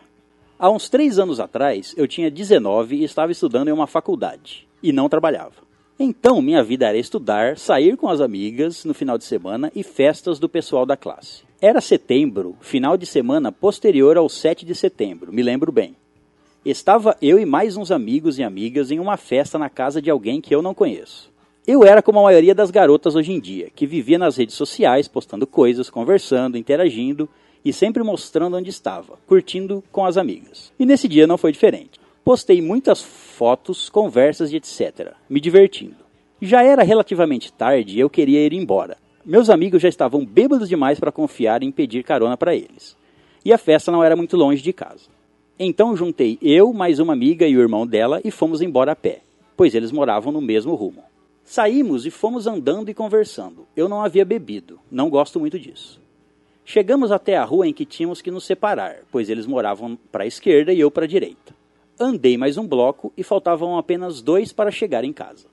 Speaker 1: Há uns três anos atrás, eu tinha 19 e estava estudando em uma faculdade e não trabalhava. Então, minha vida era estudar, sair com as amigas no final de semana e festas do pessoal da classe. Era setembro, final de semana posterior ao 7 de setembro, me lembro bem. Estava eu e mais uns amigos e amigas em uma festa na casa de alguém que eu não conheço. Eu era como a maioria das garotas hoje em dia, que vivia nas redes sociais, postando coisas, conversando, interagindo e sempre mostrando onde estava, curtindo com as amigas. E nesse dia não foi diferente. Postei muitas fotos, conversas e etc., me divertindo. Já era relativamente tarde e eu queria ir embora. Meus amigos já estavam bêbados demais para confiar em pedir carona para eles. E a festa não era muito longe de casa. Então juntei eu, mais uma amiga e o irmão dela e fomos embora a pé, pois eles moravam no mesmo rumo. Saímos e fomos andando e conversando. Eu não havia bebido, não gosto muito disso. Chegamos até a rua em que tínhamos que nos separar, pois eles moravam para a esquerda e eu para a direita. Andei mais um bloco e faltavam apenas dois para chegar em casa.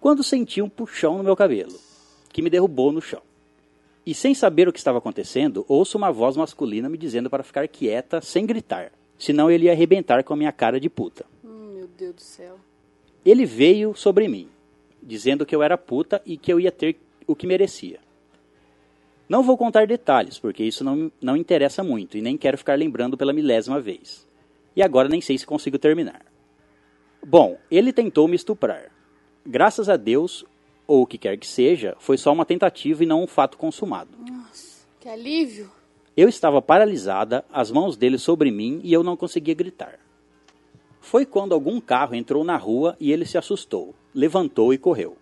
Speaker 1: Quando senti um puxão no meu cabelo, que me derrubou no chão. E sem saber o que estava acontecendo, ouço uma voz masculina me dizendo para ficar quieta, sem gritar, senão ele ia arrebentar com a minha cara de puta.
Speaker 5: Hum, meu Deus do céu.
Speaker 1: Ele veio sobre mim, dizendo que eu era puta e que eu ia ter o que merecia. Não vou contar detalhes, porque isso não, não interessa muito e nem quero ficar lembrando pela milésima vez. E agora nem sei se consigo terminar. Bom, ele tentou me estuprar. Graças a Deus, ou o que quer que seja, foi só uma tentativa e não um fato consumado.
Speaker 5: Nossa, que alívio.
Speaker 1: Eu estava paralisada, as mãos dele sobre mim e eu não conseguia gritar. Foi quando algum carro entrou na rua e ele se assustou, levantou e correu.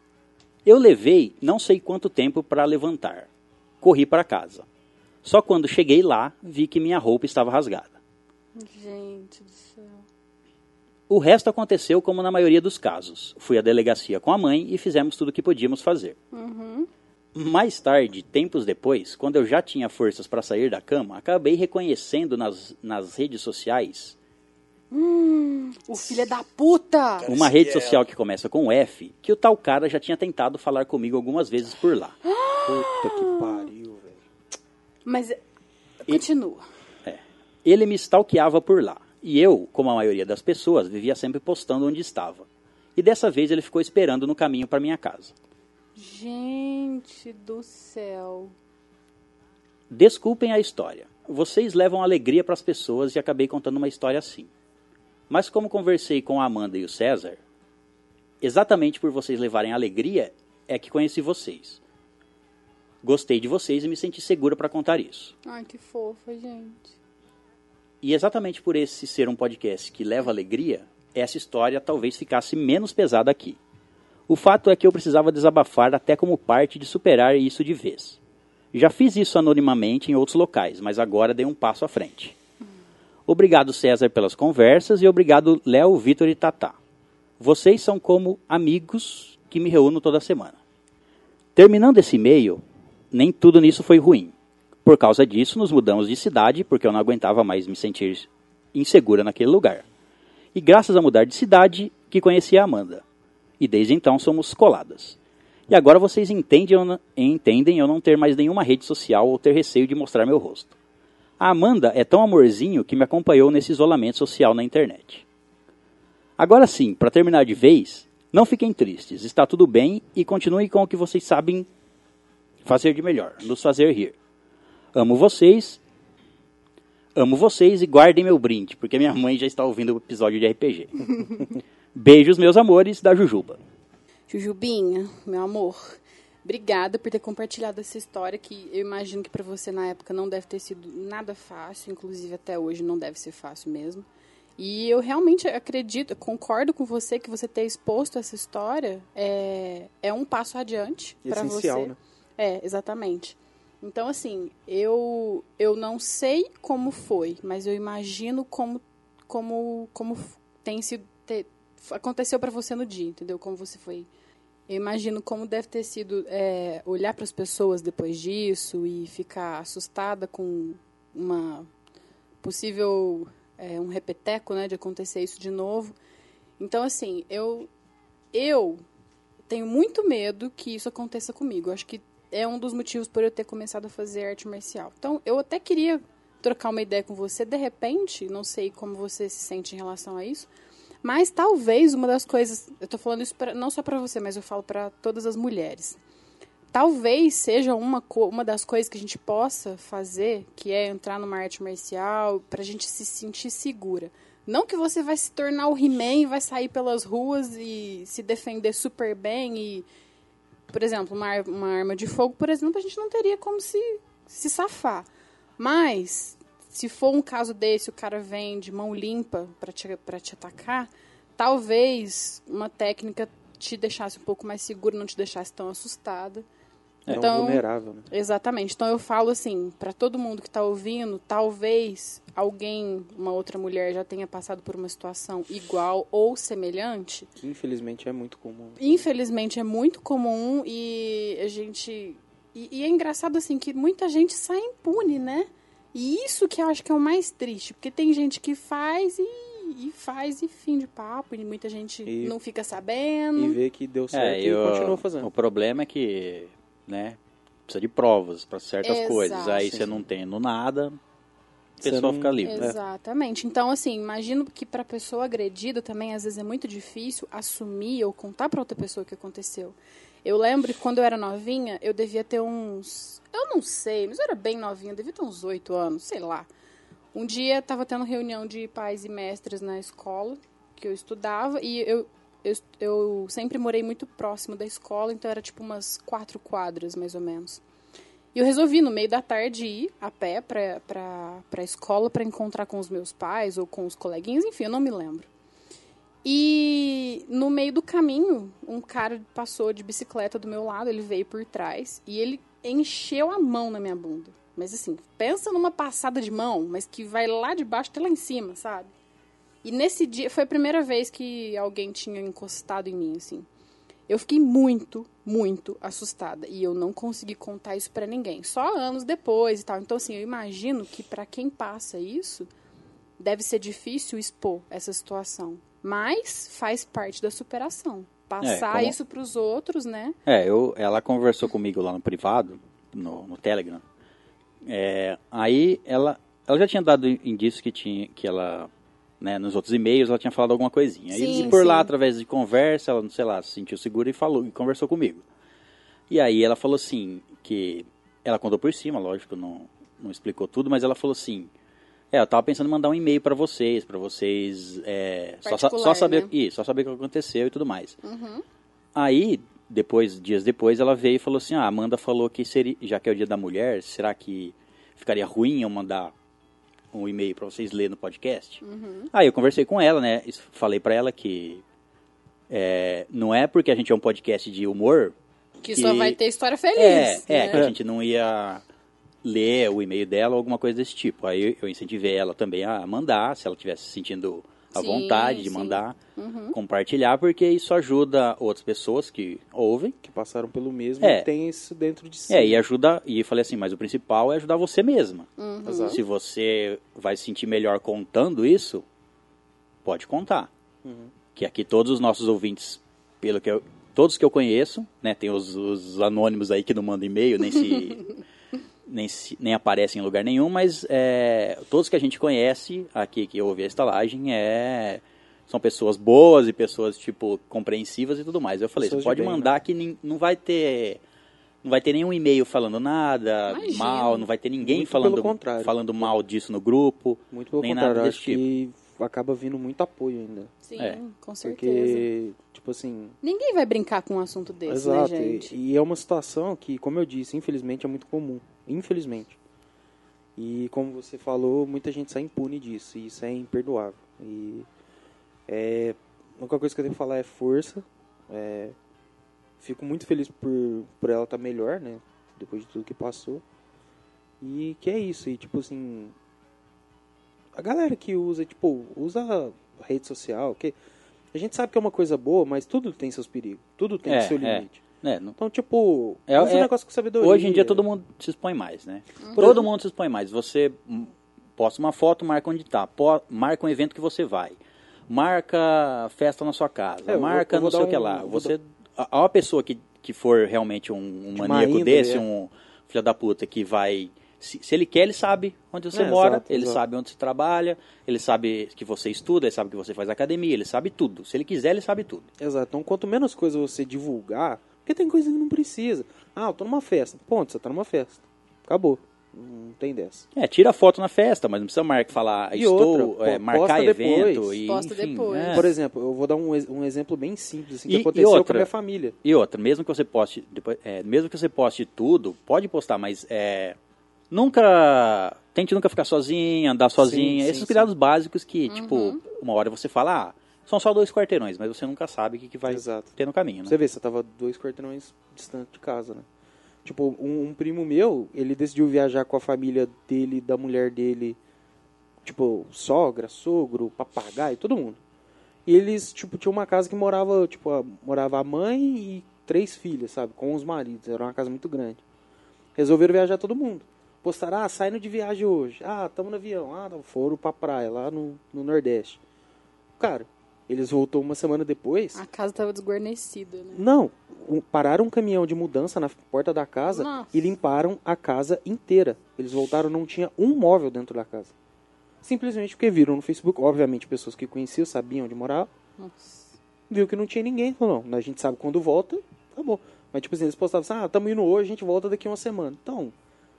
Speaker 1: Eu levei não sei quanto tempo para levantar. Corri para casa. Só quando cheguei lá, vi que minha roupa estava rasgada.
Speaker 5: Gente do céu.
Speaker 1: O resto aconteceu como na maioria dos casos. Fui à delegacia com a mãe e fizemos tudo o que podíamos fazer. Mais tarde, tempos depois, quando eu já tinha forças para sair da cama, acabei reconhecendo nas, nas redes sociais
Speaker 5: O filho é da puta!
Speaker 7: Cara,
Speaker 1: uma
Speaker 7: esse
Speaker 1: rede
Speaker 7: é-
Speaker 1: social que começa com F que o tal cara já tinha tentado falar comigo algumas vezes por lá.
Speaker 6: Puta que pariu, velho.
Speaker 5: Mas eh, continua.
Speaker 1: Ele me stalkeava por lá. E eu, como a maioria das pessoas, vivia sempre postando onde estava. E dessa vez ele ficou esperando no caminho para minha casa.
Speaker 5: Gente do céu.
Speaker 1: Desculpem a história. Vocês levam alegria para as pessoas e acabei contando uma história assim. Mas como conversei com a Amanda e o César, exatamente por vocês levarem alegria é que conheci vocês. Gostei de vocês e me senti segura para contar isso.
Speaker 5: Ai, que fofa, gente.
Speaker 1: E exatamente por esse ser um podcast que leva alegria, essa história talvez ficasse menos pesada aqui. O fato é que eu precisava desabafar até como parte de superar isso de vez. Já fiz isso anonimamente em outros locais, mas agora dei um passo à frente. Obrigado, César, pelas conversas e obrigado, Léo, Vitor e Tatá. Vocês são como amigos que me reúno toda semana. Terminando esse e-mail, nem tudo nisso foi ruim. Por causa disso, nos mudamos de cidade, porque eu não aguentava mais me sentir insegura naquele lugar. E graças a mudar de cidade, que conheci a Amanda. E desde então somos coladas. E agora vocês entendem eu, não, entendem eu não ter mais nenhuma rede social ou ter receio de mostrar meu rosto. A Amanda é tão amorzinho que me acompanhou nesse isolamento social na internet. Agora sim, para terminar de vez, não fiquem tristes, está tudo bem e continuem com o que vocês sabem fazer de melhor, nos fazer rir. Amo vocês. Amo vocês e guardem meu brinde, porque minha mãe já está ouvindo o episódio de RPG. Beijos, meus amores, da Jujuba.
Speaker 5: Jujubinha, meu amor. Obrigada por ter compartilhado essa história que eu imagino que pra você na época não deve ter sido nada fácil, inclusive até hoje não deve ser fácil mesmo. E eu realmente acredito, concordo com você que você ter exposto essa história é, é um passo adiante para você.
Speaker 6: Essencial, né?
Speaker 5: É, exatamente. Então, assim, eu eu não sei como foi, mas eu imagino como como como f- tem sido te- f- aconteceu para você no dia, entendeu? Como você foi. Eu imagino como deve ter sido é, olhar para as pessoas depois disso e ficar assustada com uma possível é, um repeteco, né, de acontecer isso de novo. Então, assim, eu eu tenho muito medo que isso aconteça comigo. Acho que é um dos motivos por eu ter começado a fazer arte marcial. Então, eu até queria trocar uma ideia com você, de repente, não sei como você se sente em relação a isso, mas talvez uma das coisas, eu tô falando isso pra, não só pra você, mas eu falo pra todas as mulheres. Talvez seja uma, co- uma das coisas que a gente possa fazer, que é entrar numa arte marcial, pra gente se sentir segura. Não que você vai se tornar o He-Man e vai sair pelas ruas e se defender super bem e. Por exemplo, uma, ar- uma arma de fogo, por exemplo, a gente não teria como se, se safar. Mas, se for um caso desse, o cara vem de mão limpa pra te, pra te atacar, talvez uma técnica te deixasse um pouco mais seguro, não te deixasse tão assustada.
Speaker 6: É um
Speaker 5: então,
Speaker 6: vulnerável, né?
Speaker 5: Exatamente. Então eu falo assim, pra todo mundo que tá ouvindo, talvez alguém, uma outra mulher já tenha passado por uma situação igual ou semelhante.
Speaker 6: Que infelizmente é muito comum.
Speaker 5: Infelizmente é muito comum e a gente e, e é engraçado assim que muita gente sai impune, né? E isso que eu acho que é o mais triste, porque tem gente que faz e, e faz e fim de papo, e muita gente
Speaker 6: E-
Speaker 5: não fica
Speaker 6: E
Speaker 5: sabendo.
Speaker 6: ver que deu certo
Speaker 1: É,
Speaker 6: e
Speaker 1: eu-
Speaker 6: continuou
Speaker 1: O
Speaker 6: fazendo.
Speaker 1: problema é que, né, precisa de provas para certas
Speaker 5: Exato.
Speaker 1: coisas. Aí você
Speaker 6: Sim.
Speaker 1: não tendo nada, a
Speaker 6: Você
Speaker 1: pessoa
Speaker 6: não-
Speaker 1: fica livre. né?
Speaker 5: Exatamente. Então, assim, imagino que pra pessoa agredida também, às vezes, é muito difícil assumir ou contar pra outra pessoa o que aconteceu. Eu lembro que quando eu era novinha, eu devia ter uns. Eu não sei, mas eu era bem novinha, eu devia ter uns oito anos, sei lá. Um dia tava tendo reunião de pais e mestres na escola que eu estudava e eu, eu, est- eu sempre morei muito próximo da escola, então era tipo umas quatro quadras mais ou menos. E eu resolvi, no meio da tarde, ir a pé pra, pra, pra escola pra encontrar com os meus pais ou com os coleguinhas, enfim, eu não me lembro. E no meio do caminho, um cara passou de bicicleta do meu lado, ele veio por trás e ele encheu a mão na minha bunda. Mas assim, pensa numa passada de mão, mas que vai lá de baixo até lá em cima, sabe? E nesse dia, foi a primeira vez que alguém tinha encostado em mim, assim. Eu fiquei muito, muito assustada e eu não consegui contar isso pra ninguém. Só anos depois e tal. Então assim, eu imagino que pra quem passa isso, deve ser difícil expor essa situação, mas faz parte da superação. Passar
Speaker 1: É, como-
Speaker 5: isso pros outros, né?
Speaker 1: É, eu, ela conversou comigo lá no privado, no, no Telegram. É, aí ela, ela já tinha dado indícios que tinha, que ela, né, nos outros e-mails ela tinha falado alguma coisinha.
Speaker 5: Sim,
Speaker 1: e por lá,
Speaker 5: sim.
Speaker 1: através de conversa, ela, sei lá, se sentiu segura e falou, e conversou comigo. E aí ela falou assim, que ela contou por cima, lógico, não, não explicou tudo, mas ela falou assim, é, eu tava pensando em mandar um e-mail pra vocês, pra vocês é, só, sa- só
Speaker 5: Particular,
Speaker 1: saber
Speaker 5: né?
Speaker 1: isso, só saber o que aconteceu e tudo mais.
Speaker 5: Uhum.
Speaker 1: Aí, depois, dias depois, ela veio e falou assim: ah, a Amanda falou que seria, já que é o dia da mulher, será que ficaria ruim eu mandar um e-mail pra vocês lerem no podcast?
Speaker 5: Uhum.
Speaker 1: Aí eu conversei com ela, né? es- Falei pra ela que é, não é porque a gente é um podcast de humor.
Speaker 5: Que, só
Speaker 1: que-
Speaker 5: vai ter história feliz.
Speaker 1: É, é,
Speaker 5: né?
Speaker 1: que a gente não ia ler o e-mail dela ou alguma coisa desse tipo. Aí eu incentivei ela também a mandar, se ela estivesse sentindo a
Speaker 5: Sim,
Speaker 1: vontade de
Speaker 5: sim.
Speaker 1: mandar,
Speaker 5: Uhum.
Speaker 1: compartilhar, porque isso ajuda outras pessoas que ouvem.
Speaker 6: Que passaram pelo mesmo
Speaker 1: É.
Speaker 6: e tem isso dentro de si.
Speaker 1: É, e ajuda, e eu falei assim, mas o principal é ajudar você mesma.
Speaker 5: uhum.
Speaker 6: Exato.
Speaker 1: Se você vai se sentir melhor contando isso, pode contar.
Speaker 6: Uhum.
Speaker 1: Que aqui todos os nossos ouvintes, pelo que eu, todos que eu conheço, né, tem os, os anônimos aí que não mandam e-mail, nem se, nem se- nem aparecem em lugar nenhum, mas é, todos que a gente conhece aqui que ouve a estalagem é são pessoas boas e pessoas tipo compreensivas e tudo mais. Eu falei,
Speaker 6: Pessoas
Speaker 1: você
Speaker 6: de
Speaker 1: pode
Speaker 6: bem, né?
Speaker 1: mandar que nin- não vai ter não vai ter nenhum e-mail falando nada
Speaker 5: Imagina.
Speaker 1: mal, não vai ter ninguém
Speaker 6: Muito
Speaker 1: falando
Speaker 6: pelo contrário.
Speaker 1: falando mal disso no grupo.
Speaker 6: Muito pelo
Speaker 1: Nem
Speaker 6: contrário,
Speaker 1: nada
Speaker 6: acho
Speaker 1: desse tipo.
Speaker 6: que acaba vindo muito apoio ainda.
Speaker 5: Sim,
Speaker 1: É.
Speaker 5: com certeza.
Speaker 6: Porque, tipo assim,
Speaker 5: Ninguém vai brincar com um assunto desse,
Speaker 6: Exato.
Speaker 5: né,
Speaker 6: e-
Speaker 5: gente?
Speaker 6: E, é uma situação que, como eu disse, infelizmente é muito comum. Infelizmente. E como você falou, muita gente sai impune disso. E isso é imperdoável. E é, a única coisa que eu tenho que falar é força. é, fico muito feliz por, por ela estar melhor, né? Depois de tudo que passou. E que é isso. E tipo assim. A galera que usa, tipo, usa rede social, que. A gente sabe que é uma coisa boa, mas tudo tem seus perigos. Tudo tem
Speaker 1: É,
Speaker 6: seu
Speaker 1: é.
Speaker 6: limite.
Speaker 1: né? Não-
Speaker 6: Então, tipo,
Speaker 1: É-
Speaker 6: é, usa
Speaker 1: é-
Speaker 6: um negócio com sabedoria.
Speaker 1: Hoje em dia todo mundo se expõe mais, né? Todo mundo se expõe mais. Você hum, posta uma foto, marca onde tá, po- marca um evento que você vai, marca festa na sua casa,
Speaker 6: É, eu-
Speaker 1: marca
Speaker 6: eu vou
Speaker 1: não sei
Speaker 6: dar
Speaker 1: o que
Speaker 6: um-
Speaker 1: lá.
Speaker 6: vou
Speaker 1: Você a, a uma pessoa que, que for realmente um, um
Speaker 6: De má
Speaker 1: maníaco
Speaker 6: índole,
Speaker 1: desse,
Speaker 6: é.
Speaker 1: um filho da puta que vai. Se, se ele quer, ele sabe onde você
Speaker 6: É,
Speaker 1: mora,
Speaker 6: exato,
Speaker 1: ele
Speaker 6: exato.
Speaker 1: sabe onde você trabalha, ele sabe que você estuda, ele sabe que você faz academia, ele sabe tudo. Se ele quiser, ele sabe tudo.
Speaker 6: Exato. Então, quanto menos coisa você divulgar, porque tem coisa que não precisa. Ah, eu tô numa festa. Ponto, você tá numa festa. Acabou. Não tem dessa.
Speaker 1: É, tira foto na festa, mas não precisa marcar, falar,
Speaker 6: E
Speaker 1: estou,
Speaker 6: outra,
Speaker 1: é,
Speaker 6: po-
Speaker 1: marcar
Speaker 6: posta
Speaker 1: evento
Speaker 6: depois.
Speaker 1: e
Speaker 5: Posta
Speaker 1: enfim,
Speaker 5: depois.
Speaker 1: é.
Speaker 6: Por exemplo, eu vou dar um, ex- um exemplo bem simples assim, que
Speaker 1: E- e
Speaker 6: aconteceu com
Speaker 1: outra?
Speaker 6: a minha família.
Speaker 1: E outra, mesmo que você poste, depois, é, mesmo que você poste tudo, pode postar, mas é, nunca tente nunca ficar sozinha, andar sozinha,
Speaker 6: sim,
Speaker 1: esses
Speaker 6: sim.
Speaker 1: cuidados básicos que,
Speaker 5: Uhum.
Speaker 1: tipo, uma hora você fala, ah, são só dois quarteirões, mas você nunca sabe o que, que vai
Speaker 6: Exato.
Speaker 1: ter no caminho, né?
Speaker 6: Você vê, você tava dois quarteirões distante de casa, né? Tipo, um, um primo meu, ele decidiu viajar com a família dele, da mulher dele, tipo, sogra, sogro, papagaio, todo mundo. E eles, tipo, tinham uma casa que morava, tipo, a, morava a mãe e três filhas, sabe? Com os maridos, era uma casa muito grande. Resolveram viajar todo mundo. Postaram, ah, saindo de viagem hoje. Ah, tamo no avião. Ah, não, foram pra praia, lá no, no Nordeste. Cara, eles voltou uma semana depois.
Speaker 5: A casa tava desguarnecida, né?
Speaker 6: Não, o- pararam um caminhão de mudança na porta da casa
Speaker 5: Nossa.
Speaker 6: e limparam a casa inteira. Eles voltaram, não tinha um móvel dentro da casa. Simplesmente porque viram no Facebook, obviamente pessoas que conheciam, sabiam onde morava,
Speaker 5: Nossa.
Speaker 6: viu que não tinha ninguém, falou, não, a gente sabe quando volta, acabou. Mas tipo assim, eles postavam assim, ah, tamo indo hoje, a gente volta daqui uma semana. Então,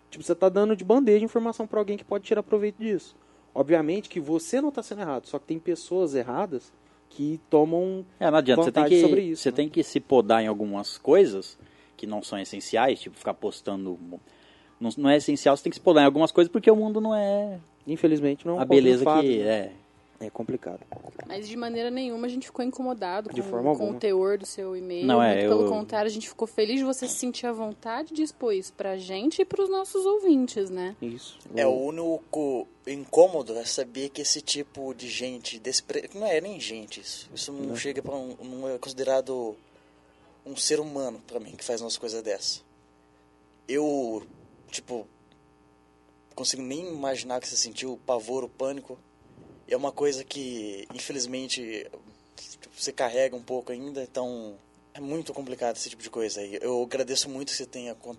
Speaker 6: tipo, você tá dando de bandeja informação pra alguém que pode tirar proveito disso. Obviamente que você não tá sendo errado, só que tem pessoas erradas que tomam
Speaker 1: É, não adianta, você tem
Speaker 6: vantagem
Speaker 1: que,
Speaker 6: sobre isso,
Speaker 1: você
Speaker 6: né?
Speaker 1: tem que se podar em algumas coisas que não são essenciais, tipo, ficar postando... Não, não é essencial, você tem que se podar em algumas coisas porque o mundo não é
Speaker 6: Infelizmente não
Speaker 1: a beleza
Speaker 6: contra o fato,
Speaker 1: que
Speaker 6: né?
Speaker 1: é.
Speaker 6: É complicado.
Speaker 5: Mas de maneira nenhuma a gente ficou incomodado
Speaker 6: De
Speaker 5: com,
Speaker 6: forma
Speaker 5: com
Speaker 6: alguma.
Speaker 5: o teor do seu e-mail.
Speaker 1: Não, é,
Speaker 5: Muito pelo
Speaker 1: eu-
Speaker 5: contrário, a gente ficou feliz de você se sentir à vontade de expor isso pra gente e pros nossos ouvintes, né?
Speaker 6: Isso.
Speaker 7: É o único incômodo é saber que esse tipo de gente despre... não é nem gente isso. Isso não chega para um não é considerado um ser humano pra mim que faz umas coisas dessa. Eu tipo consigo nem imaginar que você sentiu o pavor, o pânico. É uma coisa que infelizmente tipo, você carrega um pouco ainda, então é muito complicado esse tipo de coisa aí. Eu agradeço muito que você tenha con-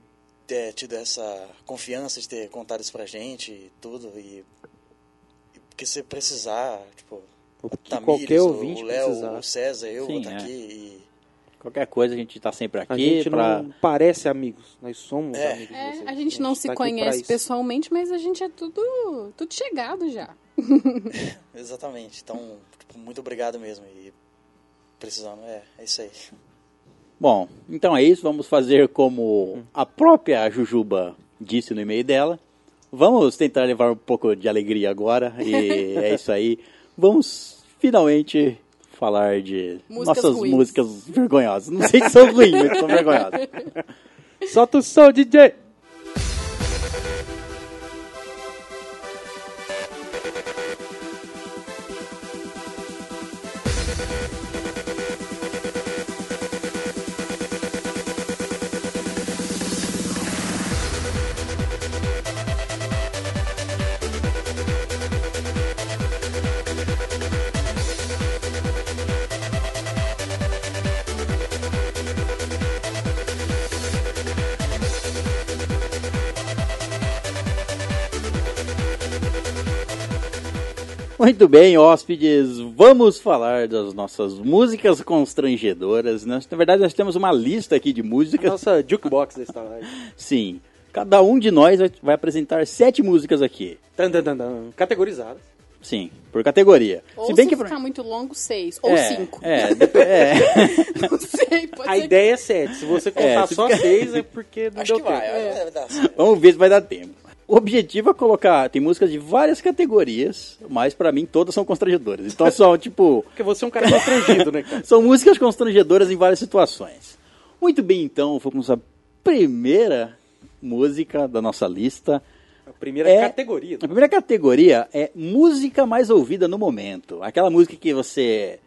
Speaker 7: ter tido essa confiança de ter contado isso pra gente e tudo. E, e porque se precisar, tipo,
Speaker 6: O que
Speaker 7: Tamires,
Speaker 6: qualquer
Speaker 7: o-
Speaker 6: ouvinte
Speaker 7: o Léo,
Speaker 6: precisar.
Speaker 7: o César, eu vou
Speaker 1: Sim,
Speaker 7: estar
Speaker 1: é.
Speaker 7: aqui e.
Speaker 1: Qualquer coisa a gente tá sempre
Speaker 6: A
Speaker 1: aqui
Speaker 6: gente
Speaker 1: pra...
Speaker 6: não parece amigos, nós somos
Speaker 7: É.
Speaker 6: amigos. de
Speaker 5: É,
Speaker 6: vocês.
Speaker 5: a gente não se
Speaker 6: tá aqui pra
Speaker 5: conhece
Speaker 6: isso.
Speaker 5: pessoalmente, mas a gente é tudo, tudo chegado já.
Speaker 7: Exatamente. Então, tipo, muito obrigado mesmo. E precisando, é, é isso aí.
Speaker 1: Bom, então é isso. Vamos fazer como a própria Jujuba disse no e-mail dela. Vamos tentar levar um pouco de alegria agora. E é isso aí. Vamos finalmente falar de
Speaker 5: Músicas
Speaker 1: nossas
Speaker 5: ruins.
Speaker 1: músicas vergonhosas. Não sei se são ruins, mas são vergonhosas.
Speaker 6: Solta o som, DJ!
Speaker 1: Muito bem, hóspedes, vamos falar das nossas músicas constrangedoras. Nós, na verdade, nós temos uma lista aqui de músicas.
Speaker 6: Nossa jukebox da Starlight.
Speaker 1: Sim, cada um de nós vai- vai apresentar sete músicas aqui.
Speaker 6: Tan, tan, tan, tan. Categorizadas.
Speaker 1: Sim, por categoria.
Speaker 5: Ou
Speaker 1: se bem que pra-
Speaker 5: ficar muito longo, seis. Ou
Speaker 1: é,
Speaker 5: cinco.
Speaker 1: É, dep- é.
Speaker 5: Não sei, pode
Speaker 6: A
Speaker 5: ser
Speaker 6: ideia é sete. Se você contar
Speaker 1: se
Speaker 6: só seis, é porque não
Speaker 7: Acho
Speaker 6: deu
Speaker 7: que vai,
Speaker 6: tempo.
Speaker 7: é, vai dar
Speaker 1: Vamos ver se vai dar tempo. O objetivo é colocar. Tem músicas de várias categorias, mas pra mim todas são constrangedoras. Então são, tipo.
Speaker 6: Porque você é um cara constrangido, né, cara?
Speaker 1: São músicas constrangedoras em várias situações. Muito bem, então, vamos à primeira música da nossa lista.
Speaker 6: A primeira
Speaker 1: É.
Speaker 6: categoria.
Speaker 1: A primeira categoria é música mais ouvida no momento. Aquela música que você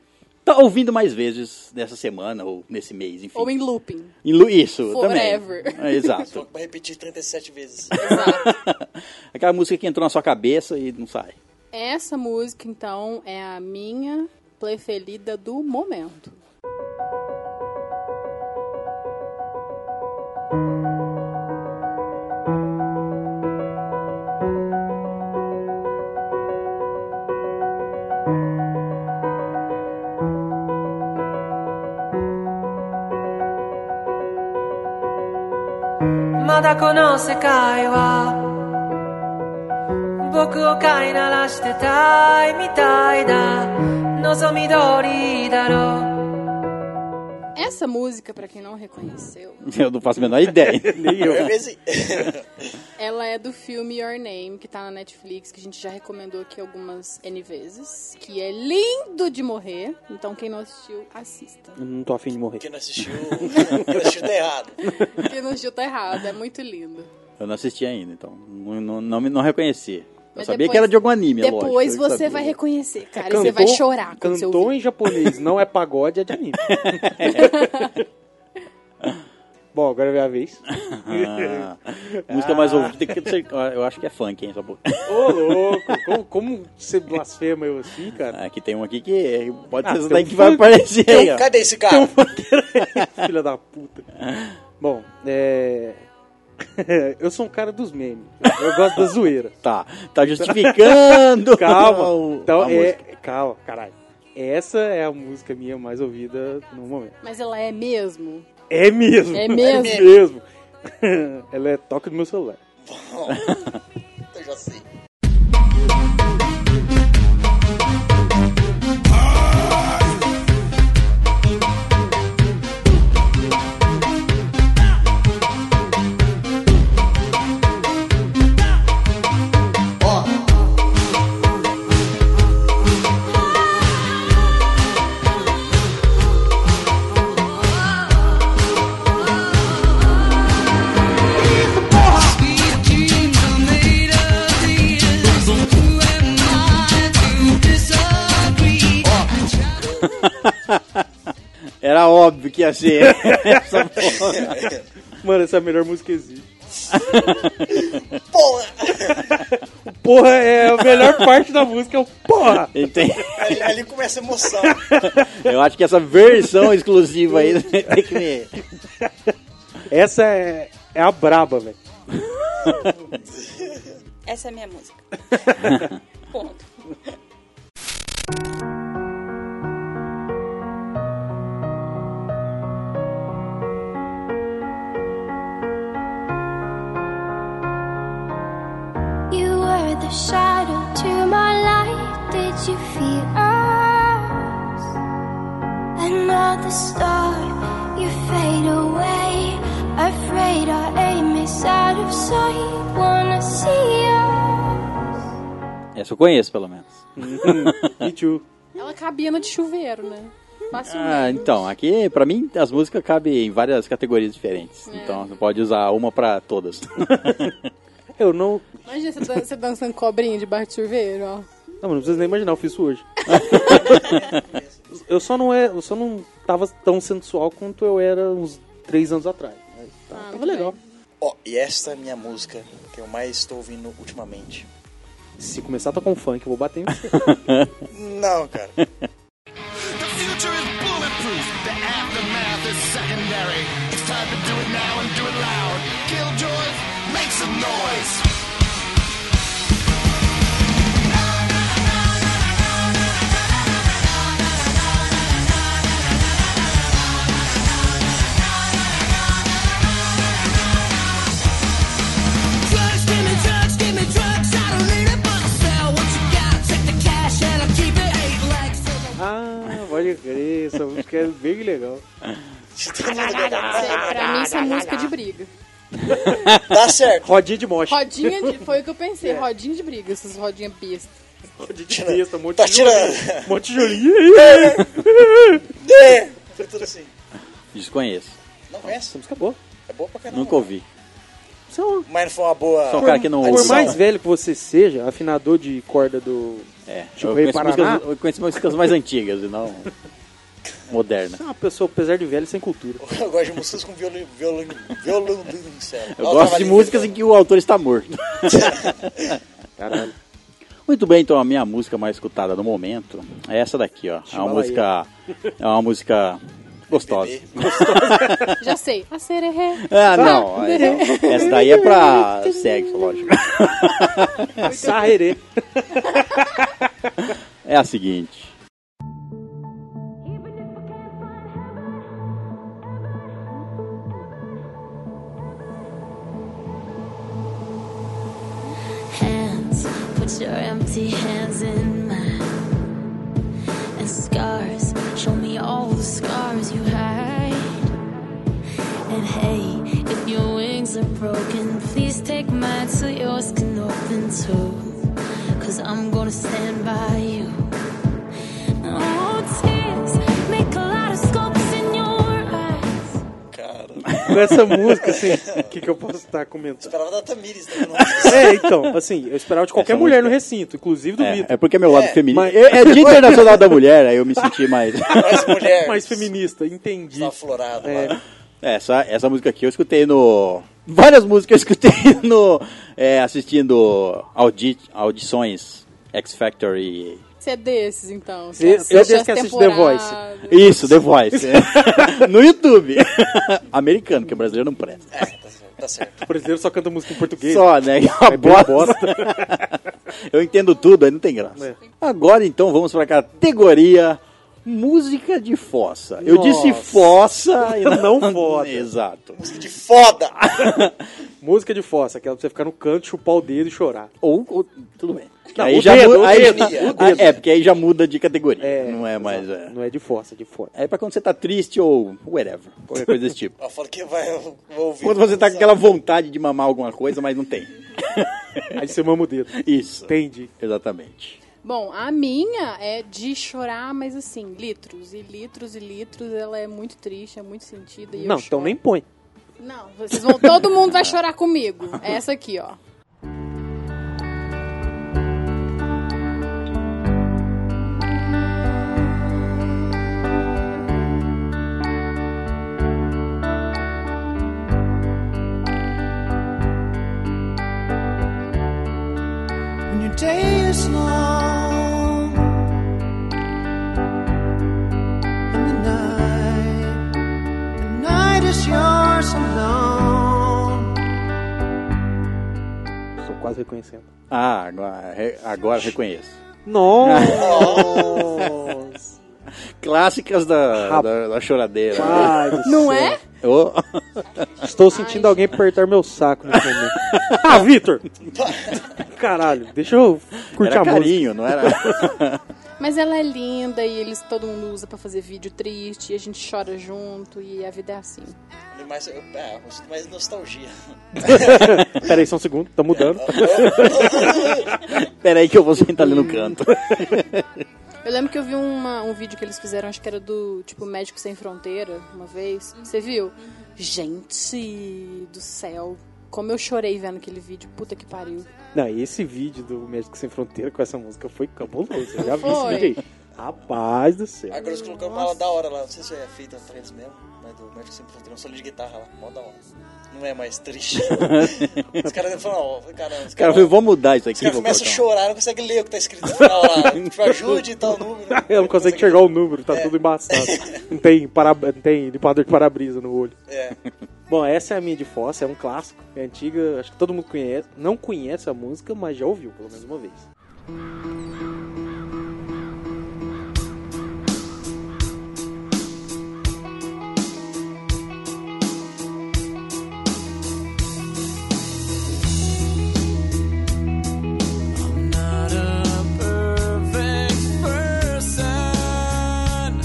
Speaker 1: tá ouvindo mais vezes nessa semana ou nesse mês, enfim.
Speaker 5: Ou em looping.
Speaker 1: Em lu- Isso,
Speaker 5: Forever.
Speaker 1: também. É, Exato.
Speaker 7: certo. Vai repetir 37 vezes.
Speaker 1: Aquela música que entrou na sua cabeça e não sai.
Speaker 5: Essa música, então, é a minha preferida do momento.
Speaker 11: まだこの世界は僕を飼いならしてたいみたいだ望み通りだろう
Speaker 5: Essa música, pra quem não reconheceu,
Speaker 1: Eu não faço a menor ideia.
Speaker 7: Nem eu.
Speaker 5: ela é do filme Your Name, que tá na Netflix, que a gente já recomendou aqui algumas N vezes, que é lindo de morrer. Então quem não assistiu, assista.
Speaker 6: Eu Não tô afim de morrer.
Speaker 7: Quem não assistiu, quem não assistiu tá errado.
Speaker 5: Quem não assistiu tá errado, é muito lindo.
Speaker 1: Eu não assisti ainda, então. Não, não, não, me- não reconheci. Eu
Speaker 5: Mas
Speaker 1: sabia
Speaker 5: depois-
Speaker 1: que era de algum anime, é lógico.
Speaker 5: Depois
Speaker 1: eu
Speaker 5: você
Speaker 1: sabia. É
Speaker 5: vai reconhecer, cara, e você vai chorar quando você
Speaker 6: Cantou
Speaker 5: ouvir.
Speaker 6: em japonês, não é pagode, é de anime. Bom, agora é minha vez.
Speaker 1: Ah, música mais ouvida que você- eu acho que é funk, hein? Essa boca.
Speaker 6: Ô, louco, como, como você blasfema eu assim, cara?
Speaker 1: Aqui tem um aqui que é- pode
Speaker 6: Ah,
Speaker 1: ser esse
Speaker 6: tem
Speaker 1: daí
Speaker 6: um
Speaker 1: que vai
Speaker 6: funk.
Speaker 1: aparecer aí, ó.
Speaker 7: Então, Cadê esse cara?
Speaker 6: Filha da puta. Bom, é... eu sou um cara dos memes. Eu gosto da zoeira.
Speaker 1: Tá, tá justificando.
Speaker 6: Calma.
Speaker 1: o-
Speaker 6: então,
Speaker 1: a
Speaker 6: é...
Speaker 1: música.
Speaker 6: Calma, caralho. Essa é a música minha mais ouvida no momento.
Speaker 5: Mas ela é mesmo?
Speaker 6: É mesmo.
Speaker 5: É mesmo?
Speaker 6: É mesmo. Ela é toque do meu celular.
Speaker 7: Eu já sei.
Speaker 1: Era óbvio que ia ser essa porra.
Speaker 6: Mano, essa é a melhor música que existe.
Speaker 7: Porra!
Speaker 6: Porra, é a melhor parte da música, é o porra!
Speaker 1: Ele tem-
Speaker 7: Ali, ali começa a emoção.
Speaker 1: Eu acho que essa versão exclusiva aí tem que me...
Speaker 6: Essa é, é a braba, velho.
Speaker 9: Essa é a minha música. Ponto.
Speaker 4: You were the shadow to my light. Did you feel us? Another star, you fade away. Afraid our aim is out of sight. Wanna see you.
Speaker 1: Essa eu conheço, pelo menos.
Speaker 6: Me too.
Speaker 5: Ela cabia no de chuveiro, né? Facilmente.
Speaker 1: Ah, então, aqui, pra mim, as músicas cabem em várias categorias diferentes. Então, você pode usar uma pra todas.
Speaker 6: Eu não.
Speaker 5: Imagina você, dan- você dançando cobrinha debaixo de chuveiro, ó.
Speaker 6: Não, não precisa nem imaginar, eu fiz isso hoje. eu só não é. Eu só não tava tão sensual quanto eu era uns três anos atrás. Mas tá-
Speaker 5: Ah,
Speaker 6: tava
Speaker 5: muito
Speaker 6: legal.
Speaker 7: Ó, e esta é a minha música que eu mais estou ouvindo ultimamente.
Speaker 6: Se começar a tocar um funk, eu vou bater em você.
Speaker 7: Não, cara.
Speaker 2: The future is bulletproof. The aftermath is secondary. It's time to do it now and do it loud. Killjoys, make some noise.
Speaker 11: Drugs, give me drugs, give me drugs. I don't need it, but I'll sell what you got. Take the cash and I'll keep it eight legs.
Speaker 6: ah, pode crer, essa música é bem legal.
Speaker 1: Ah,
Speaker 5: Pra mim, isso é música de briga.
Speaker 7: Tá certo.
Speaker 6: Rodinha de mocha.
Speaker 5: Rodinha de. Foi o que eu pensei,
Speaker 1: É.
Speaker 5: rodinha de briga, essas rodinhas besta.
Speaker 6: Rodinha de besta, um monte
Speaker 7: Tá
Speaker 6: de julinha.
Speaker 7: tirando.
Speaker 6: Um monte de julinha.
Speaker 7: É, Foi tudo assim.
Speaker 1: Desconheço.
Speaker 7: Não conhece?
Speaker 6: Essa música é boa.
Speaker 7: É boa pra caramba.
Speaker 1: Nunca ouvi.
Speaker 6: Isso é uma
Speaker 7: Mas não foi uma boa.
Speaker 1: Só o cara que não ouve.
Speaker 6: Por mais velho que você seja, afinador de corda do.
Speaker 1: É,
Speaker 6: Tipo,
Speaker 1: eu,
Speaker 6: Rei
Speaker 1: conheço
Speaker 6: Paraná.
Speaker 1: músicas, eu conheço músicas mais antigas e não moderna.
Speaker 6: É uma pessoa, apesar de velho, sem cultura.
Speaker 7: Eu gosto de músicas com violino, violino, violoncelo.
Speaker 1: Eu gosto de músicas em que o autor está morto.
Speaker 6: Caralho.
Speaker 1: Muito bem, então a minha música mais escutada no momento é essa daqui, ó. É uma
Speaker 6: Chimbalaia.
Speaker 1: música. É uma música Gostosa.
Speaker 5: Já sei. A sererê.
Speaker 1: Ah, não. é- Essa daí é pra sexo, lógico.
Speaker 10: Sarrerê.
Speaker 1: É a seguinte.
Speaker 12: hands. Put your empty hands in mine. And scars, show me all the scars you hide. And hey, if your wings are broken, please take mine so yours can open too. Cause I'm gonna stand by you. Oh, tears make kaleidoscopes in your eyes.
Speaker 10: Com essa música, assim, o que, que eu posso estar comentando?
Speaker 7: Esperava da Tamires, né?
Speaker 10: É, então, assim, eu esperava de qualquer
Speaker 1: Essa
Speaker 10: mulher no recinto, inclusive do
Speaker 1: É,
Speaker 10: Vitor.
Speaker 1: é porque é meu lado
Speaker 10: É,
Speaker 1: feminino.
Speaker 10: mas-
Speaker 1: É, é Dia Internacional da Mulher, aí eu me senti mais. é
Speaker 10: Mais feminista,
Speaker 7: tá
Speaker 10: entendi.
Speaker 7: aflorado,
Speaker 10: é.
Speaker 1: Essa, essa música aqui eu escutei no. Várias músicas eu escutei no. é, assistindo audi... audições X Factor e.
Speaker 5: Você é desses, então.
Speaker 1: Cê-
Speaker 5: Você
Speaker 1: eu
Speaker 5: assiste
Speaker 1: desses
Speaker 5: as
Speaker 1: que assiste The Voice.
Speaker 5: temporadas.
Speaker 1: Isso, The Voice. né? no YouTube. Americano, que brasileiro não presta.
Speaker 7: Tá certo.
Speaker 10: O brasileiro Tipo, só canta música em português.
Speaker 1: Só, né? É uma
Speaker 10: É bem
Speaker 1: bosta.
Speaker 10: bosta.
Speaker 1: Eu entendo tudo, aí não tem graça.
Speaker 10: É.
Speaker 1: Agora então vamos para a categoria Música de Fossa. Eu disse
Speaker 10: Nossa.
Speaker 1: fossa e
Speaker 10: Não
Speaker 1: não,
Speaker 10: foda.
Speaker 1: Exato.
Speaker 7: Música de foda!
Speaker 10: música de fossa, aquela pra você ficar no canto, chupar o dedo e chorar.
Speaker 1: Ou, ou- tudo bem.
Speaker 10: Não,
Speaker 1: aí
Speaker 10: o
Speaker 1: já
Speaker 10: dedo,
Speaker 1: mu-
Speaker 10: o
Speaker 1: aí-
Speaker 10: dedo,
Speaker 1: ah,
Speaker 10: o dedo.
Speaker 1: É, porque aí já muda de categoria. não é mais. É.
Speaker 10: Não é de fossa, de fossa.
Speaker 1: É pra quando você tá triste ou whatever. Qualquer coisa desse tipo.
Speaker 7: Eu falo que vai, eu vou ouvir.
Speaker 1: Quando você tá com aquela vontade de mamar alguma coisa, mas não tem.
Speaker 10: Aí você mama o dedo.
Speaker 1: Isso.
Speaker 10: Entendi.
Speaker 1: Exatamente.
Speaker 5: Bom, a minha é de chorar, mas assim, litros e litros e litros. Ela é muito triste, é muito sentida. E eu
Speaker 10: Não, então nem põe.
Speaker 5: Não, vocês vão, todo mundo vai chorar comigo. É essa aqui, ó.
Speaker 11: when your day is long and the night the night is yours alone
Speaker 10: Sou quase reconhecendo.
Speaker 1: Ah, agora, re- agora reconheço.
Speaker 10: Nossa!
Speaker 1: Clássicas da, da, da choradeira.
Speaker 6: Ah.
Speaker 10: Rapaz do Não céu. é?
Speaker 1: Ô.
Speaker 10: Estou sentindo alguém apertar meu saco nesse momento. ah, Vitor! Caralho, deixa eu curtir
Speaker 1: Era
Speaker 10: a
Speaker 1: carinho,
Speaker 10: música.
Speaker 1: não era?
Speaker 5: Mas ela é linda e eles todo mundo usa pra fazer vídeo triste e a gente chora junto e a vida é assim.
Speaker 7: Mais, eu, é, eu sinto mais nostalgia.
Speaker 10: Peraí, só um segundo, tá mudando.
Speaker 1: Peraí que eu vou sentar ali no canto.
Speaker 5: Eu lembro que eu vi uma- um vídeo que eles fizeram, acho que era do tipo Médico Sem Fronteira, uma vez. Você viu? Gente do céu, como eu chorei vendo aquele vídeo. Puta que pariu.
Speaker 10: Não, e esse vídeo do Médico Sem Fronteira com essa música foi cabuloso. Eu já vi
Speaker 5: Foi.
Speaker 10: esse vídeo aí. Rapaz do céu.
Speaker 7: Agora eles colocaram uma aula da hora lá, não sei se é feita pra eles mesmo, mas do Médico Sempre Fronteira, um solo de guitarra lá, mó da hora. Não é mais triste. os caras falam, ó, caramba, os
Speaker 1: Os caras falaram, vamos mudar isso
Speaker 7: Os
Speaker 1: aqui.
Speaker 7: caras
Speaker 1: vou
Speaker 7: começam a
Speaker 1: colocar um-
Speaker 7: chorar, não consegue ler o que tá escrito no final lá. Tipo, ajude e tal número.
Speaker 10: Ela não consegue enxergar o número, tá tudo embaçado. Não tem, para... não tem limpador de para-brisa no olho.
Speaker 7: É.
Speaker 10: Bom, essa é a minha de Fossa, é um clássico, é antiga, acho que todo mundo conhece. Não conhece a música, mas já ouviu, pelo menos uma vez.
Speaker 11: Not a perfect person.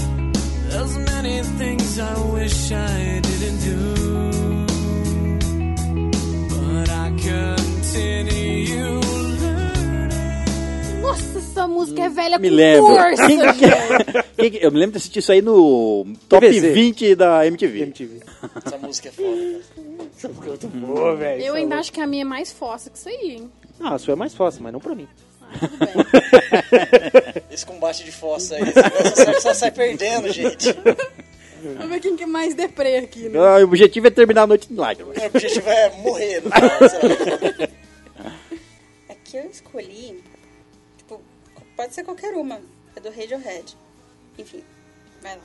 Speaker 11: There's many things I wish I didn't do. But I continue
Speaker 5: Nossa, essa música
Speaker 10: Hum,
Speaker 5: é velha
Speaker 1: Me
Speaker 5: com
Speaker 1: lembro.
Speaker 5: força,
Speaker 1: Quem que-
Speaker 5: gente.
Speaker 1: quem que- eu me lembro de assistir isso aí no top
Speaker 10: TVZ.
Speaker 1: 20 da MTV.
Speaker 7: Essa música é foda.
Speaker 10: Essa música é muito boa, velho.
Speaker 5: Eu ainda acho que a minha é mais fossa que isso aí, hein?
Speaker 10: Ah, a sua é mais fácil, mas não pra mim.
Speaker 7: Esse combate de fossa aí, esse negócio só, só sai perdendo, gente.
Speaker 5: Vamos ver quem que é mais deprê aqui, né?
Speaker 1: Ah, O objetivo é terminar a noite em lágrimas.
Speaker 7: O objetivo é morrer. no final, sei lá.
Speaker 9: A É que eu escolhi, tipo, pode ser qualquer uma. É do Radiohead. Enfim, vai lá.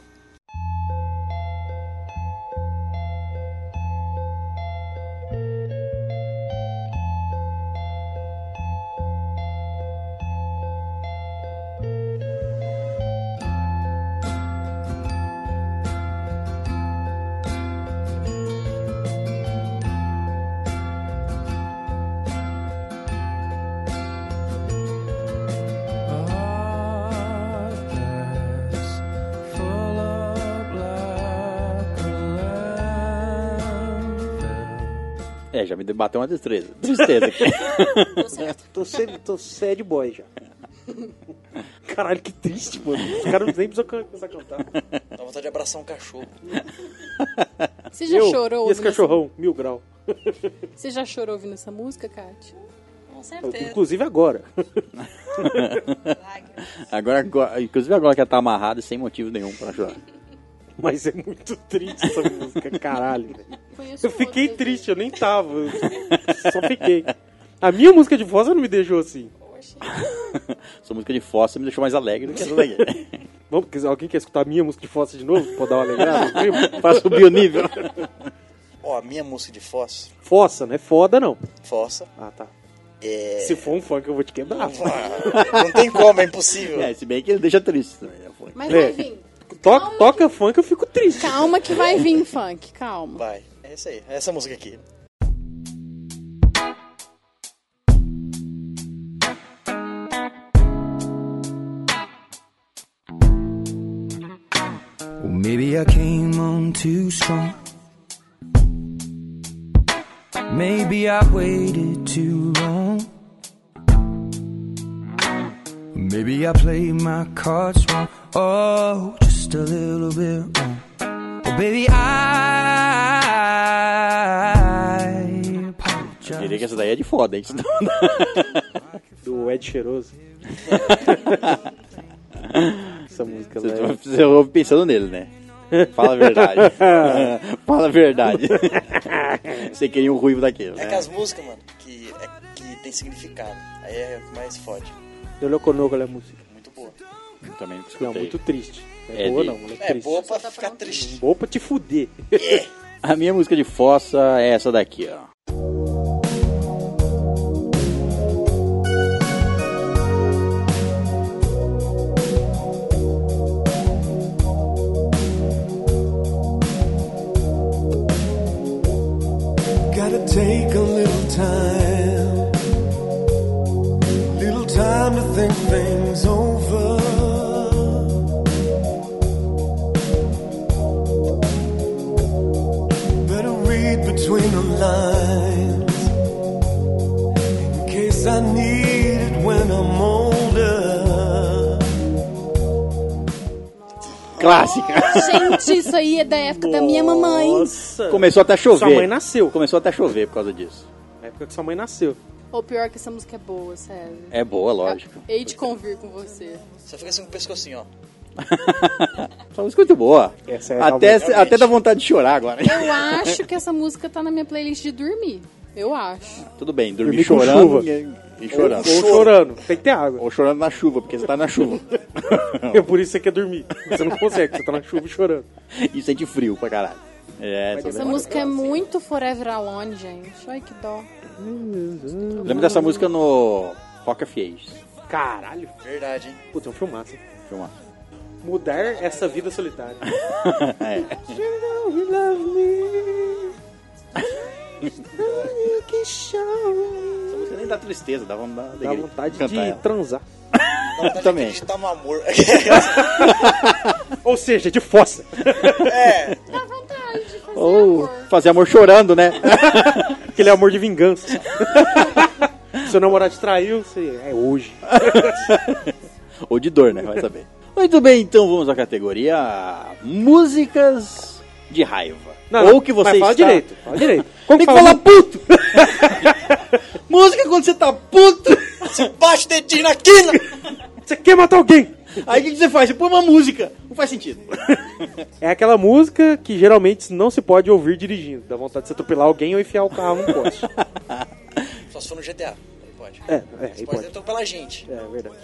Speaker 1: É, já me bateu uma tristeza. Tristeza aqui.
Speaker 10: tô, sendo, tô sad boy já. Caralho, que triste, mano. Os caras nem precisam can- precisam cantar.
Speaker 7: Dá vontade de abraçar um cachorro.
Speaker 5: Você já
Speaker 10: Eu
Speaker 5: chorou? ouvindo
Speaker 10: E esse
Speaker 5: essa-
Speaker 10: cachorrão, mil grau.
Speaker 5: Você já chorou ouvindo essa música, Kátia?
Speaker 9: Com certeza.
Speaker 10: Inclusive agora.
Speaker 1: agora. agora- Inclusive agora que ela tá amarrada sem motivo nenhum pra chorar.
Speaker 10: Mas é muito triste essa música, caralho. velho.
Speaker 5: Conheço
Speaker 10: Eu fiquei triste, eu nem tava. eu Só fiquei. A minha música de voz não me deixou assim.
Speaker 1: Essa música de fossa me deixou mais alegre do que essa daqui.
Speaker 10: Vamos, quer dizer, alguém quer escutar a minha música de fossa de novo? Pode dar uma alegrada? primo?
Speaker 1: Pra subir o nível.
Speaker 7: Ó, a minha música de Fossa.
Speaker 10: Fossa, não é foda, não.
Speaker 7: Fossa.
Speaker 10: Ah, tá.
Speaker 7: É.
Speaker 10: Se for um funk, eu vou te quebrar.
Speaker 7: Não tem como, é impossível.
Speaker 1: É, se bem que ele deixa triste também. né? Foi.
Speaker 5: Mas
Speaker 10: É.
Speaker 5: vai vir.
Speaker 10: Toca, toca funk, eu fico triste.
Speaker 5: Calma que vai vir funk, calma.
Speaker 7: Vai. É isso aí. É essa música aqui.
Speaker 13: Well, maybe I came on too strong. Maybe I waited too long. Maybe I played my cards wrong. Oh, just a little bit wrong. Well, baby, I
Speaker 1: Eu
Speaker 13: apologize.
Speaker 1: diria que essa daí é de foda, hein?
Speaker 10: Do Ed Cheiroso. Essa música
Speaker 1: Você,
Speaker 10: lá. é-
Speaker 1: você ouve pensando nele, né? Fala a verdade. Fala a verdade. Você queria um ruivo daquele,
Speaker 7: É
Speaker 1: né?
Speaker 7: aquelas músicas, mano, que, é- que tem significado. Aí é o que mais fode.
Speaker 10: Do Loconoco, ela é música.
Speaker 7: Muito boa.
Speaker 1: Também não
Speaker 10: Não, muito triste. Não é,
Speaker 1: É
Speaker 10: boa,
Speaker 1: de-
Speaker 10: não. Ela é,
Speaker 7: É
Speaker 10: triste.
Speaker 7: boa pra ficar triste.
Speaker 10: Boa pra te fuder.
Speaker 1: A minha música de fossa é essa daqui, ó.
Speaker 11: Gotta take a little time, little time to think things over. Better read between the lines in case I need it when I'm older.
Speaker 1: Clássica.
Speaker 5: Gente, isso aí é da época da minha mamãe.
Speaker 10: é
Speaker 1: Começou até a chover.
Speaker 10: Sua mãe nasceu.
Speaker 1: Começou até a chover por causa disso.
Speaker 10: Na época que sua mãe nasceu.
Speaker 5: Ou pior que essa música é boa, sério.
Speaker 1: É boa, lógico.
Speaker 5: Hei de convir com você.
Speaker 7: Você fica assim com o pescocinho, ó.
Speaker 1: Essa música é muito boa.
Speaker 10: Essa é
Speaker 1: até,
Speaker 10: realmente-
Speaker 1: até dá vontade de chorar agora.
Speaker 5: Eu acho que essa música tá na minha playlist de dormir. Eu acho.
Speaker 1: Tudo bem, dormir
Speaker 10: Dormir com
Speaker 1: chorando
Speaker 10: chuva.
Speaker 1: e chorando.
Speaker 10: Ou chorando. Tem que ter água.
Speaker 1: Ou chorando na chuva, porque você tá na chuva.
Speaker 10: É por isso que você quer dormir. Você não consegue, você tá na chuva e chorando.
Speaker 1: e sente frio pra caralho. É, essa
Speaker 5: Essa
Speaker 1: daí.
Speaker 5: música é muito Forever Alone, gente. Ai, que dó.
Speaker 1: Eu Lembro dessa música no Rock of Ages.
Speaker 10: Caralho.
Speaker 7: Verdade, hein?
Speaker 10: Puta, é um filmaço. hein?
Speaker 1: Filma.
Speaker 10: Mudar essa vida solitária.
Speaker 1: É.
Speaker 10: You know you love me. Only can show
Speaker 1: Essa música nem dá tristeza, dá vontade,
Speaker 10: me. Dá vontade
Speaker 1: cantar
Speaker 10: de
Speaker 1: ela.
Speaker 10: transar.
Speaker 7: Dá vontade de
Speaker 10: É.
Speaker 1: Também.
Speaker 7: acreditar no tá um amor.
Speaker 10: Ou seja, de fossa.
Speaker 7: é.
Speaker 5: Dá vontade de fazer
Speaker 1: Ou
Speaker 5: amor.
Speaker 1: fazer amor chorando, né?
Speaker 10: Aquele amor de vingança. Seu namorado te traiu, você... é hoje.
Speaker 1: Ou de dor, né? Vai saber. Muito bem, então vamos à categoria músicas de raiva. Ou que você
Speaker 10: mas fala
Speaker 1: está...
Speaker 10: direito, fala direito.
Speaker 1: Tem que
Speaker 10: fala
Speaker 1: falar
Speaker 10: muito?
Speaker 1: puto! Música quando você tá puto!
Speaker 7: Você bate o dedinho na quina!
Speaker 10: Você quer matar alguém?
Speaker 1: Aí o que, que você faz? Você põe uma música. Não faz sentido.
Speaker 10: É aquela música que geralmente não se pode ouvir dirigindo. Dá vontade de você atropelar alguém ou enfiar o carro no poste.
Speaker 7: Só se for no GTA. Aí pode.
Speaker 10: É, é, aí
Speaker 7: Você
Speaker 10: pode.
Speaker 7: pode tentar pela gente.
Speaker 10: É verdade.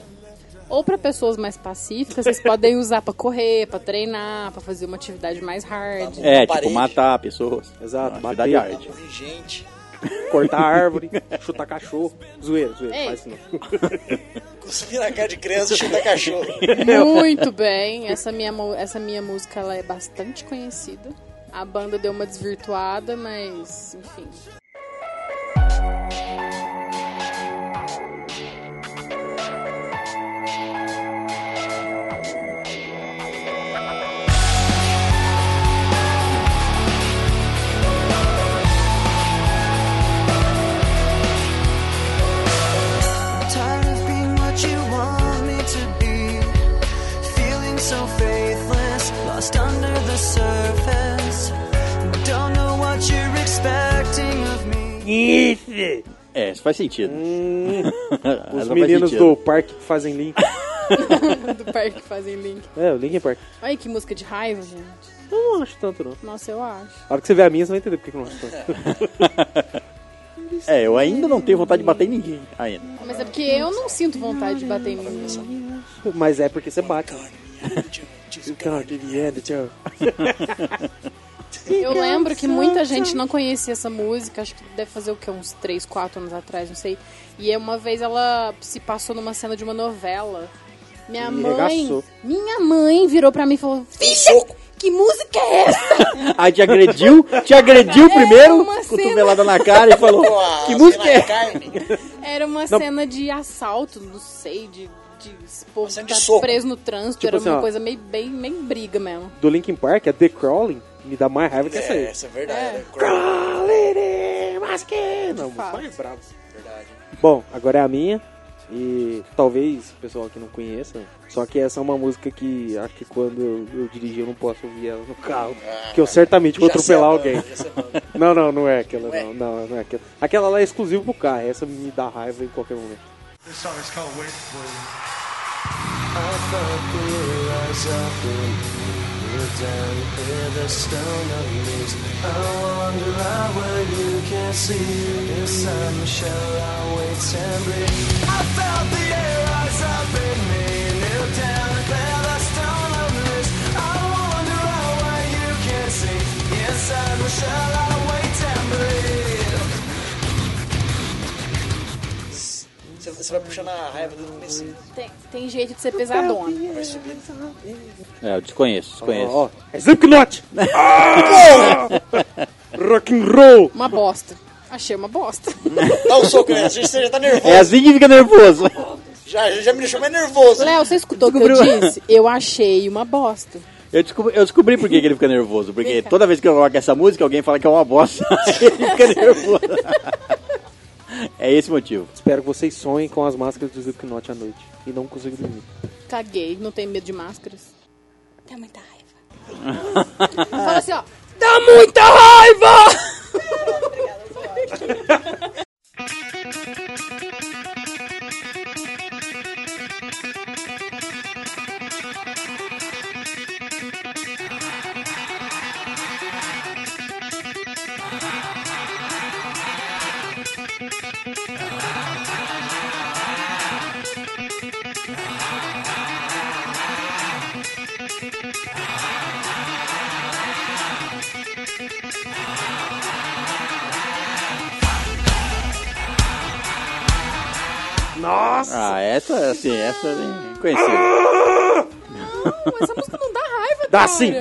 Speaker 5: Ou pra pessoas mais pacíficas, vocês podem usar pra correr, pra treinar, pra fazer uma atividade mais hard.
Speaker 1: É, tipo,
Speaker 7: Parede.
Speaker 1: matar pessoas.
Speaker 10: Exato,
Speaker 1: Uma
Speaker 10: bater.
Speaker 1: atividade de Ah, arte.
Speaker 7: Morrer gente.
Speaker 10: Cortar árvore, chutar cachorro. Zoeira, zoeira.
Speaker 5: Ei.
Speaker 10: Faz isso não.
Speaker 7: Cuspir na cara de criança e chutar cachorro.
Speaker 5: Muito bem. Essa minha, mu- essa minha música ela é bastante conhecida. A banda deu uma desvirtuada, mas enfim.
Speaker 11: Thank
Speaker 6: Isso!
Speaker 1: É, isso faz sentido. Ela
Speaker 10: Hum, Os
Speaker 1: faz
Speaker 10: meninos
Speaker 1: sentido.
Speaker 10: do parque que fazem link.
Speaker 5: do parque fazem link.
Speaker 10: é, o Linkin Park.
Speaker 5: Olha que música de raiva, gente.
Speaker 10: Eu não acho tanto, não.
Speaker 5: Nossa, eu acho.
Speaker 10: A hora que você vê a minha, você vai entender porque que eu não acho
Speaker 1: tanto. é, eu ainda não tenho vontade de bater em ninguém. Ainda.
Speaker 5: Mas é porque eu não sinto vontade de bater em ninguém.
Speaker 10: Mas é porque você bate. Então, Cara,
Speaker 5: Eu lembro que muita gente não conhecia essa música, acho que deve fazer o quê? Uns 3, 4 anos atrás, não sei. E uma vez ela se passou numa cena de uma novela. Minha
Speaker 10: E
Speaker 5: mãe.
Speaker 10: regaçou. Um
Speaker 5: Minha mãe virou pra mim e falou: Filha, que música é essa?
Speaker 1: Aí te agrediu, te agrediu primeiro,
Speaker 5: É uma cena.
Speaker 1: cotovelada na cara e falou: Que
Speaker 7: Ah,
Speaker 1: música é?
Speaker 5: Era uma
Speaker 1: Não.
Speaker 5: cena de assalto, não sei, de. de esse povo que
Speaker 7: de
Speaker 5: tá
Speaker 7: soco.
Speaker 5: preso no trânsito,
Speaker 10: Tipo
Speaker 5: era
Speaker 10: assim,
Speaker 5: uma
Speaker 10: ó.
Speaker 5: coisa meio, bem, meio briga mesmo.
Speaker 10: Do Linkin Park, a The Crawling, me dá mais raiva que essa aí.
Speaker 7: É, essa é verdade.
Speaker 10: Crawling, mas que... Não, mais bravo. Verdade. Bom, agora é a minha. E talvez o pessoal que não conheça. Só que essa é uma música que acho que quando eu, eu dirigir eu não posso ouvir ela no carro. que eu certamente vou
Speaker 6: Ah, Já
Speaker 7: é
Speaker 6: sei
Speaker 10: atropelar
Speaker 6: a
Speaker 10: alguém.
Speaker 6: banda, já sei a banda.
Speaker 10: Não, não, não é aquela.
Speaker 6: Não é?
Speaker 10: Não, não, não é aquela. Aquela lá é exclusiva pro carro. Essa me dá raiva em qualquer momento.
Speaker 11: This song is called Wait For You. I thought we were eyes up in the down here, the stone of leaves. I wander out where you can see. Inside my shell, I wait and breathe. I felt the air rise up in me. Kneel down there, the stone of leaves. I wander out where you can see. Inside my shell, I wait and breathe.
Speaker 7: Você, você vai puxando a raiva do comecinho.
Speaker 5: Tem, tem jeito de ser pesadona.
Speaker 7: Vai subir.
Speaker 1: É, eu desconheço, desconheço.
Speaker 10: Ó, é Slipknot! Ah! Rock and roll!
Speaker 5: Uma bosta. Achei uma bosta.
Speaker 7: Dá um soco nessa, você já tá nervoso.
Speaker 1: É assim que fica nervoso.
Speaker 7: Já, já me deixou mais nervoso.
Speaker 5: Léo, você escutou o que eu
Speaker 1: Descobriu.
Speaker 5: disse? Eu achei uma bosta.
Speaker 1: Eu descobri, eu descobri por que que ele fica nervoso. Porque toda vez que eu coloco essa música, alguém fala que é uma bosta. ele fica nervoso. é esse o motivo.
Speaker 10: Espero que vocês sonhem com as máscaras do Slipknot à noite. E não consigo dormir.
Speaker 5: Caguei, não tenho medo de máscaras.
Speaker 9: Dá muita raiva.
Speaker 5: Fala assim, ó. Dá muita raiva!
Speaker 6: Nossa!
Speaker 1: Ah, essa, assim, essa nem conhecida.
Speaker 5: essa música não dá raiva,
Speaker 1: Dá
Speaker 5: cara.
Speaker 1: sim.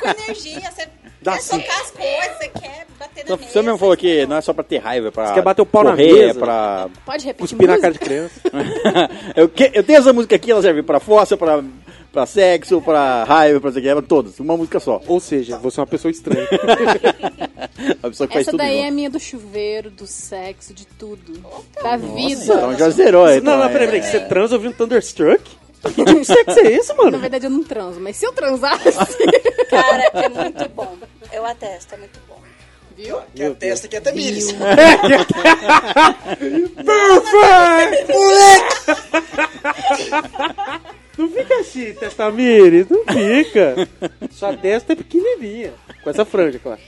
Speaker 9: Com energia, você
Speaker 1: Dá
Speaker 9: quer
Speaker 1: sim.
Speaker 5: é
Speaker 9: socar as coisas, você quer bater na
Speaker 1: Não,
Speaker 9: mesa.
Speaker 1: Você mesmo falou que não é só pra ter raiva, é pra.
Speaker 10: Você quer bater o pau na
Speaker 1: correr,
Speaker 10: mesa?
Speaker 1: É pra.
Speaker 5: Pode repetir
Speaker 10: Cuspir na
Speaker 5: música?
Speaker 10: cara de criança.
Speaker 1: eu, que- eu tenho essa música aqui, ela serve pra força, pra, pra sexo, pra raiva, pra sei o que, pra todas. Uma música só.
Speaker 10: Ou seja, você é uma pessoa estranha.
Speaker 1: a pessoa que faz
Speaker 5: Essa
Speaker 1: tudo.
Speaker 5: daí é
Speaker 1: junto.
Speaker 5: a minha do chuveiro, do sexo, de tudo. da vida.
Speaker 1: então já zerou,
Speaker 10: Não,
Speaker 1: então,
Speaker 10: não,
Speaker 1: é.
Speaker 10: peraí, peraí. Você transa ouvindo Thunderstruck? Que tipo de sexo é esse,
Speaker 5: Na
Speaker 10: mano?
Speaker 5: verdade, eu não transo, mas se eu transasse.
Speaker 9: Cara, é muito bom. Eu atesto, é muito bom.
Speaker 5: Viu?
Speaker 7: Que a testa aqui é até milhas.
Speaker 10: Perfect! Moleque! Não fica assim, Testamires, não fica. Sua testa é pequenininha. Com essa franja, claro.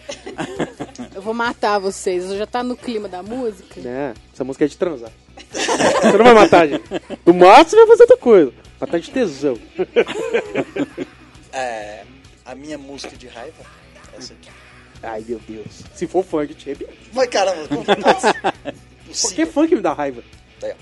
Speaker 5: Eu vou matar vocês. Já tá no clima da música?
Speaker 10: Né? Essa música é de transar. Você não vai matar, gente. No máximo vai fazer outra coisa. Matar de tesão.
Speaker 7: É, a minha música de raiva é essa aqui.
Speaker 10: Ai, meu Deus. Se for funk, eu te arrebento.
Speaker 7: Mas caramba, como que pode ser?
Speaker 10: Porque funk me dá raiva.
Speaker 7: Tá aí, ó.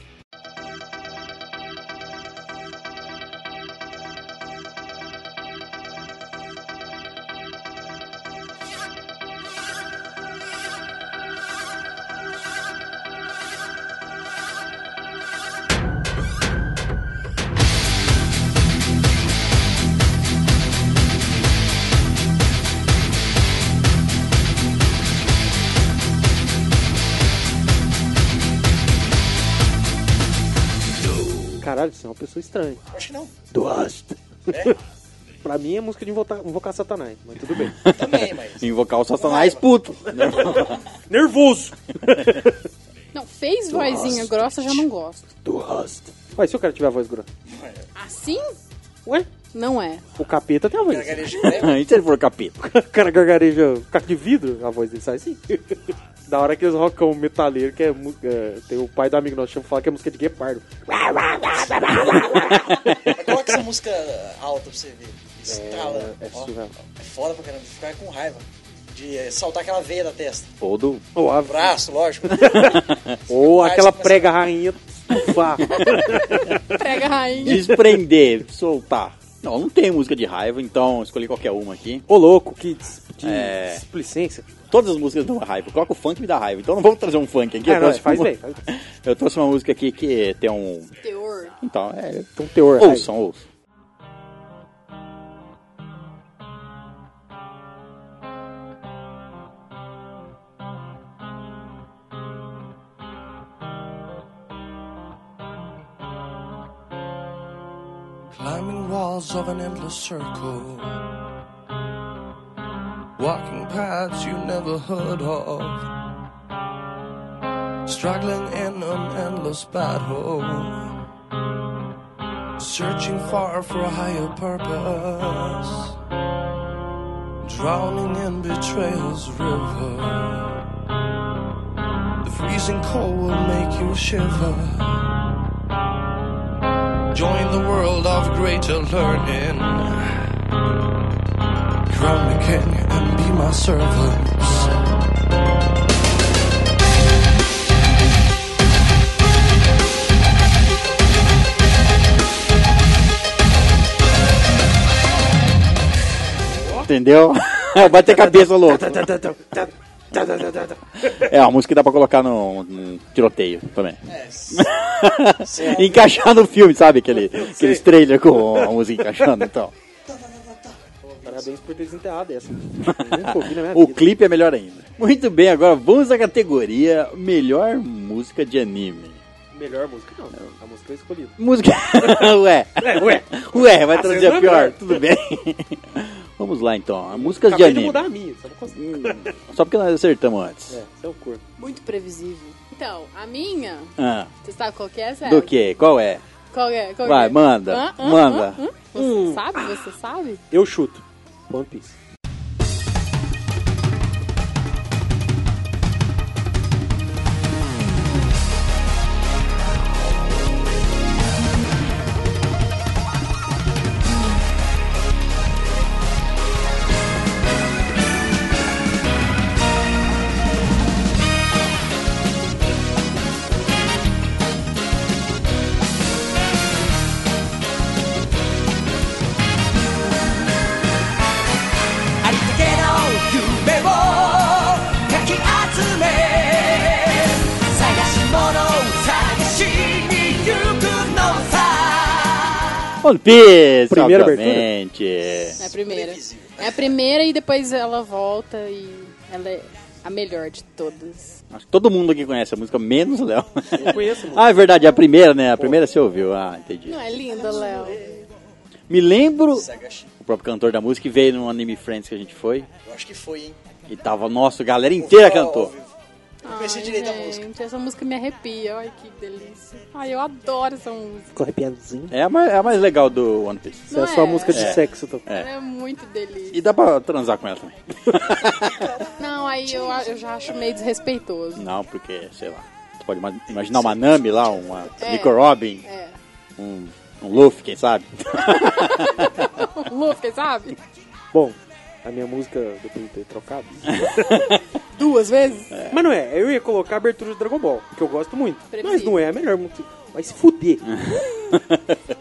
Speaker 10: Caralho, você é uma pessoa estranha.
Speaker 7: Acho que não.
Speaker 10: Duas.
Speaker 7: É?
Speaker 10: pra mim é música de invocar, invocar Satanás, mas tudo bem.
Speaker 1: né? Invocar o Satanás puto.
Speaker 10: Nervoso!
Speaker 5: Não, fez
Speaker 10: Do
Speaker 5: vozinha
Speaker 10: rosto.
Speaker 5: grossa, já não gosto.
Speaker 10: Do rosto. Ué, se o cara tiver a voz grossa?
Speaker 5: Assim?
Speaker 10: Ué?
Speaker 5: Não é.
Speaker 10: O capeta tem a voz.
Speaker 5: Gargarejo
Speaker 1: e se ele for capeta?
Speaker 10: O cara gargareja caco de vidro, a voz dele sai assim. da hora que eles rockam o metaleiro, que é música. é, tem o pai do amigo nosso chama fala que é música de guepardo.
Speaker 7: Mas coloca essa música alta pra você ver. Estrala.
Speaker 10: É, é
Speaker 7: Ó,
Speaker 10: surreal.
Speaker 7: É foda pra caramba, ficar com raiva. De eh, saltar aquela veia da testa.
Speaker 1: Ou do.
Speaker 10: Ou a-
Speaker 7: Braço, lógico.
Speaker 10: Ou
Speaker 7: Vai,
Speaker 10: aquela
Speaker 7: você
Speaker 10: prega rainha estufar.
Speaker 5: Prega a rainha.
Speaker 1: Desprender, soltar. Não, não tem música de raiva, então escolhi qualquer uma aqui.
Speaker 10: Ô louco, que
Speaker 1: é...
Speaker 10: displicência.
Speaker 1: Todas as músicas dão raiva. Coloca o funk me dá raiva. Então não vamos trazer um funk aqui.
Speaker 10: Ah,
Speaker 1: eu
Speaker 10: não,
Speaker 1: trouxe
Speaker 10: faz
Speaker 1: uma-
Speaker 10: bem, faz
Speaker 1: Eu trouxe uma música aqui que tem um...
Speaker 5: Teor.
Speaker 1: Então, é...
Speaker 10: Tem um teor,
Speaker 1: Ouçam, ouçam.
Speaker 4: climbing walls of an endless circle, walking paths you never heard of, struggling in an endless battle, searching far for a higher purpose, drowning in betrayal's river. The freezing cold will make you shiver. Join the world of greater learning. Crown me king and be my servants.
Speaker 1: Entendeu? Bater cabeça louco. É, uma música que dá pra colocar num, num tiroteio também.
Speaker 10: É,
Speaker 1: encaixar no filme, sabe? Aquele, aqueles trailers com a música encaixando, então.
Speaker 10: Parabéns por ter desenterrado essa. Eu nunca ouvi na minha
Speaker 1: O
Speaker 10: vida.
Speaker 1: clipe é melhor ainda. Muito bem, agora vamos à categoria melhor música de anime.
Speaker 10: Melhor música não, a música é escolhida.
Speaker 1: Música. ué.
Speaker 10: É, ué.
Speaker 1: Ué, vai
Speaker 10: Ah,
Speaker 1: trazer
Speaker 10: vocês
Speaker 1: a
Speaker 10: não
Speaker 1: pior.
Speaker 10: melhor.
Speaker 1: Tudo bem. Vamos lá então. a Músicas
Speaker 10: Acabei
Speaker 1: de anime.
Speaker 10: de mudar a minha, só não consigo.
Speaker 1: Só porque nós acertamos antes.
Speaker 10: É, seu corpo.
Speaker 5: Muito previsível. Então, a minha.
Speaker 1: Ah,
Speaker 5: Você sabe qual que é, Zé?
Speaker 1: do que? Qual é?
Speaker 5: Qual que é? Qual
Speaker 1: Vai,
Speaker 5: que é?
Speaker 1: manda,
Speaker 10: Ah,
Speaker 5: Hã? Hã?
Speaker 1: manda.
Speaker 5: Hã? Hã? Você
Speaker 10: Hum.
Speaker 5: sabe? Você sabe?
Speaker 10: Eu chuto. One Piece.
Speaker 11: ありかけの夢をかき集め探し物を探しに行くのさ
Speaker 1: One Piece,
Speaker 10: ah. Primeira abertura?
Speaker 1: obviamente.
Speaker 5: É a primeira. É a primeira e depois ela volta e ela é a melhor de todas.
Speaker 1: Acho que todo mundo aqui conhece a música, menos o Léo.
Speaker 10: Eu conheço a música.
Speaker 1: ah, é verdade, é a primeira, né? A primeira você ouviu. Ah, entendi.
Speaker 5: Não é linda, Léo?
Speaker 1: Me lembro o próprio cantor da música que veio no Anime Friends que a gente foi.
Speaker 7: Eu acho que foi, hein?
Speaker 1: E tava, nossa, a galera
Speaker 10: é
Speaker 1: inteira
Speaker 7: Ouvi, ó,
Speaker 1: cantou.
Speaker 7: ouvi.
Speaker 5: Ai,
Speaker 7: conheci direito a
Speaker 5: gente, essa música me arrepia. Ai, que delícia. Ai, eu adoro essa música.
Speaker 10: Ficou arrepiadozinho.
Speaker 1: É a mais, é a mais legal do One Piece.
Speaker 5: Não
Speaker 10: é só a música de
Speaker 1: É.
Speaker 10: sexo, então.
Speaker 5: Ela é muito delícia.
Speaker 1: E dá pra transar com ela também.
Speaker 5: Não, aí eu, eu já acho meio desrespeitoso.
Speaker 1: Não, porque, sei lá, você pode ima- imaginar uma Nami lá, uma
Speaker 5: É.
Speaker 1: Nico Robin,
Speaker 5: É.
Speaker 1: um, um Luffy, quem sabe?
Speaker 5: Luffy, sabe?
Speaker 10: Bom, a minha música, depois de ter trocado.
Speaker 5: Duas vezes?
Speaker 10: Mas não é, eu ia colocar a abertura de Dragon Ball, que eu gosto muito. Mas
Speaker 5: Previsível.
Speaker 10: não é a melhor música. Vai se fuder.
Speaker 1: É.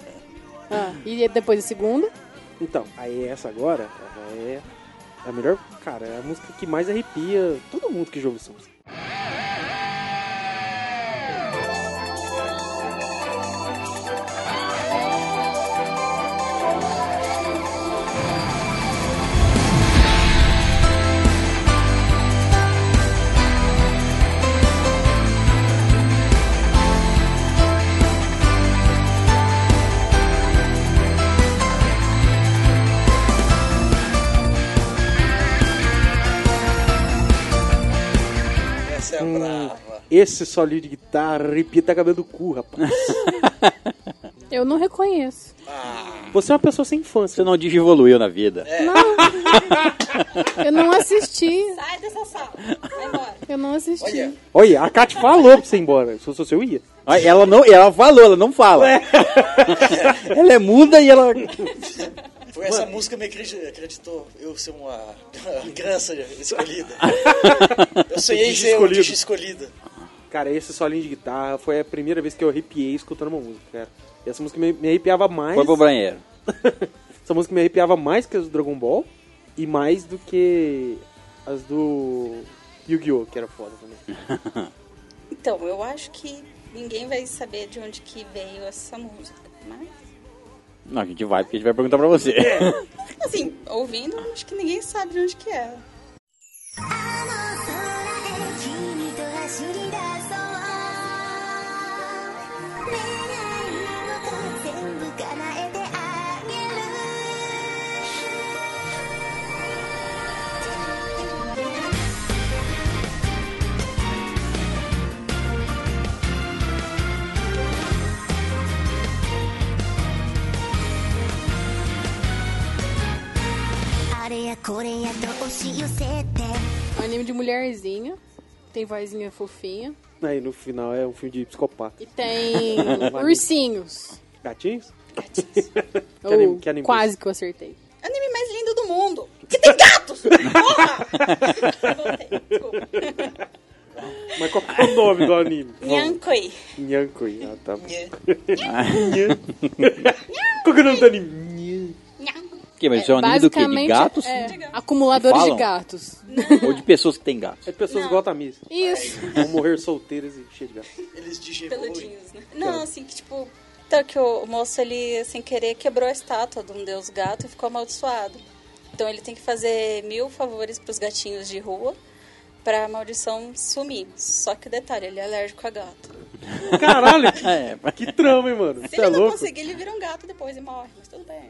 Speaker 5: Ah, e depois a segunda?
Speaker 10: Então, aí essa agora, ela é a melhor, cara, é a música que mais arrepia todo mundo que joga essa música.
Speaker 7: É Fica
Speaker 10: Hum.
Speaker 7: brava.
Speaker 10: Esse solinho de guitarra arrepia até cabelo do cu, rapaz.
Speaker 5: Eu não reconheço.
Speaker 10: Você é uma pessoa sem infância.
Speaker 1: Você não desevoluiu na vida.
Speaker 5: Eu não assisti.
Speaker 9: Sai dessa sala. Vai embora.
Speaker 5: Eu não assisti.
Speaker 10: Olha, a Kate falou pra você ir embora. Se eu fosse eu, ia.
Speaker 1: Ah, Ela não, ela falou, ela não fala. ela é muda e ela.
Speaker 7: Foi essa música que me acredi- acreditou eu ser uma, uma graça escolhida. Eu sonhei
Speaker 10: Bicho
Speaker 7: ser um
Speaker 10: escolhido.
Speaker 7: bicho escolhida.
Speaker 10: Cara, esse solinho de guitarra foi a primeira vez que eu arrepiei escutando uma música, cara. E essa música me, me arrepiava mais.
Speaker 1: Foi pro banheiro.
Speaker 10: essa música me arrepiava mais que as do Dragon Ball e mais do que as do Yu-Gi-Oh! que era foda também.
Speaker 9: Então, eu acho que ninguém vai saber de onde que veio essa música. né? Mas,
Speaker 1: Não, a gente vai porque a gente vai perguntar pra você.
Speaker 10: É.
Speaker 9: assim, ouvindo, acho que ninguém sabe de onde que é.
Speaker 4: あれやこれやと押し寄せて
Speaker 5: É um anime de mulherzinha. Tem vozinha fofinha.
Speaker 10: Aí no final é um filme de psicopata.
Speaker 5: E tem
Speaker 10: Vai.
Speaker 5: ursinhos.
Speaker 10: Gatinhos?
Speaker 5: Ou
Speaker 10: Que anime- que é anime?
Speaker 5: quase que eu acertei.
Speaker 9: Anime mais lindo do mundo! Que tem gatos! Porra! Voltei, desculpa.
Speaker 10: Mas qual que é o nome do anime?
Speaker 9: Nyankoi.
Speaker 10: Nyankoi, ah tá. bom.
Speaker 9: Nhan.
Speaker 10: Nhan. Qual que é o nome do anime?
Speaker 1: Que, mas isso é um anime do quê? De gatos?
Speaker 5: é, acumuladores de
Speaker 1: Falam?
Speaker 5: gatos.
Speaker 1: Ou de pessoas que têm gatos?
Speaker 10: É de pessoas igual a Tamiz.
Speaker 5: Isso.
Speaker 10: Vão morrer solteiras e cheias de gato.
Speaker 7: Eles digevoluem.
Speaker 9: Peludinhos, né? Não, assim, que tipo... Então, que o moço, ele, sem querer, quebrou a estátua de um deus gato e ficou amaldiçoado. Então, ele tem que fazer mil favores pros gatinhos de rua pra maldição sumir. Só que o detalhe, ele é alérgico a gato.
Speaker 10: Caralho!
Speaker 1: É.
Speaker 10: Que trama, hein, mano?
Speaker 9: Se
Speaker 10: Você é
Speaker 9: ele não
Speaker 10: louco?
Speaker 9: conseguir, ele vira um gato depois e morre. Mas tudo bem.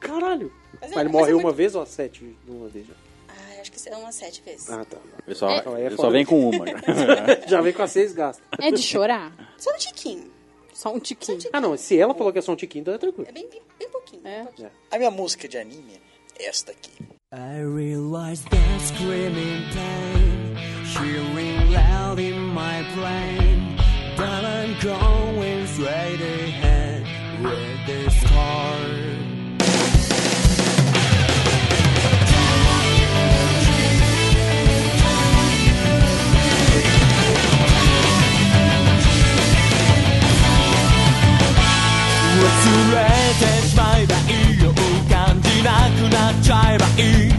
Speaker 10: Caralho! Mas,
Speaker 9: é-
Speaker 10: ele
Speaker 9: mas é
Speaker 10: morreu
Speaker 9: muito-
Speaker 10: uma vez ou sete de uma vez já?
Speaker 9: Ah, acho que isso é umas sete vezes.
Speaker 10: Ah, tá.
Speaker 1: Eu só,
Speaker 10: É. Aí é
Speaker 1: eu só
Speaker 10: foda.
Speaker 1: venho com uma.
Speaker 10: Já vem com a seis gastas.
Speaker 5: É de chorar?
Speaker 9: Só um tiquinho.
Speaker 5: Só um tiquinho.
Speaker 10: Ah, não. Se ela falou que é só um tiquinho, então é tranquilo.
Speaker 9: É bem, bem, bem pouquinho.
Speaker 5: É.
Speaker 7: A minha música de anime é esta aqui.
Speaker 11: I realize that screaming pain, hearing loud in my brain. That I'm going straight ahead with this car.忘れてしまえばいいよ感じなくなっちゃえばいいすりむい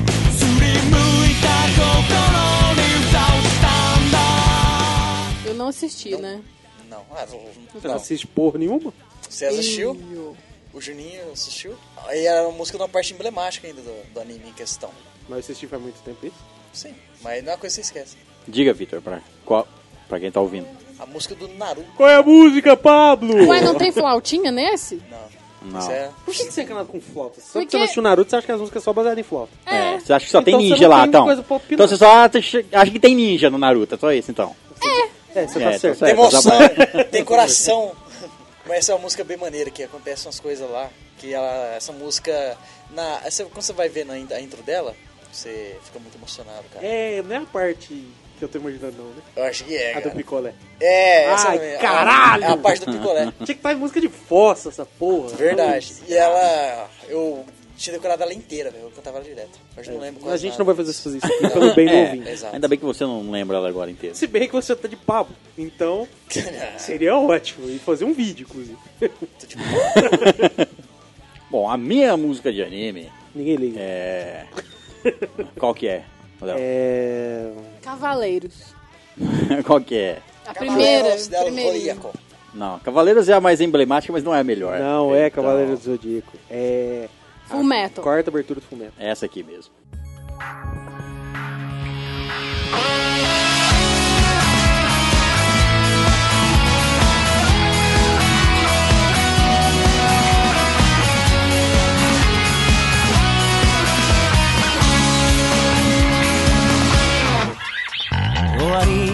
Speaker 11: た心に歌をしたんだ
Speaker 5: Eu não assisti, né?
Speaker 7: Não, ah, vou-
Speaker 10: Você não
Speaker 7: não.
Speaker 10: assiste porra nenhuma?
Speaker 7: Você assistiu? O Juninho assistiu? Aí era uma música de uma parte emblemática ainda do, do anime em questão.
Speaker 10: Mas eu assisti faz muito tempo isso.
Speaker 7: Sim, mas não é uma coisa que você esquece.
Speaker 1: Diga, Vitor, pra, qual- pra quem tá ouvindo.
Speaker 7: A música do Naruto.
Speaker 10: Qual é a música, Pablo?
Speaker 5: Ué,
Speaker 9: é
Speaker 5: não tem flautinha nesse?
Speaker 7: Não.
Speaker 1: Não.
Speaker 7: Isso é-
Speaker 10: Por que que você é canado com flauta? Só
Speaker 5: Porque-
Speaker 10: que você não assistiu Naruto, você acha que as músicas são baseadas em flauta.
Speaker 1: É, Você acha que só
Speaker 10: Então
Speaker 1: tem
Speaker 10: você
Speaker 1: ninja
Speaker 10: não
Speaker 1: lá,
Speaker 10: tem
Speaker 1: então?
Speaker 10: coisa pra opinar.
Speaker 1: Então você só acha, acha que tem ninja no Naruto, é só isso, então.
Speaker 10: É, você
Speaker 1: É,
Speaker 10: tá
Speaker 1: tá
Speaker 10: certo.
Speaker 7: Tem
Speaker 1: certo.
Speaker 7: emoção,
Speaker 1: dá
Speaker 7: tem coração. Mas essa é uma música bem maneira, que acontece umas coisas lá. Que ela, essa música. Na, essa, quando você vai ver na, in- a intro dela, você fica muito emocionado, cara.
Speaker 10: É, não é a parte que eu tô imaginando, não, né?
Speaker 7: Eu acho que é.
Speaker 10: A do
Speaker 7: Cara.
Speaker 10: picolé.
Speaker 7: É, essa
Speaker 10: Ai,
Speaker 7: mesmo. É a-
Speaker 10: caralho!
Speaker 7: É a parte do picolé.
Speaker 10: Tinha que estar em música de fossa, essa porra.
Speaker 7: Verdade. E ela. Eu tinha decorado ela inteira, velho. Eu cantava ela direto. Hoje
Speaker 6: É.
Speaker 7: não lembro é
Speaker 10: A
Speaker 7: quase
Speaker 10: gente
Speaker 7: nada.
Speaker 10: não vai fazer isso, fazer isso aqui, pelo bem do
Speaker 1: É,
Speaker 10: ouvinte.
Speaker 7: Exato.
Speaker 1: Ainda bem que você não lembra ela agora inteira.
Speaker 10: Se bem que você tá de papo, então seria ótimo. E fazer um vídeo, inclusive.
Speaker 1: Bom, a minha música de anime
Speaker 10: Ninguém liga.
Speaker 1: é. Qual que é? Léo?
Speaker 10: É.
Speaker 5: Cavaleiros.
Speaker 1: Qual que é?
Speaker 5: A primeira.
Speaker 7: Cavaleiros del
Speaker 5: primeira.
Speaker 7: Zodíaco.
Speaker 1: Não, Cavaleiros é a mais emblemática, mas não é a melhor.
Speaker 10: Não é
Speaker 1: Então,
Speaker 10: Cavaleiro do Zodíaco. É.
Speaker 5: Full Metal.
Speaker 10: Quarta abertura do Fumeto.
Speaker 1: é Essa aqui mesmo.
Speaker 11: 終わり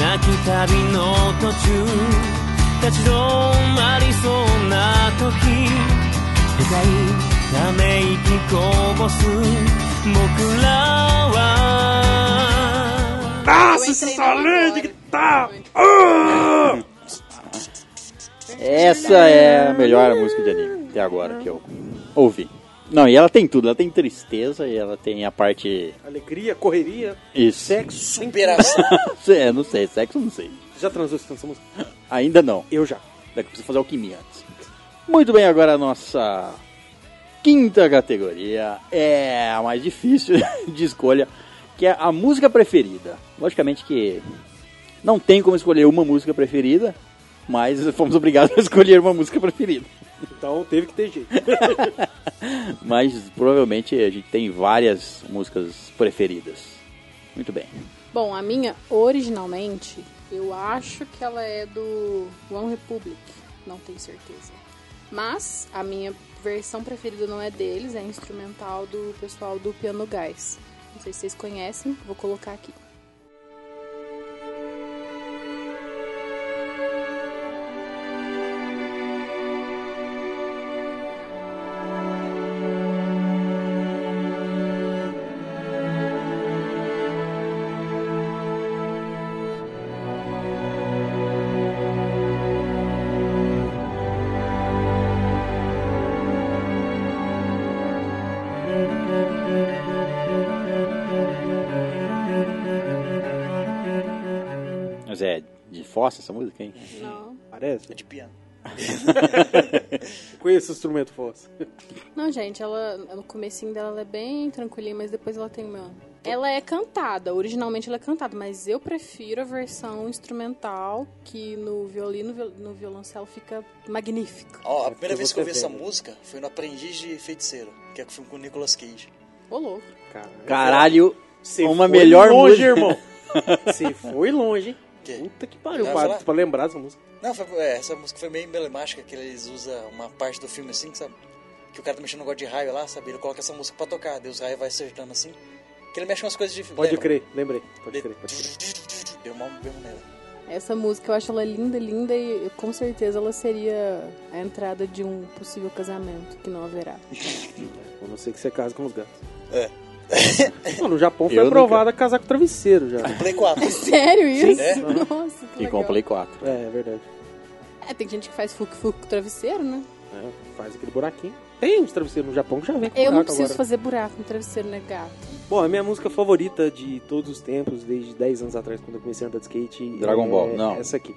Speaker 11: なきき旅の途中立ち止まりそうな時深いため息こぼす僕らは
Speaker 10: Nossa, essa linda guitarra!
Speaker 1: Essa é a melhor música de anime até agora que eu ouvi. Não, e ela tem tudo. Ela tem tristeza e ela tem a parte...
Speaker 6: Alegria, correria,
Speaker 1: Isso.
Speaker 6: sexo,
Speaker 7: superação.
Speaker 1: é, não sei. Sexo, não sei.
Speaker 6: Já transou esse essa música?
Speaker 1: Ainda não.
Speaker 6: Eu já.
Speaker 1: Daqui precisa fazer alquimia antes. Muito bem, agora a nossa quinta categoria é a mais difícil de escolha, que é a música preferida. Logicamente que não tem como escolher uma música preferida, mas fomos obrigados a escolher uma música preferida.
Speaker 6: Então teve que ter jeito.
Speaker 1: Mas provavelmente a gente tem várias músicas preferidas. Muito bem.
Speaker 5: Bom, a minha, originalmente, eu acho que ela é do One Republic, não tenho certeza. Mas a minha versão preferida não é deles, é instrumental do pessoal do Piano Guys. Não sei se vocês conhecem, vou colocar aqui.
Speaker 1: Mas é de fossa essa música, hein?
Speaker 5: Não.
Speaker 6: Parece? É
Speaker 7: de piano.
Speaker 6: Conheço o instrumento fossa.
Speaker 5: Não, gente, ela no comecinho dela ela é bem tranquilinha, mas depois ela tem uma. Ela é cantada, originalmente ela é cantada, mas eu prefiro a versão instrumental, que no violino, no violoncelo fica magnífica.
Speaker 7: Ó, a primeira vez que eu vi essa música foi no Aprendiz de Feiticeiro, que é o filme com o Nicolas Cage.
Speaker 5: Ô, louco.
Speaker 1: Caralho,
Speaker 6: Você
Speaker 1: uma
Speaker 6: foi
Speaker 1: melhor
Speaker 6: longe,
Speaker 1: música.
Speaker 6: irmão. Você foi longe, hein? Puta que pariu,
Speaker 7: Vai
Speaker 6: pra,
Speaker 7: falar?
Speaker 6: pra lembrar dessa música.
Speaker 7: Não, foi- é, essa música foi meio emblemática, que eles usam uma parte do filme assim, sabe? Que o cara tá mexendo no negócio de raio lá, sabe? Ele coloca essa música pra tocar, daí os raios vai acertando assim. Que ele mexe com as coisas de
Speaker 6: Pode
Speaker 7: lembra?
Speaker 6: crer, lembrei. Pode crer, pode crer.
Speaker 7: Deu mal mesmo nela.
Speaker 5: Essa música eu acho ela linda, linda e com certeza ela seria a entrada de um possível casamento, que não haverá.
Speaker 6: A não ser que você case com os gatos.
Speaker 7: É.
Speaker 6: Mano, no Japão foi
Speaker 1: Eu nunca-
Speaker 6: aprovado a casar com travesseiro já.
Speaker 7: Play 4.
Speaker 5: Sério isso?
Speaker 6: É?
Speaker 5: Nossa, que
Speaker 1: E com o
Speaker 5: legal.
Speaker 1: Play 4.
Speaker 6: É, é verdade.
Speaker 5: É, tem gente que faz fuc-fuc com travesseiro, né?
Speaker 6: É, faz aquele buraquinho. Tem uns travesseiros no Japão que já vem com
Speaker 5: Eu não
Speaker 6: buraco
Speaker 5: preciso
Speaker 6: agora.
Speaker 5: fazer buraco no travesseiro, né, gato?
Speaker 6: Bom, é a minha música favorita de todos os tempos, desde 10 anos atrás, quando eu comecei a andar de skate...
Speaker 1: Dragon
Speaker 6: é
Speaker 1: Ball, não.
Speaker 6: Essa aqui.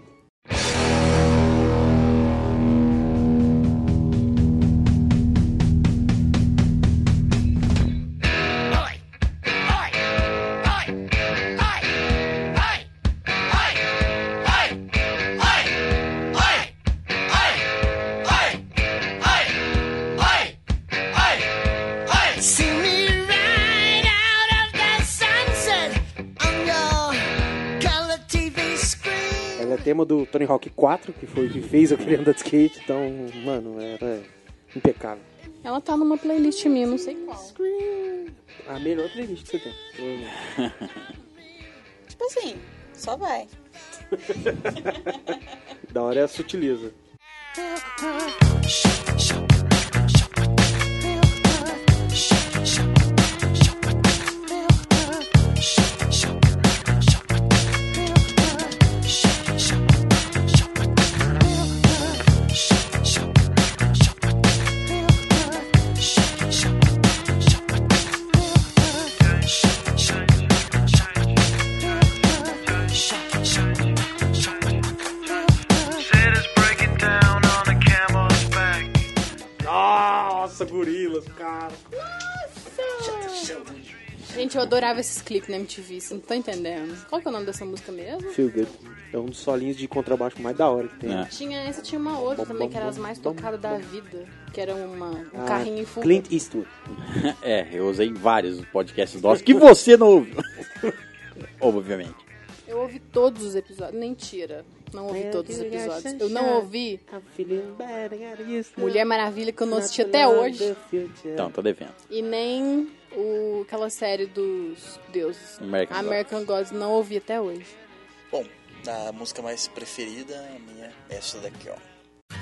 Speaker 11: See me right out of the sunset on your color TV screen.
Speaker 6: Ela é tema do Tony Hawk 4, que foi o que fez eu querer andar de skate. Então, mano, ela é impecável.
Speaker 5: Ela tá numa playlist minha, não sei qual.
Speaker 6: A melhor playlist que você tem. provavelmente.
Speaker 9: Tipo assim, só vai.
Speaker 6: da hora é a sutileza. Nossa, gorilas, cara.
Speaker 5: Gente, eu adorava esses clipes na MTV, vocês não tô entendendo. Qual que é o nome dessa música mesmo?
Speaker 6: Feel good. É um dos solinhos de contrabaixo mais da hora que tem.
Speaker 5: Tinha essa, tinha uma outra também, que era as mais tocadas da vida. Que era uma, um
Speaker 6: Ah,
Speaker 5: carrinho em fuga.
Speaker 6: Clint Eastwood.
Speaker 1: É, eu usei em vários podcasts nossos que você não ouviu. Obviamente.
Speaker 5: Eu ouvi todos os episódios. Mentira. Não ouvi todos os episódios. Eu não ouvi Mulher Maravilha, que eu não assisti até hoje.
Speaker 1: Então, tô devendo.
Speaker 5: E nem o, aquela série dos deuses.
Speaker 1: American Gods.
Speaker 5: Gods. Não ouvi até hoje.
Speaker 7: Bom, a música mais preferida a minha é essa daqui, ó.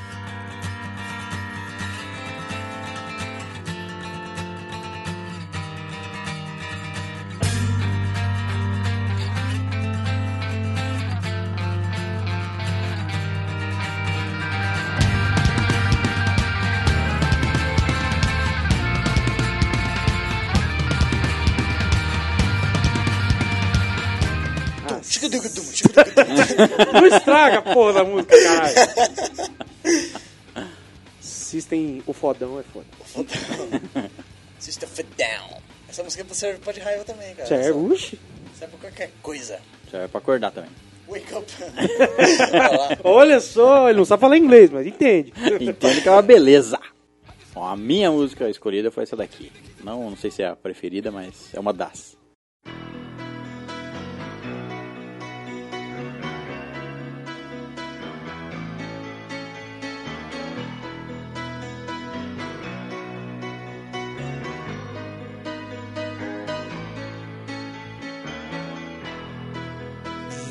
Speaker 10: Não estraga a porra da música, caralho. System, o fodão é foda.
Speaker 7: System of a Down. Essa música serve pra de raiva também, cara.
Speaker 10: Serve, uxi.
Speaker 7: Serve pra qualquer coisa.
Speaker 1: Serve é pra acordar também.
Speaker 7: Wake up.
Speaker 10: Olha só, ele não sabe falar inglês, mas entende.
Speaker 1: Entendo que é uma beleza. Bom, a minha música escolhida foi essa daqui. Não, não sei se é a preferida, mas é uma das.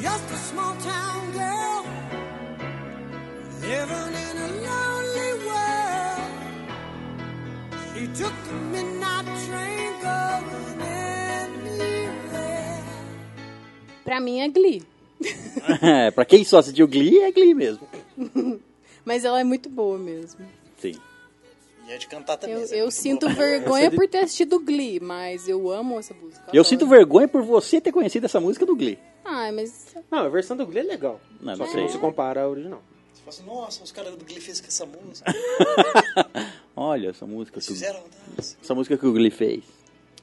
Speaker 2: Just a small town girl living in a lonely world. She took the midnight train going anywhere.
Speaker 5: Pra mim é Glee.
Speaker 1: É, pra quem só assistiu Glee, é Glee mesmo.
Speaker 5: Mas ela é muito boa mesmo.
Speaker 1: Sim.
Speaker 7: E é de cantar também.
Speaker 5: Eu,
Speaker 7: essa é
Speaker 5: eu
Speaker 7: muito
Speaker 5: sinto
Speaker 7: boa.
Speaker 5: vergonha por ter assistido Glee, mas eu amo essa música.
Speaker 1: é Eu sinto vergonha por você ter conhecido essa música do Glee.
Speaker 5: Ai, mas.
Speaker 10: Não, a versão do Glee é legal.
Speaker 1: Não,
Speaker 10: Só
Speaker 1: não
Speaker 10: que
Speaker 1: sei.
Speaker 10: não se compara à original.
Speaker 7: Você fala assim, nossa, os caras do Glee fez com essa música.
Speaker 1: Olha essa música. Que...
Speaker 7: Fizeram
Speaker 1: Essa música que o Glee fez.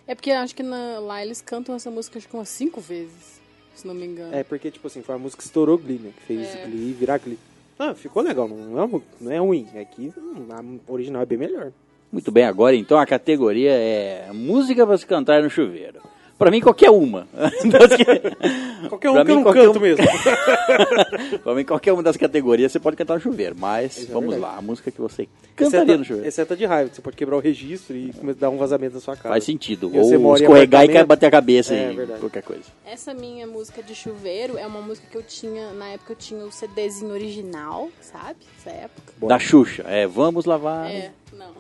Speaker 5: É porque eu acho que na- lá eles cantam essa música acho que umas cinco vezes, se não me engano.
Speaker 10: É, porque, tipo assim, foi a música que estourou Glee, né? Que fez
Speaker 5: É.
Speaker 10: Glee virar Glee. Ah, ficou legal, não é, mu- não é ruim. É que hum, a original é bem melhor.
Speaker 1: Muito bem, agora então a categoria é música pra se cantar no chuveiro. Pra mim, qualquer uma. Das que-
Speaker 10: Qualquer um
Speaker 1: Pra
Speaker 10: que eu não
Speaker 1: qualquer
Speaker 10: canto mesmo.
Speaker 1: pra mim, qualquer uma das categorias você pode cantar no chuveiro, mas
Speaker 10: Isso é
Speaker 1: vamos
Speaker 10: verdade. é
Speaker 1: lá, a música que você cantaria no
Speaker 10: Exceto,
Speaker 1: chuveiro.
Speaker 10: exceto a de raiva, que você pode quebrar o registro e começar a dar um vazamento na sua cara.
Speaker 1: Faz sentido.
Speaker 10: E você
Speaker 1: Ou
Speaker 10: mora em
Speaker 1: escorregar e
Speaker 10: apartamento.
Speaker 1: cair- bater a cabeça
Speaker 10: É,
Speaker 1: em
Speaker 10: verdade.
Speaker 1: qualquer coisa.
Speaker 5: Essa minha música de chuveiro é uma música que eu tinha, na época eu tinha o CDzinho original, sabe? Essa época.
Speaker 1: Da Xuxa, é, vamos lavar.
Speaker 5: É, não.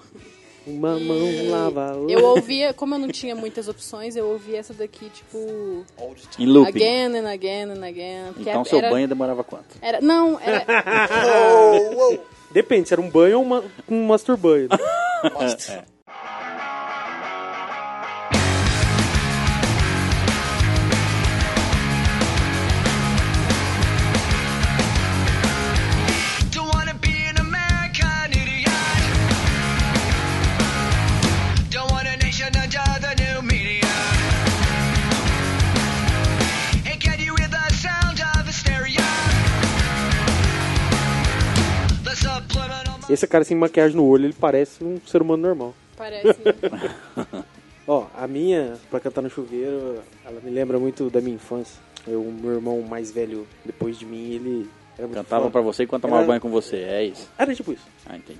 Speaker 10: Uma mão lava a outra.
Speaker 5: Eu ouvia, como eu não tinha muitas opções, eu ouvia essa daqui, tipo.
Speaker 1: Em looping.
Speaker 5: Again and again and again. porque
Speaker 1: Então
Speaker 5: era-
Speaker 1: seu banho demorava quanto?
Speaker 5: era- Não, era.
Speaker 10: Depende se era um banho ou uma, um masturbanho.
Speaker 1: É.
Speaker 2: Don't wanna be an American idiot. Don't want a nation under the new media. Hey, can you hear the sound of hysteria? The subliminal.
Speaker 10: Esse cara sem maquiagem no olho, ele parece um ser humano normal.
Speaker 5: Parece,
Speaker 10: Ó, a minha, pra cantar no chuveiro, ela me lembra muito da minha infância. Eu, o meu irmão mais velho, depois de mim, ele era muito
Speaker 1: Cantava
Speaker 10: fã.
Speaker 1: pra você enquanto tomava
Speaker 10: Era-
Speaker 1: banho com você, é isso.
Speaker 10: Era tipo isso.
Speaker 1: Ah, entendi.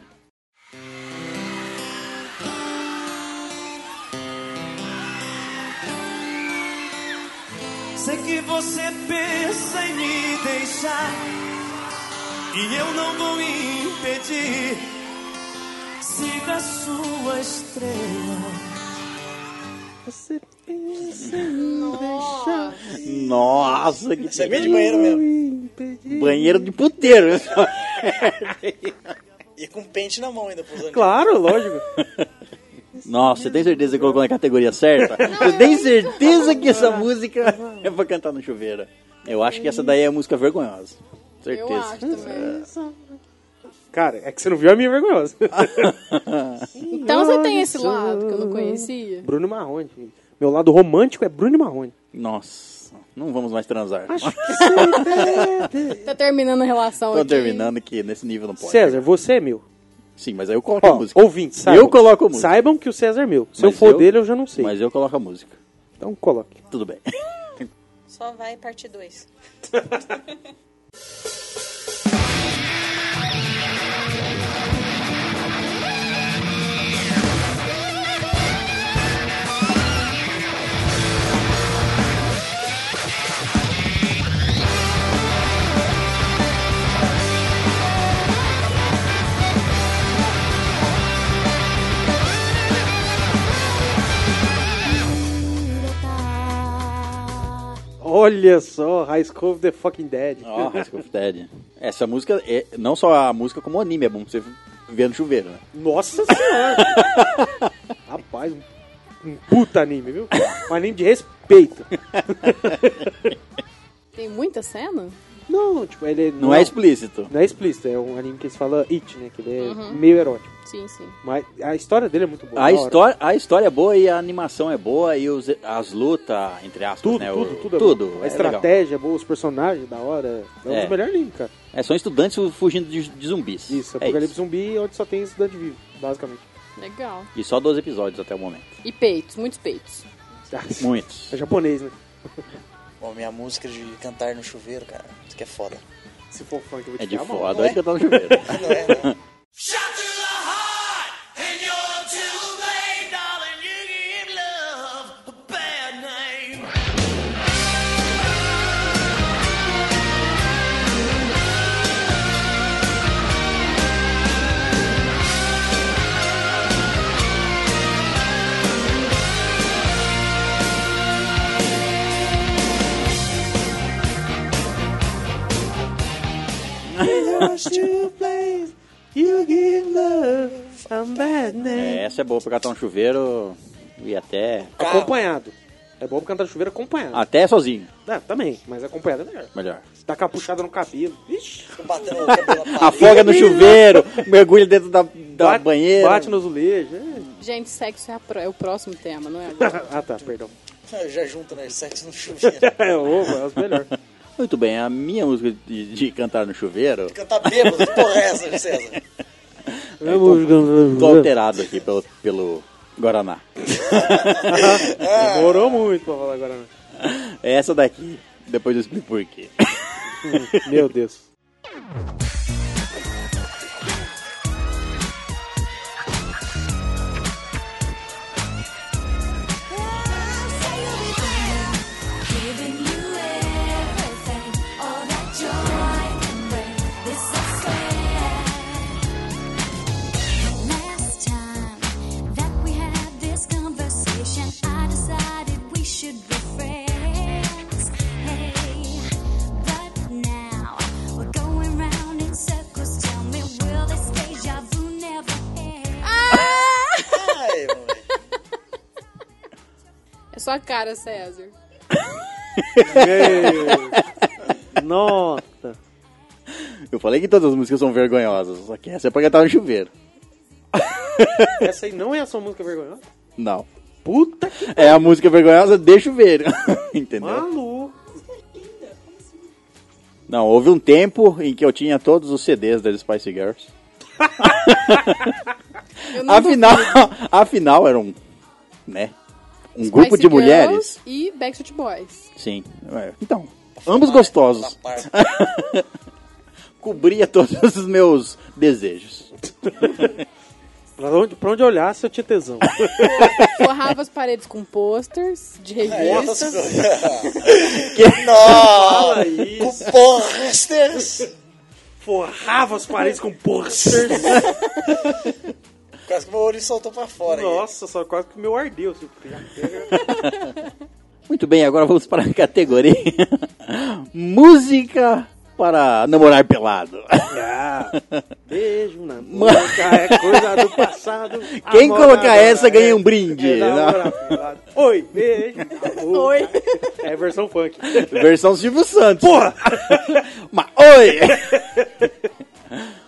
Speaker 11: Sei que você pensa em me deixar e eu não vou impedir. Siga a sua estrela.
Speaker 10: Você pensa em me deixar.
Speaker 1: Nossa, que
Speaker 7: Essa é bem de banheiro mesmo.
Speaker 10: mesmo.
Speaker 1: Banheiro de puteiro.
Speaker 7: E com pente na mão ainda, pros anos.
Speaker 10: Claro, lógico.
Speaker 1: Nossa, você tem certeza que você colocou na categoria certa? Você tem certeza que essa música é pra cantar no chuveiro? Eu acho que essa daí é música vergonhosa. Certeza.
Speaker 5: Eu acho também.
Speaker 10: Cara, é que você não viu a minha vergonhosa.
Speaker 5: Então você tem esse lado que eu não conhecia.
Speaker 10: Bruno Marrone. filho. Meu lado romântico é Bruno Marrone.
Speaker 1: Nossa, não vamos mais transar.
Speaker 5: Tá terminando a relação
Speaker 1: Tô
Speaker 5: aqui.
Speaker 1: terminando que nesse nível não pode.
Speaker 10: César, você é meu.
Speaker 1: Sim, mas aí eu coloco a
Speaker 10: Ó,
Speaker 1: música.
Speaker 10: ouvinte, saibam.
Speaker 1: Eu coloco a música.
Speaker 10: Saibam que o César é meu. Se eu
Speaker 1: Mas
Speaker 10: for dele, eu já não sei.
Speaker 1: Mas eu coloco a música.
Speaker 10: Então coloque.
Speaker 1: Tudo bem.
Speaker 9: Só vai parte 2.
Speaker 2: Don't
Speaker 10: Olha só, High School of the Fucking Dead.
Speaker 1: Ó, High School of Dead. Essa música, é, não só a música, como o anime, é bom pra você ver no chuveiro, né?
Speaker 10: Nossa senhora! Rapaz, um, um puta anime, viu? Um anime de respeito.
Speaker 5: Tem muita cena?
Speaker 10: Não, tipo, ele
Speaker 1: Não é explícito.
Speaker 10: Não é explícito, é um anime que eles falam it, né? Que ele é
Speaker 5: Uhum.
Speaker 10: meio erótico.
Speaker 5: Sim, sim.
Speaker 10: Mas a história dele é muito boa.
Speaker 1: A
Speaker 10: da hora.
Speaker 1: história, a história é boa e a animação é boa e os- as lutas, entre aspas,
Speaker 10: Tudo,
Speaker 1: né? o-
Speaker 10: tudo, tudo. é
Speaker 1: tudo.
Speaker 10: bom.
Speaker 1: é
Speaker 10: A estratégia é boa, os personagens, da hora. É um
Speaker 1: É.
Speaker 10: dos melhores animes, cara.
Speaker 1: legal. É, são estudantes fugindo de, de zumbis. Isso, é
Speaker 10: Apocalipse
Speaker 1: isso.
Speaker 10: zumbi onde só tem estudante vivo, basicamente.
Speaker 5: Legal.
Speaker 1: E só 12 episódios até o momento.
Speaker 5: E peitos, muitos peitos.
Speaker 1: Muitos.
Speaker 10: É japonês, né?
Speaker 7: Bom, minha música de cantar no chuveiro, cara, isso que é foda.
Speaker 10: Se for funk, eu vou
Speaker 1: É de
Speaker 10: né?
Speaker 1: foda, é que eu tava chovendo.
Speaker 7: Não é, né?
Speaker 1: É, essa é boa pra catar um chuveiro e até.
Speaker 10: Acompanhado. É bom pra cantar no chuveiro acompanhado.
Speaker 1: Até sozinho,
Speaker 10: É, também, mas acompanhado é melhor.
Speaker 1: melhor.
Speaker 10: Tá com a puxada no cabelo. Ixi.
Speaker 1: Afoga no chuveiro, mergulha dentro da, da
Speaker 10: Bate-
Speaker 1: banheira.
Speaker 10: Bate no azulejo.
Speaker 5: Gente, sexo é, a pro- é o próximo tema, não é agora?
Speaker 10: é. ah, tá, perdão.
Speaker 7: Eu já junto, né? Sexo no chuveiro.
Speaker 10: É, ô, é os melhores.
Speaker 1: Muito bem, a minha música de, de cantar no chuveiro.
Speaker 7: Cantar bêbado, que porra é essa, César?
Speaker 1: É, tô, tô alterado aqui pelo, pelo Guaraná.
Speaker 10: É, Demorou muito pra falar agora. né?
Speaker 1: Essa daqui, depois eu explico por quê.
Speaker 10: Meu Deus.
Speaker 12: Giving you everything, all that joy can bring. This I swear. Last time that we had this conversation, I decided we should be friends. Hey, but now we're going round in circles. Tell me, will this deja vu never end?
Speaker 5: É sua cara, César.
Speaker 10: Meu. Nossa.
Speaker 1: Eu falei que todas as músicas são vergonhosas, só que essa é pra cantar no chuveiro.
Speaker 10: Essa aí não é a sua música vergonhosa?
Speaker 1: Não.
Speaker 10: Puta que
Speaker 1: É a música vergonhosa de chuveiro. Entendeu?
Speaker 10: Maluco.
Speaker 1: Não, houve um tempo em que eu tinha todos os CDs da Spice Girls. afinal, afinal eram, né, um grupo de
Speaker 5: Spice
Speaker 1: mulheres.
Speaker 5: Girls E Backstreet Boys.
Speaker 1: Sim. é, Então, ambos gostosos.
Speaker 7: Tá
Speaker 1: Cobria todos os meus desejos.
Speaker 10: Pra onde, pra onde olhar se eu tinha tesão?
Speaker 5: Forrava as paredes com posters de revistas.
Speaker 10: Fala
Speaker 7: Nossa!
Speaker 10: isso.
Speaker 7: Com posters!
Speaker 10: Forrava as paredes com posters.
Speaker 7: Quase que meu olho soltou pra fora.
Speaker 10: Nossa, só quase que o meu ardeu. Assim.
Speaker 1: Muito bem, agora vamos para a categoria Música para namorar pelado.
Speaker 10: Ah, beijo na boca, é coisa do passado.
Speaker 1: Quem
Speaker 10: Amor
Speaker 1: colocar
Speaker 10: agora
Speaker 1: essa ganha
Speaker 10: é-
Speaker 1: um brinde.
Speaker 10: é namorado.
Speaker 1: né?
Speaker 10: Oi, beijo. Oi. É versão funk.
Speaker 1: Versão Silvio Santos.
Speaker 10: Porra!
Speaker 1: Mas, oi!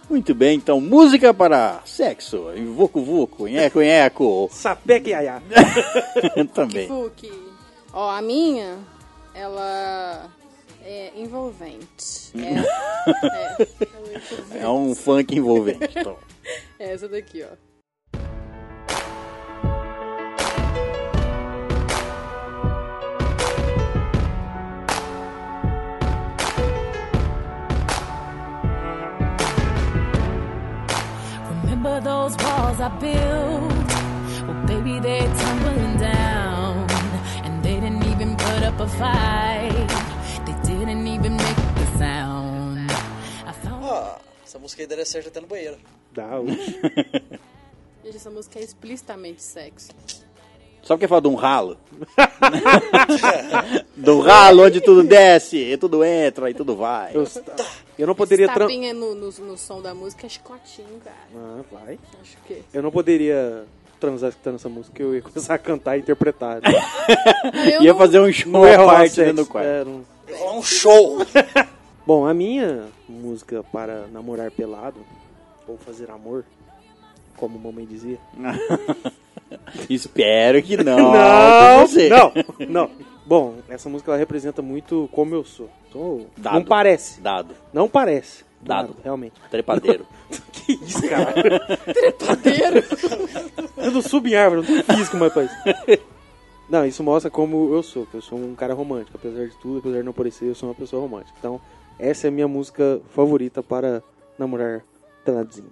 Speaker 1: Muito bem, então, música para sexo, em vucu vucu, em eco em eco.
Speaker 10: Sapeca e aiá.
Speaker 1: Também.
Speaker 5: Fuki. Tipo Ó, a minha, ela é envolvente. É, é,
Speaker 1: É um funk envolvente. então.
Speaker 5: é essa daqui, ó.
Speaker 14: Remember those walls I built? Well, baby, they're tumbling down. And they didn't even put up a fight. They didn't even make a sound. I found
Speaker 7: Ó, Ah, essa música aí daria certo até no banheiro.
Speaker 10: Dá, um
Speaker 5: Gente, essa música é explicitamente sexo.
Speaker 1: Sabe o que é falar de um ralo? do ralo onde tudo desce, e tudo entra e tudo vai. Eu,
Speaker 10: não poderia
Speaker 5: Esse
Speaker 10: tran-
Speaker 5: tapinha no, no, no som da música é chicotinho, cara.
Speaker 10: Ah, vai.
Speaker 5: Acho que...
Speaker 10: Eu não poderia transar escutando essa música, eu ia começar a cantar e interpretar.
Speaker 1: eu Ia não- fazer um show
Speaker 10: Não é
Speaker 1: à
Speaker 10: rolar
Speaker 1: parte
Speaker 10: sexo,
Speaker 1: dentro do quarto.
Speaker 10: é, não-
Speaker 7: É um show!
Speaker 10: Bom, a minha música para namorar pelado, ou fazer amor, como mamãe dizia.
Speaker 1: Espero que não.
Speaker 10: não,
Speaker 1: com Ah, então você.
Speaker 10: não, não. Bom, essa música ela representa muito como eu sou. Tô-
Speaker 1: Dado.
Speaker 10: Não parece.
Speaker 1: Dado.
Speaker 10: Não parece.
Speaker 1: Dado.
Speaker 10: realmente.
Speaker 1: Trepadeiro.
Speaker 10: que isso, cara? Trepadeiro? eu não subo em árvore, eu não tenho físico, rapaz. Não, isso mostra como eu sou, que eu sou um cara romântico. Apesar de tudo, apesar de não parecer, eu sou uma pessoa romântica. Então, essa é a minha música favorita para namorar peladinho.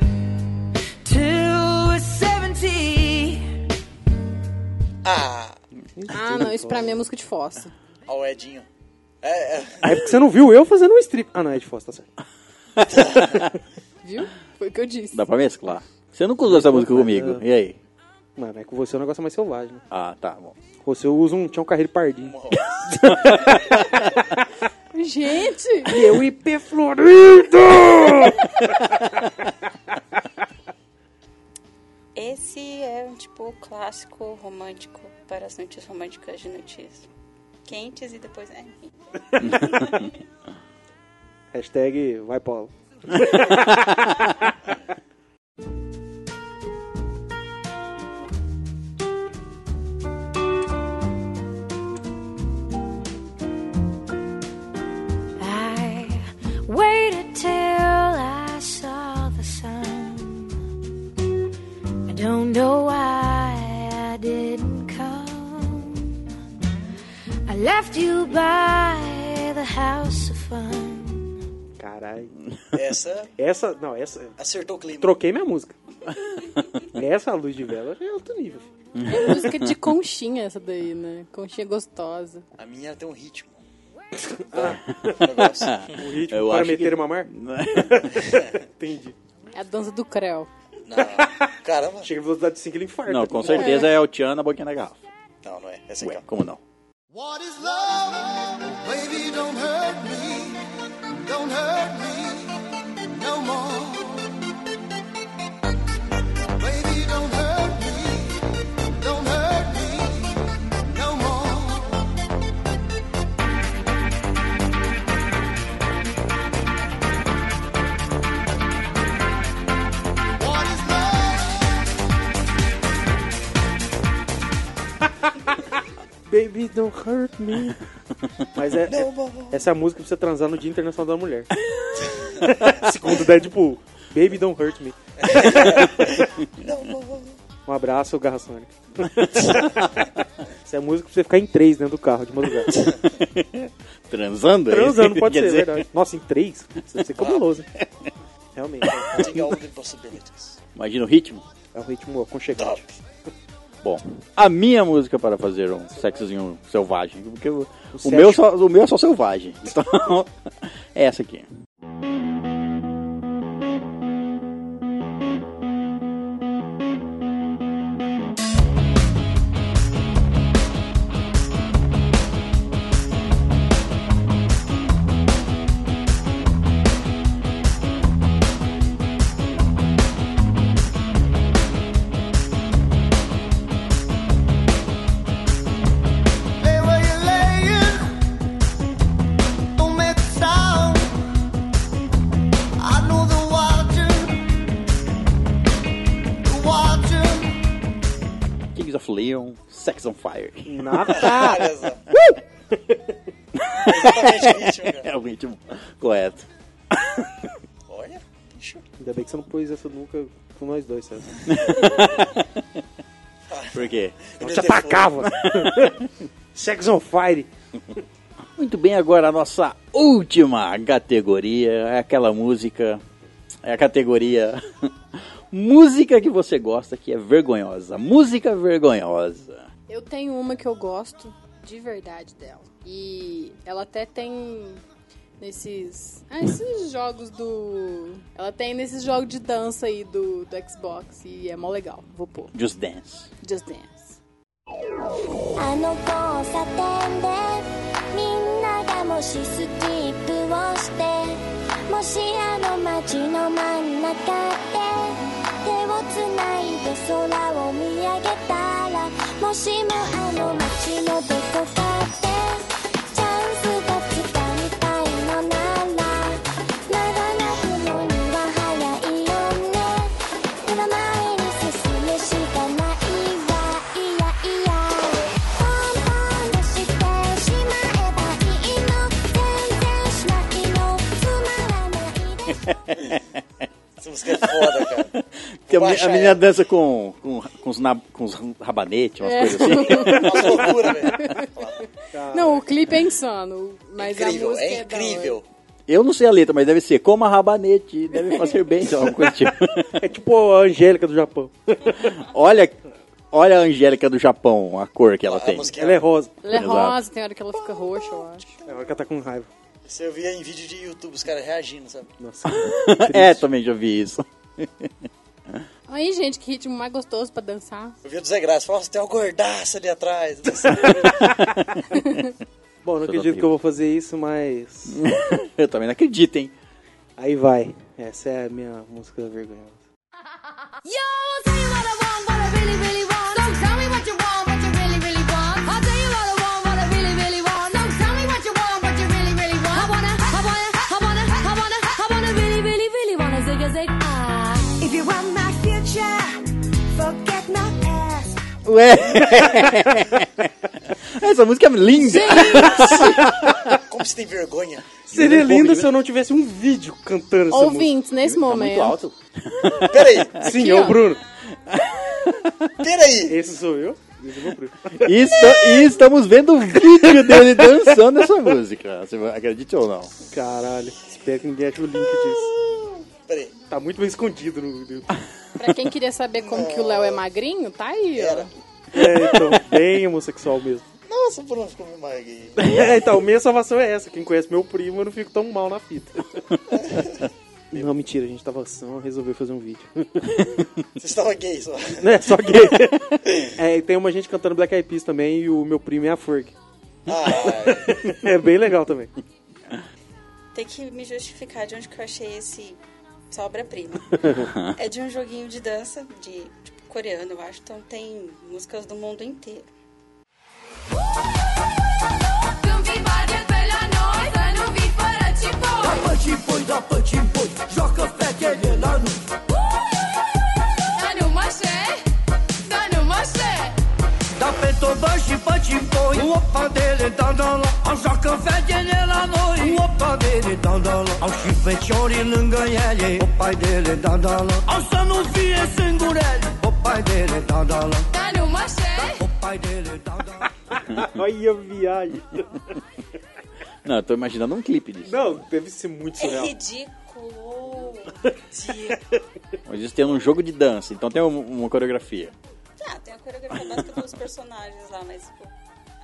Speaker 13: till we're 70.
Speaker 7: Ah!
Speaker 5: Ah, não, isso pra mim é música de fossa.
Speaker 7: Ó, o Edinho. É, é.
Speaker 10: Aí porque você não viu eu fazendo um strip. Ah, não, é de Foz, tá certo.
Speaker 5: Viu? Foi o que eu disse.
Speaker 1: Dá pra mesclar. Você nunca usou essa música comigo.
Speaker 10: É.
Speaker 1: E aí?
Speaker 10: Mano, é que você é um negócio mais selvagem, né?
Speaker 1: Ah, tá bom.
Speaker 10: Você usa um tchão carreiro pardinho.
Speaker 5: Gente!
Speaker 10: E eu IP Florido!
Speaker 9: Esse é um tipo clássico romântico para as noites românticas de notícias. Quentes e depois. É, enfim.
Speaker 10: Hashtag vai Paulo.
Speaker 6: I waited till I saw the sun. I don't know why I didn't come. I left you by the house of fun.
Speaker 10: Caralho.
Speaker 7: Essa.
Speaker 10: Essa. Não, essa.
Speaker 7: Acertou o clima.
Speaker 10: Troquei minha música. essa luz de vela é outro nível. filho.
Speaker 5: É música de conchinha essa daí, né? Conchinha gostosa.
Speaker 7: A minha tem um ritmo. Tá. Um
Speaker 10: O ritmo para meter e mamar? Entendi.
Speaker 5: É a dança do Creu.
Speaker 7: Caramba.
Speaker 10: Chega em velocidade 5, ele infarta.
Speaker 1: Não, com certeza é, o Tchan na boquinha da garrafa.
Speaker 7: Não, não é. Essa
Speaker 1: Ué, como não?
Speaker 11: What is love? Baby, don't hurt me. Don't hurt me no more. Baby, don't hurt me. Don't hurt me no more. What is
Speaker 10: Baby, don't hurt me. Mas é, é- essa é a música pra você transar no Dia Internacional da Mulher. Segundo Deadpool. Baby, don't hurt me. um abraço, Garra Sônica. essa é a música pra você ficar em três dentro do carro de madrugada.
Speaker 1: Transando? é isso
Speaker 10: Transando,
Speaker 1: que
Speaker 10: pode
Speaker 1: quer
Speaker 10: ser,
Speaker 1: dizer?
Speaker 10: verdade. Nossa, em três? Isso deve ser cabuloso. hein? Realmente. um
Speaker 7: Take all the possibilities.
Speaker 1: Imagina o ritmo.
Speaker 10: É um ritmo aconchegante.
Speaker 1: Bom, a minha música para fazer um sexozinho selvagem, porque o, o,
Speaker 10: sexo.
Speaker 1: meu, só, o meu é só selvagem. Então, é essa aqui.
Speaker 11: Lay where you're laying. Don't make a sound. I know they're watching. They're watching.
Speaker 1: Kings of Leon, Sex on Fire.
Speaker 10: Nada.
Speaker 11: Olha só.
Speaker 1: Uh!
Speaker 11: Exatamente o ritmo, cara.
Speaker 1: é o ritmo correto.
Speaker 7: Olha, bicho.
Speaker 10: Ainda bem que você não pôs essa nunca com nós dois, sabe?
Speaker 1: Por quê?
Speaker 10: Eu te atacava. Sex on fire.
Speaker 1: Muito bem, agora a nossa última categoria é aquela música. É a categoria. música que você gosta que é vergonhosa. Música vergonhosa.
Speaker 5: Eu tenho uma que eu gosto de verdade dela. E ela até tem nesses. Ah, esses jogos do. Ela tem nesses jogos de dança aí do, do Xbox. E é mó legal. Vou pôr.
Speaker 1: Just Dance.
Speaker 5: Just Dance.
Speaker 11: あの交差点でみんながもしスキップをしてもしあの街の真ん中で手をつないで空を見上げたらもしもあの街のどこかでチャンスがつかみたいのなら長らくのには早いよね今前に進むしかないわいやいや我慢してしまえばいいの全然しないのつまらない
Speaker 7: Essa música é foda, cara.
Speaker 1: Que a,
Speaker 7: Vou
Speaker 1: meni-
Speaker 7: baixar
Speaker 1: a menina dança com, com, com, os, nab, com os rabanetes, umas coisas assim.
Speaker 5: Não, o clipe é insano. Mas
Speaker 7: Incrível,
Speaker 5: a música
Speaker 7: é
Speaker 5: da hora.
Speaker 7: incrível.
Speaker 1: Eu não sei a letra, mas deve ser como a rabanete, deve fazer bem, sei lá, alguma coisa tipo.
Speaker 10: É tipo a Angélica do Japão.
Speaker 1: Olha, olha a Angélica do Japão, a cor que ela tem.
Speaker 10: Ela é rosa.
Speaker 5: Ela é
Speaker 1: Exato.
Speaker 5: rosa, tem hora que ela fica roxa, eu acho.
Speaker 10: É hora que ela tá com raiva.
Speaker 7: Isso eu via em vídeo de YouTube, os caras reagindo, sabe?
Speaker 10: Nossa.
Speaker 1: é, também já vi isso.
Speaker 5: Aí, gente, que ritmo mais gostoso pra dançar.
Speaker 7: Eu via do Zé Graça, falava, "Nossa, tem uma gordaça ali atrás. Assim,
Speaker 10: Bom, não acredito que eu vou fazer isso, mas.
Speaker 1: eu também não acredito, hein?
Speaker 10: Aí vai. Essa é a minha música vergonhosa.
Speaker 15: Yo, I'll tell you what I want, what I really, really want. Don't tell me what you want, what you really, really want. I'll tell you what I want, what I really, really want. Don't tell me what you want, what you really, really want. I wanna, I wanna, I wanna, I wanna, I wanna really, really, really wanna zig a zig ah. If you want my future, forget my ass.
Speaker 1: Ué! Essa música é linda!
Speaker 7: Como você tem vergonha?
Speaker 10: Seria
Speaker 1: Um pouco
Speaker 10: lindo
Speaker 1: de-
Speaker 10: se eu não tivesse um vídeo cantando
Speaker 6: é
Speaker 10: essa
Speaker 5: Ouvintes, nesse
Speaker 7: é
Speaker 10: música.
Speaker 5: momento.
Speaker 10: Peraí. Sim,
Speaker 5: Aqui,
Speaker 10: é
Speaker 5: ó.
Speaker 10: o Bruno.
Speaker 7: Peraí.
Speaker 10: Esse sou eu. Esse é o Bruno.
Speaker 1: Isso- e estamos vendo o vídeo dele dançando essa música. Você acredita ou não?
Speaker 10: Caralho, espero que ninguém ache o link disso.
Speaker 7: Peraí.
Speaker 10: Tá muito bem escondido no YouTube.
Speaker 5: Pra quem queria saber como que o Léo é magrinho, tá aí, ó.
Speaker 10: É, então, bem homossexual mesmo.
Speaker 7: Nossa, Bruno ficou meio magrinho.
Speaker 10: É, então, minha salvação é essa. Quem conhece meu primo, eu não fico tão mal na fita. Não, mentira, a gente tava só, resolveu fazer um vídeo.
Speaker 7: Você estava gay só.
Speaker 10: Né, só gay. É, e tem uma gente cantando Black Eyed Peas também e o meu primo é a Ferg.
Speaker 7: Ah,
Speaker 10: é bem legal também.
Speaker 9: Tem que me justificar de onde que eu achei esse essa obra-prima. é de um joguinho de dança, de tipo, coreano, eu acho. Então tem músicas do mundo inteiro.
Speaker 12: Dar pe tot bani și facem poi Opa de le da da la Așa că fetele la noi Opa de le da da la Au și feciorii lângă ele Opa de le da da la Au să nu fie singurele Opa de le da da la Opa de le da da la
Speaker 10: Olha a viagem.
Speaker 1: Não, eu tô imaginando um clipe disso.
Speaker 10: Não, deve ser muito
Speaker 9: É
Speaker 10: surreal.
Speaker 9: ridículo.
Speaker 1: Mas isso tem um jogo de dança, então tem um- uma coreografia.
Speaker 9: Ah, tem a coreografia básica dos personagens lá, mas tipo,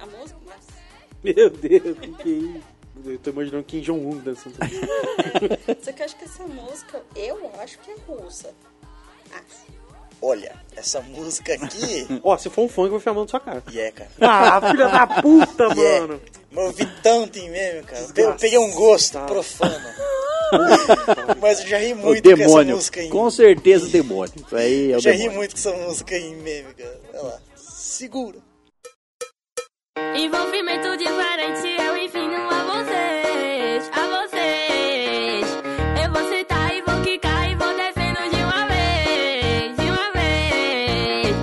Speaker 9: a música. Nossa.
Speaker 10: Meu Deus, que que é isso? Eu tô imaginando Kim Jong-un dançando.
Speaker 9: Só que eu acho que essa música, eu acho que é russa. Ah, Acho.
Speaker 7: Olha, essa música aqui.
Speaker 10: Ó, se for um funk, eu vou enfiar a mão na sua cara.
Speaker 7: E é, cara.
Speaker 10: Ah, filha da puta,
Speaker 7: E é.
Speaker 10: mano.
Speaker 7: Mas eu vi tanto em meme, cara. Eu peguei um gosto profano. Mas eu já ri
Speaker 1: O
Speaker 7: muito com essa
Speaker 1: demônio.
Speaker 7: música em
Speaker 1: Com certeza o demônio. Isso aí é
Speaker 7: Eu
Speaker 1: o
Speaker 7: já ri
Speaker 1: demônio.
Speaker 7: muito com essa música em meme, cara. Olha lá. Segura.
Speaker 15: Envolvimento diferente, eu ensino a vocês, a vocês. Eu vou sentar e vou quicar e vou descendo de uma vez, de uma vez.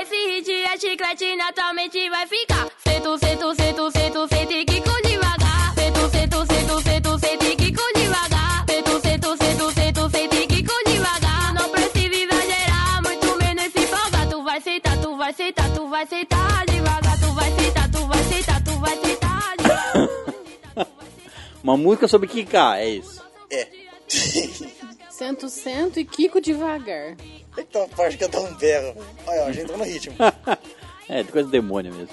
Speaker 15: Esse hit é chiclete, naturalmente vai ficar. Sento, sento, sento, sento, sento e quico devagar. Sento, sento, sento, sento, sento e quico devagar. Sento, sento, sento, sento, sento e quico devagar. Não precisa exagerar, muito menos se empolgar. Tu vai sentar, tu vai sentar, tu vai sentar devagar. Tu vai sentar, tu vai sentar, tu vai sentar devagar.
Speaker 1: Uma música sobre quicar, é isso.
Speaker 7: É.
Speaker 5: Sento, sento e Kiko devagar.
Speaker 7: Então, a parte que eu dou um berro. Olha, ó, a gente entrou no ritmo.
Speaker 1: é, de coisa do demônio mesmo.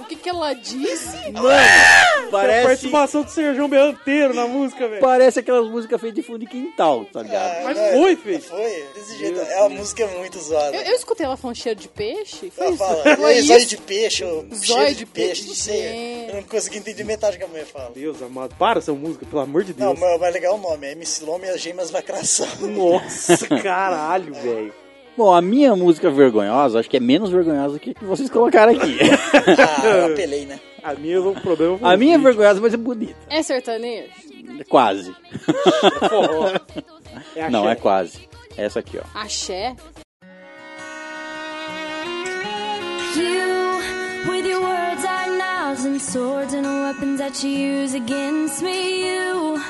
Speaker 5: o que, que ela disse?
Speaker 1: Mano,
Speaker 6: Tem a
Speaker 1: parece,
Speaker 6: participação do Sérgio Beanteiro na música, velho.
Speaker 1: parece aquelas músicas feitas de fundo de quintal, tá ligado?
Speaker 7: É.
Speaker 6: Mas foi, filho.
Speaker 7: Foi? Desse jeito. É uma música muito zoada.
Speaker 5: Eu, eu escutei ela falando cheiro de peixe. Foi
Speaker 7: Ela
Speaker 5: isso?
Speaker 7: fala,
Speaker 5: Foi
Speaker 7: "Ei, zóio
Speaker 5: isso?
Speaker 7: de peixe, ou
Speaker 5: Zóio
Speaker 7: cheiro
Speaker 5: de
Speaker 7: de peixe,
Speaker 5: peixe,
Speaker 7: não sei. Eu não consegui entender metade do que a mulher fala.
Speaker 6: Deus amado, para essa música, pelo amor de
Speaker 7: Não,
Speaker 6: Deus.
Speaker 7: mas vai legal o nome, é MC Lome e as Gemas Lacração.
Speaker 6: Nossa, caralho, velho.
Speaker 1: Bom, a minha música vergonhosa, acho que é menos vergonhosa que a que vocês colocaram aqui.
Speaker 7: ah, eu apelei, né?
Speaker 6: A minha,
Speaker 10: um
Speaker 6: o problema foi
Speaker 1: A
Speaker 6: o
Speaker 1: minha é
Speaker 6: vídeo.
Speaker 1: vergonhosa, mas é bonita. né?
Speaker 5: É sertanejo?
Speaker 1: Quase.
Speaker 6: forró.
Speaker 5: É
Speaker 1: Não,
Speaker 5: axé.
Speaker 1: é quase. É Essa aqui, ó.
Speaker 5: Axé?
Speaker 12: You, with your words, are knives and swords and weapons that you use against me. You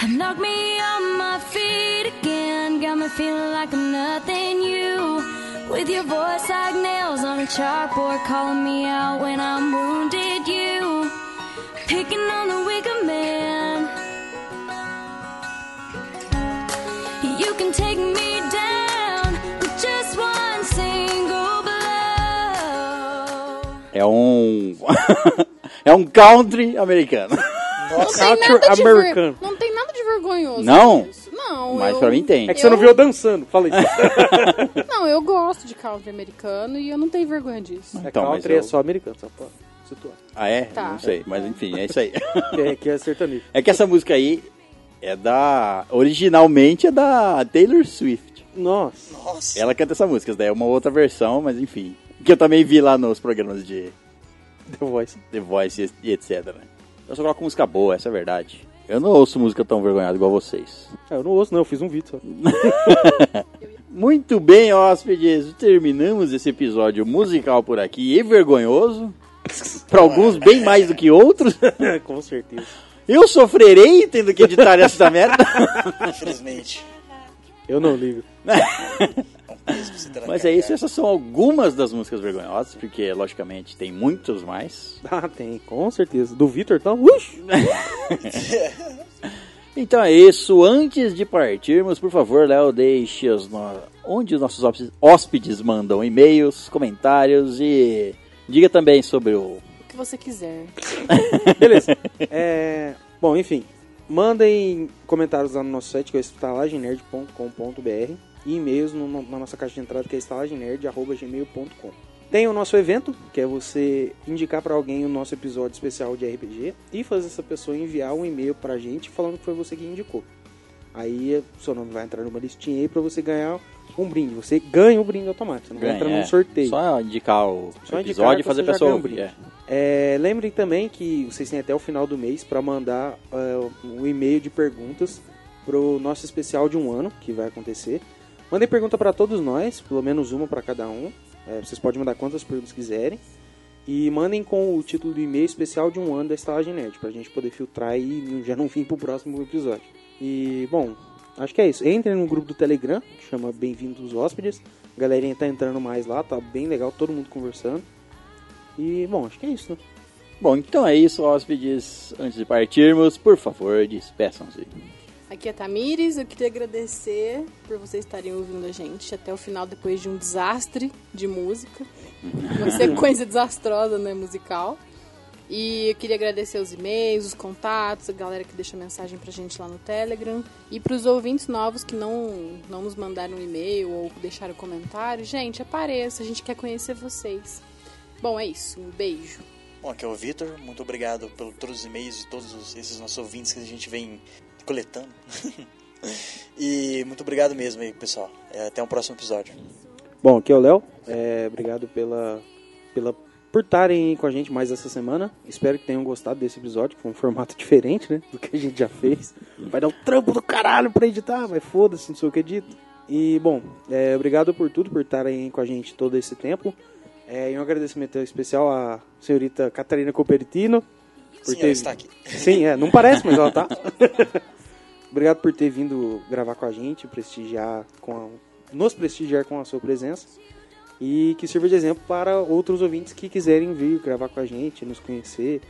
Speaker 12: have knocked me on my feet again, got me feeling like I'm nothing. You, with your voice like nails on a chalkboard, calling me out when I'm wounded. You, picking on the weaker man. You can take me down with just one single blow.
Speaker 1: É um. é um country americano.
Speaker 5: Não tem nada de ver- Não tem nada de vergonhoso.
Speaker 1: Não?
Speaker 5: nisso. Não,
Speaker 1: Mas
Speaker 5: eu-
Speaker 1: pra mim tem.
Speaker 6: É que você não
Speaker 5: eu-
Speaker 6: viu eu dançando, fala isso.
Speaker 5: Não, eu gosto de country americano e eu não tenho vergonha disso.
Speaker 1: Então, mas
Speaker 6: country é
Speaker 1: eu-
Speaker 6: só americano, só pra situar.
Speaker 1: Ah, é?
Speaker 5: Tá.
Speaker 1: Não sei, mas enfim, é isso aí.
Speaker 6: É, que é sertanejo.
Speaker 1: é que essa música aí é da. Originalmente é da Taylor Swift.
Speaker 6: Nossa.
Speaker 7: Nossa.
Speaker 1: Ela canta essa música, essa daí é uma outra versão, mas enfim. Que eu também vi lá nos programas de
Speaker 6: The Voice.
Speaker 1: The Voice e- e etc. né? Eu só coloco música boa, essa é a verdade. Eu não ouço música tão vergonhada igual vocês.
Speaker 6: Ah, eu não ouço, não, eu fiz um vídeo só.
Speaker 1: Muito bem, hóspedes, terminamos esse episódio musical por aqui e vergonhoso. Para alguns, bem mais do que outros.
Speaker 6: Com certeza.
Speaker 1: Eu sofrerei tendo que editar essa merda. É.
Speaker 7: Infelizmente.
Speaker 6: Eu não ligo.
Speaker 1: Mas é isso, essas são algumas das músicas vergonhosas, porque logicamente tem muitos mais.
Speaker 6: Ah, tem, com certeza. Do Vitor, então. Ux!
Speaker 1: Então é isso, antes de partirmos, por favor, Léo, deixe os no- onde os nossos hóspedes- hóspedes mandam e-mails, comentários e diga também sobre o.
Speaker 5: O que você quiser.
Speaker 6: Beleza. É, bom, enfim. Mandem comentários lá no nosso site, que é o estalagenerd.com.br e e-mails no- na nossa caixa de entrada, que é estalagenerd.gmail.com. Tem o nosso evento, que é você indicar pra alguém o nosso episódio especial de RPG e fazer essa pessoa enviar um e-mail pra gente falando que foi você que indicou. Aí eh, seu nome vai entrar numa listinha aí pra você ganhar um brinde. Você ganha o brinde automático, não
Speaker 1: Ganha,
Speaker 6: entra num
Speaker 1: é.
Speaker 6: sorteio.
Speaker 1: Só indicar o
Speaker 6: Só indicar
Speaker 1: episódio e
Speaker 6: que
Speaker 1: fazer a
Speaker 6: você já
Speaker 1: pessoa
Speaker 6: ganha um
Speaker 1: ouvir.
Speaker 6: brinde.
Speaker 1: é.
Speaker 6: É, lembrem também que vocês têm até o final do mês para mandar é, um e-mail de perguntas pro nosso especial de um ano que vai acontecer. Mandem pergunta para todos nós, pelo menos uma para cada um. É, vocês podem mandar quantas perguntas quiserem. E mandem com o título do e-mail especial de um ano da Estalagem Nerd, pra gente poder filtrar e já não vir pro próximo episódio. E, bom, acho que é isso. Entrem no grupo do Telegram, que chama Bem-vindos Hóspedes. A galerinha tá entrando mais lá, tá bem legal, todo mundo conversando. E, bom, acho que é isso, né?
Speaker 1: Bom, então é isso, hóspedes. Antes de partirmos, por favor, despeçam-se.
Speaker 5: Aqui é a Tamires, eu queria agradecer por vocês estarem ouvindo a gente até o final, depois de um desastre de música. Uma sequência desastrosa, né, musical. E eu queria agradecer os e-mails, os contatos, a galera que deixa mensagem pra gente lá no Telegram. E pros ouvintes novos que não, não nos mandaram um e-mail ou deixaram comentário, gente, apareça, a gente quer conhecer vocês. Bom, é isso, um beijo.
Speaker 7: Bom, aqui é o Vitor, muito obrigado por todos os e-mails e todos os- esses nossos ouvintes que a gente vem coletando. e muito obrigado mesmo aí, pessoal. É, Até o próximo episódio.
Speaker 6: Bom, aqui é o Léo. É, obrigado pela, pela, por estarem com a gente mais essa semana. Espero que tenham gostado desse episódio, que foi um formato diferente, né? Do que a gente já fez. Vai dar um trampo do caralho pra editar, mas foda-se, não sei o que é dito. E, bom, é, obrigado por tudo, por estarem com a gente todo esse tempo. É, e um agradecimento especial à senhorita Catarina Copertino.
Speaker 7: Sim, ela está aqui.
Speaker 6: Sim, é, não parece, mas ela tá. Obrigado por ter vindo gravar com a gente, prestigiar com a- nos prestigiar com a sua presença. e que sirva de exemplo para outros ouvintes que quiserem vir gravar com a gente, nos conhecer.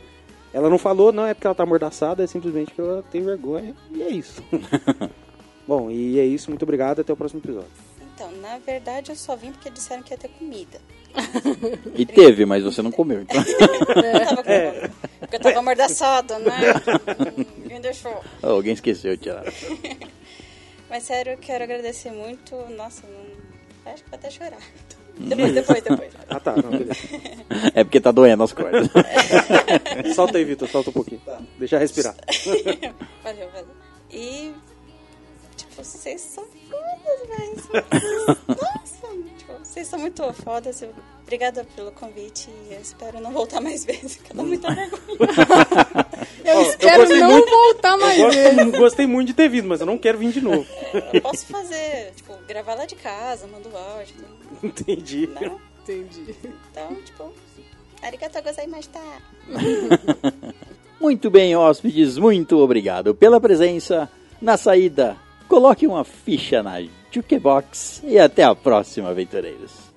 Speaker 6: Ela não falou, não é porque ela tá amordaçada, é simplesmente que ela tem vergonha e é isso. Bom, e é isso, muito obrigado, até o próximo episódio.
Speaker 9: Então, na verdade, eu só vim porque disseram que ia ter comida.
Speaker 1: E teve, mas você não comeu. Então.
Speaker 9: Eu tava com fome, Porque eu tava amordaçada, né? Me deixou.
Speaker 1: Oh, Alguém esqueceu de tirar.
Speaker 9: Mas sério, eu quero agradecer muito. Nossa, não... acho que vou até chorar. Depois, depois, depois.
Speaker 6: Ah tá, não, beleza.
Speaker 1: É porque tá doendo as cordas.
Speaker 6: solta aí, Vitor, solta um pouquinho. Deixa eu respirar.
Speaker 9: valeu, valeu. E, tipo, vocês são fodas, velho. Nossa, tipo, vocês são muito fodas. Eu- Obrigada pelo convite e eu espero não voltar mais vezes, que eu dou muita vergonha.
Speaker 5: Eu
Speaker 6: Ó,
Speaker 5: espero
Speaker 6: gostei
Speaker 5: não voltar mais
Speaker 6: eu gosto-
Speaker 5: vezes.
Speaker 6: Gostei muito de ter vindo, mas eu não quero vir de novo.
Speaker 9: Eu posso fazer, tipo, gravar lá de casa, mando áudio. tudo.
Speaker 6: Entendi.
Speaker 5: Entendi.
Speaker 9: Então, tipo, arigatou tá? gozaimashita.
Speaker 1: Muito bem, hóspedes, muito obrigado pela presença. Na saída, coloque uma ficha na Jukebox e até a próxima, aventureiros.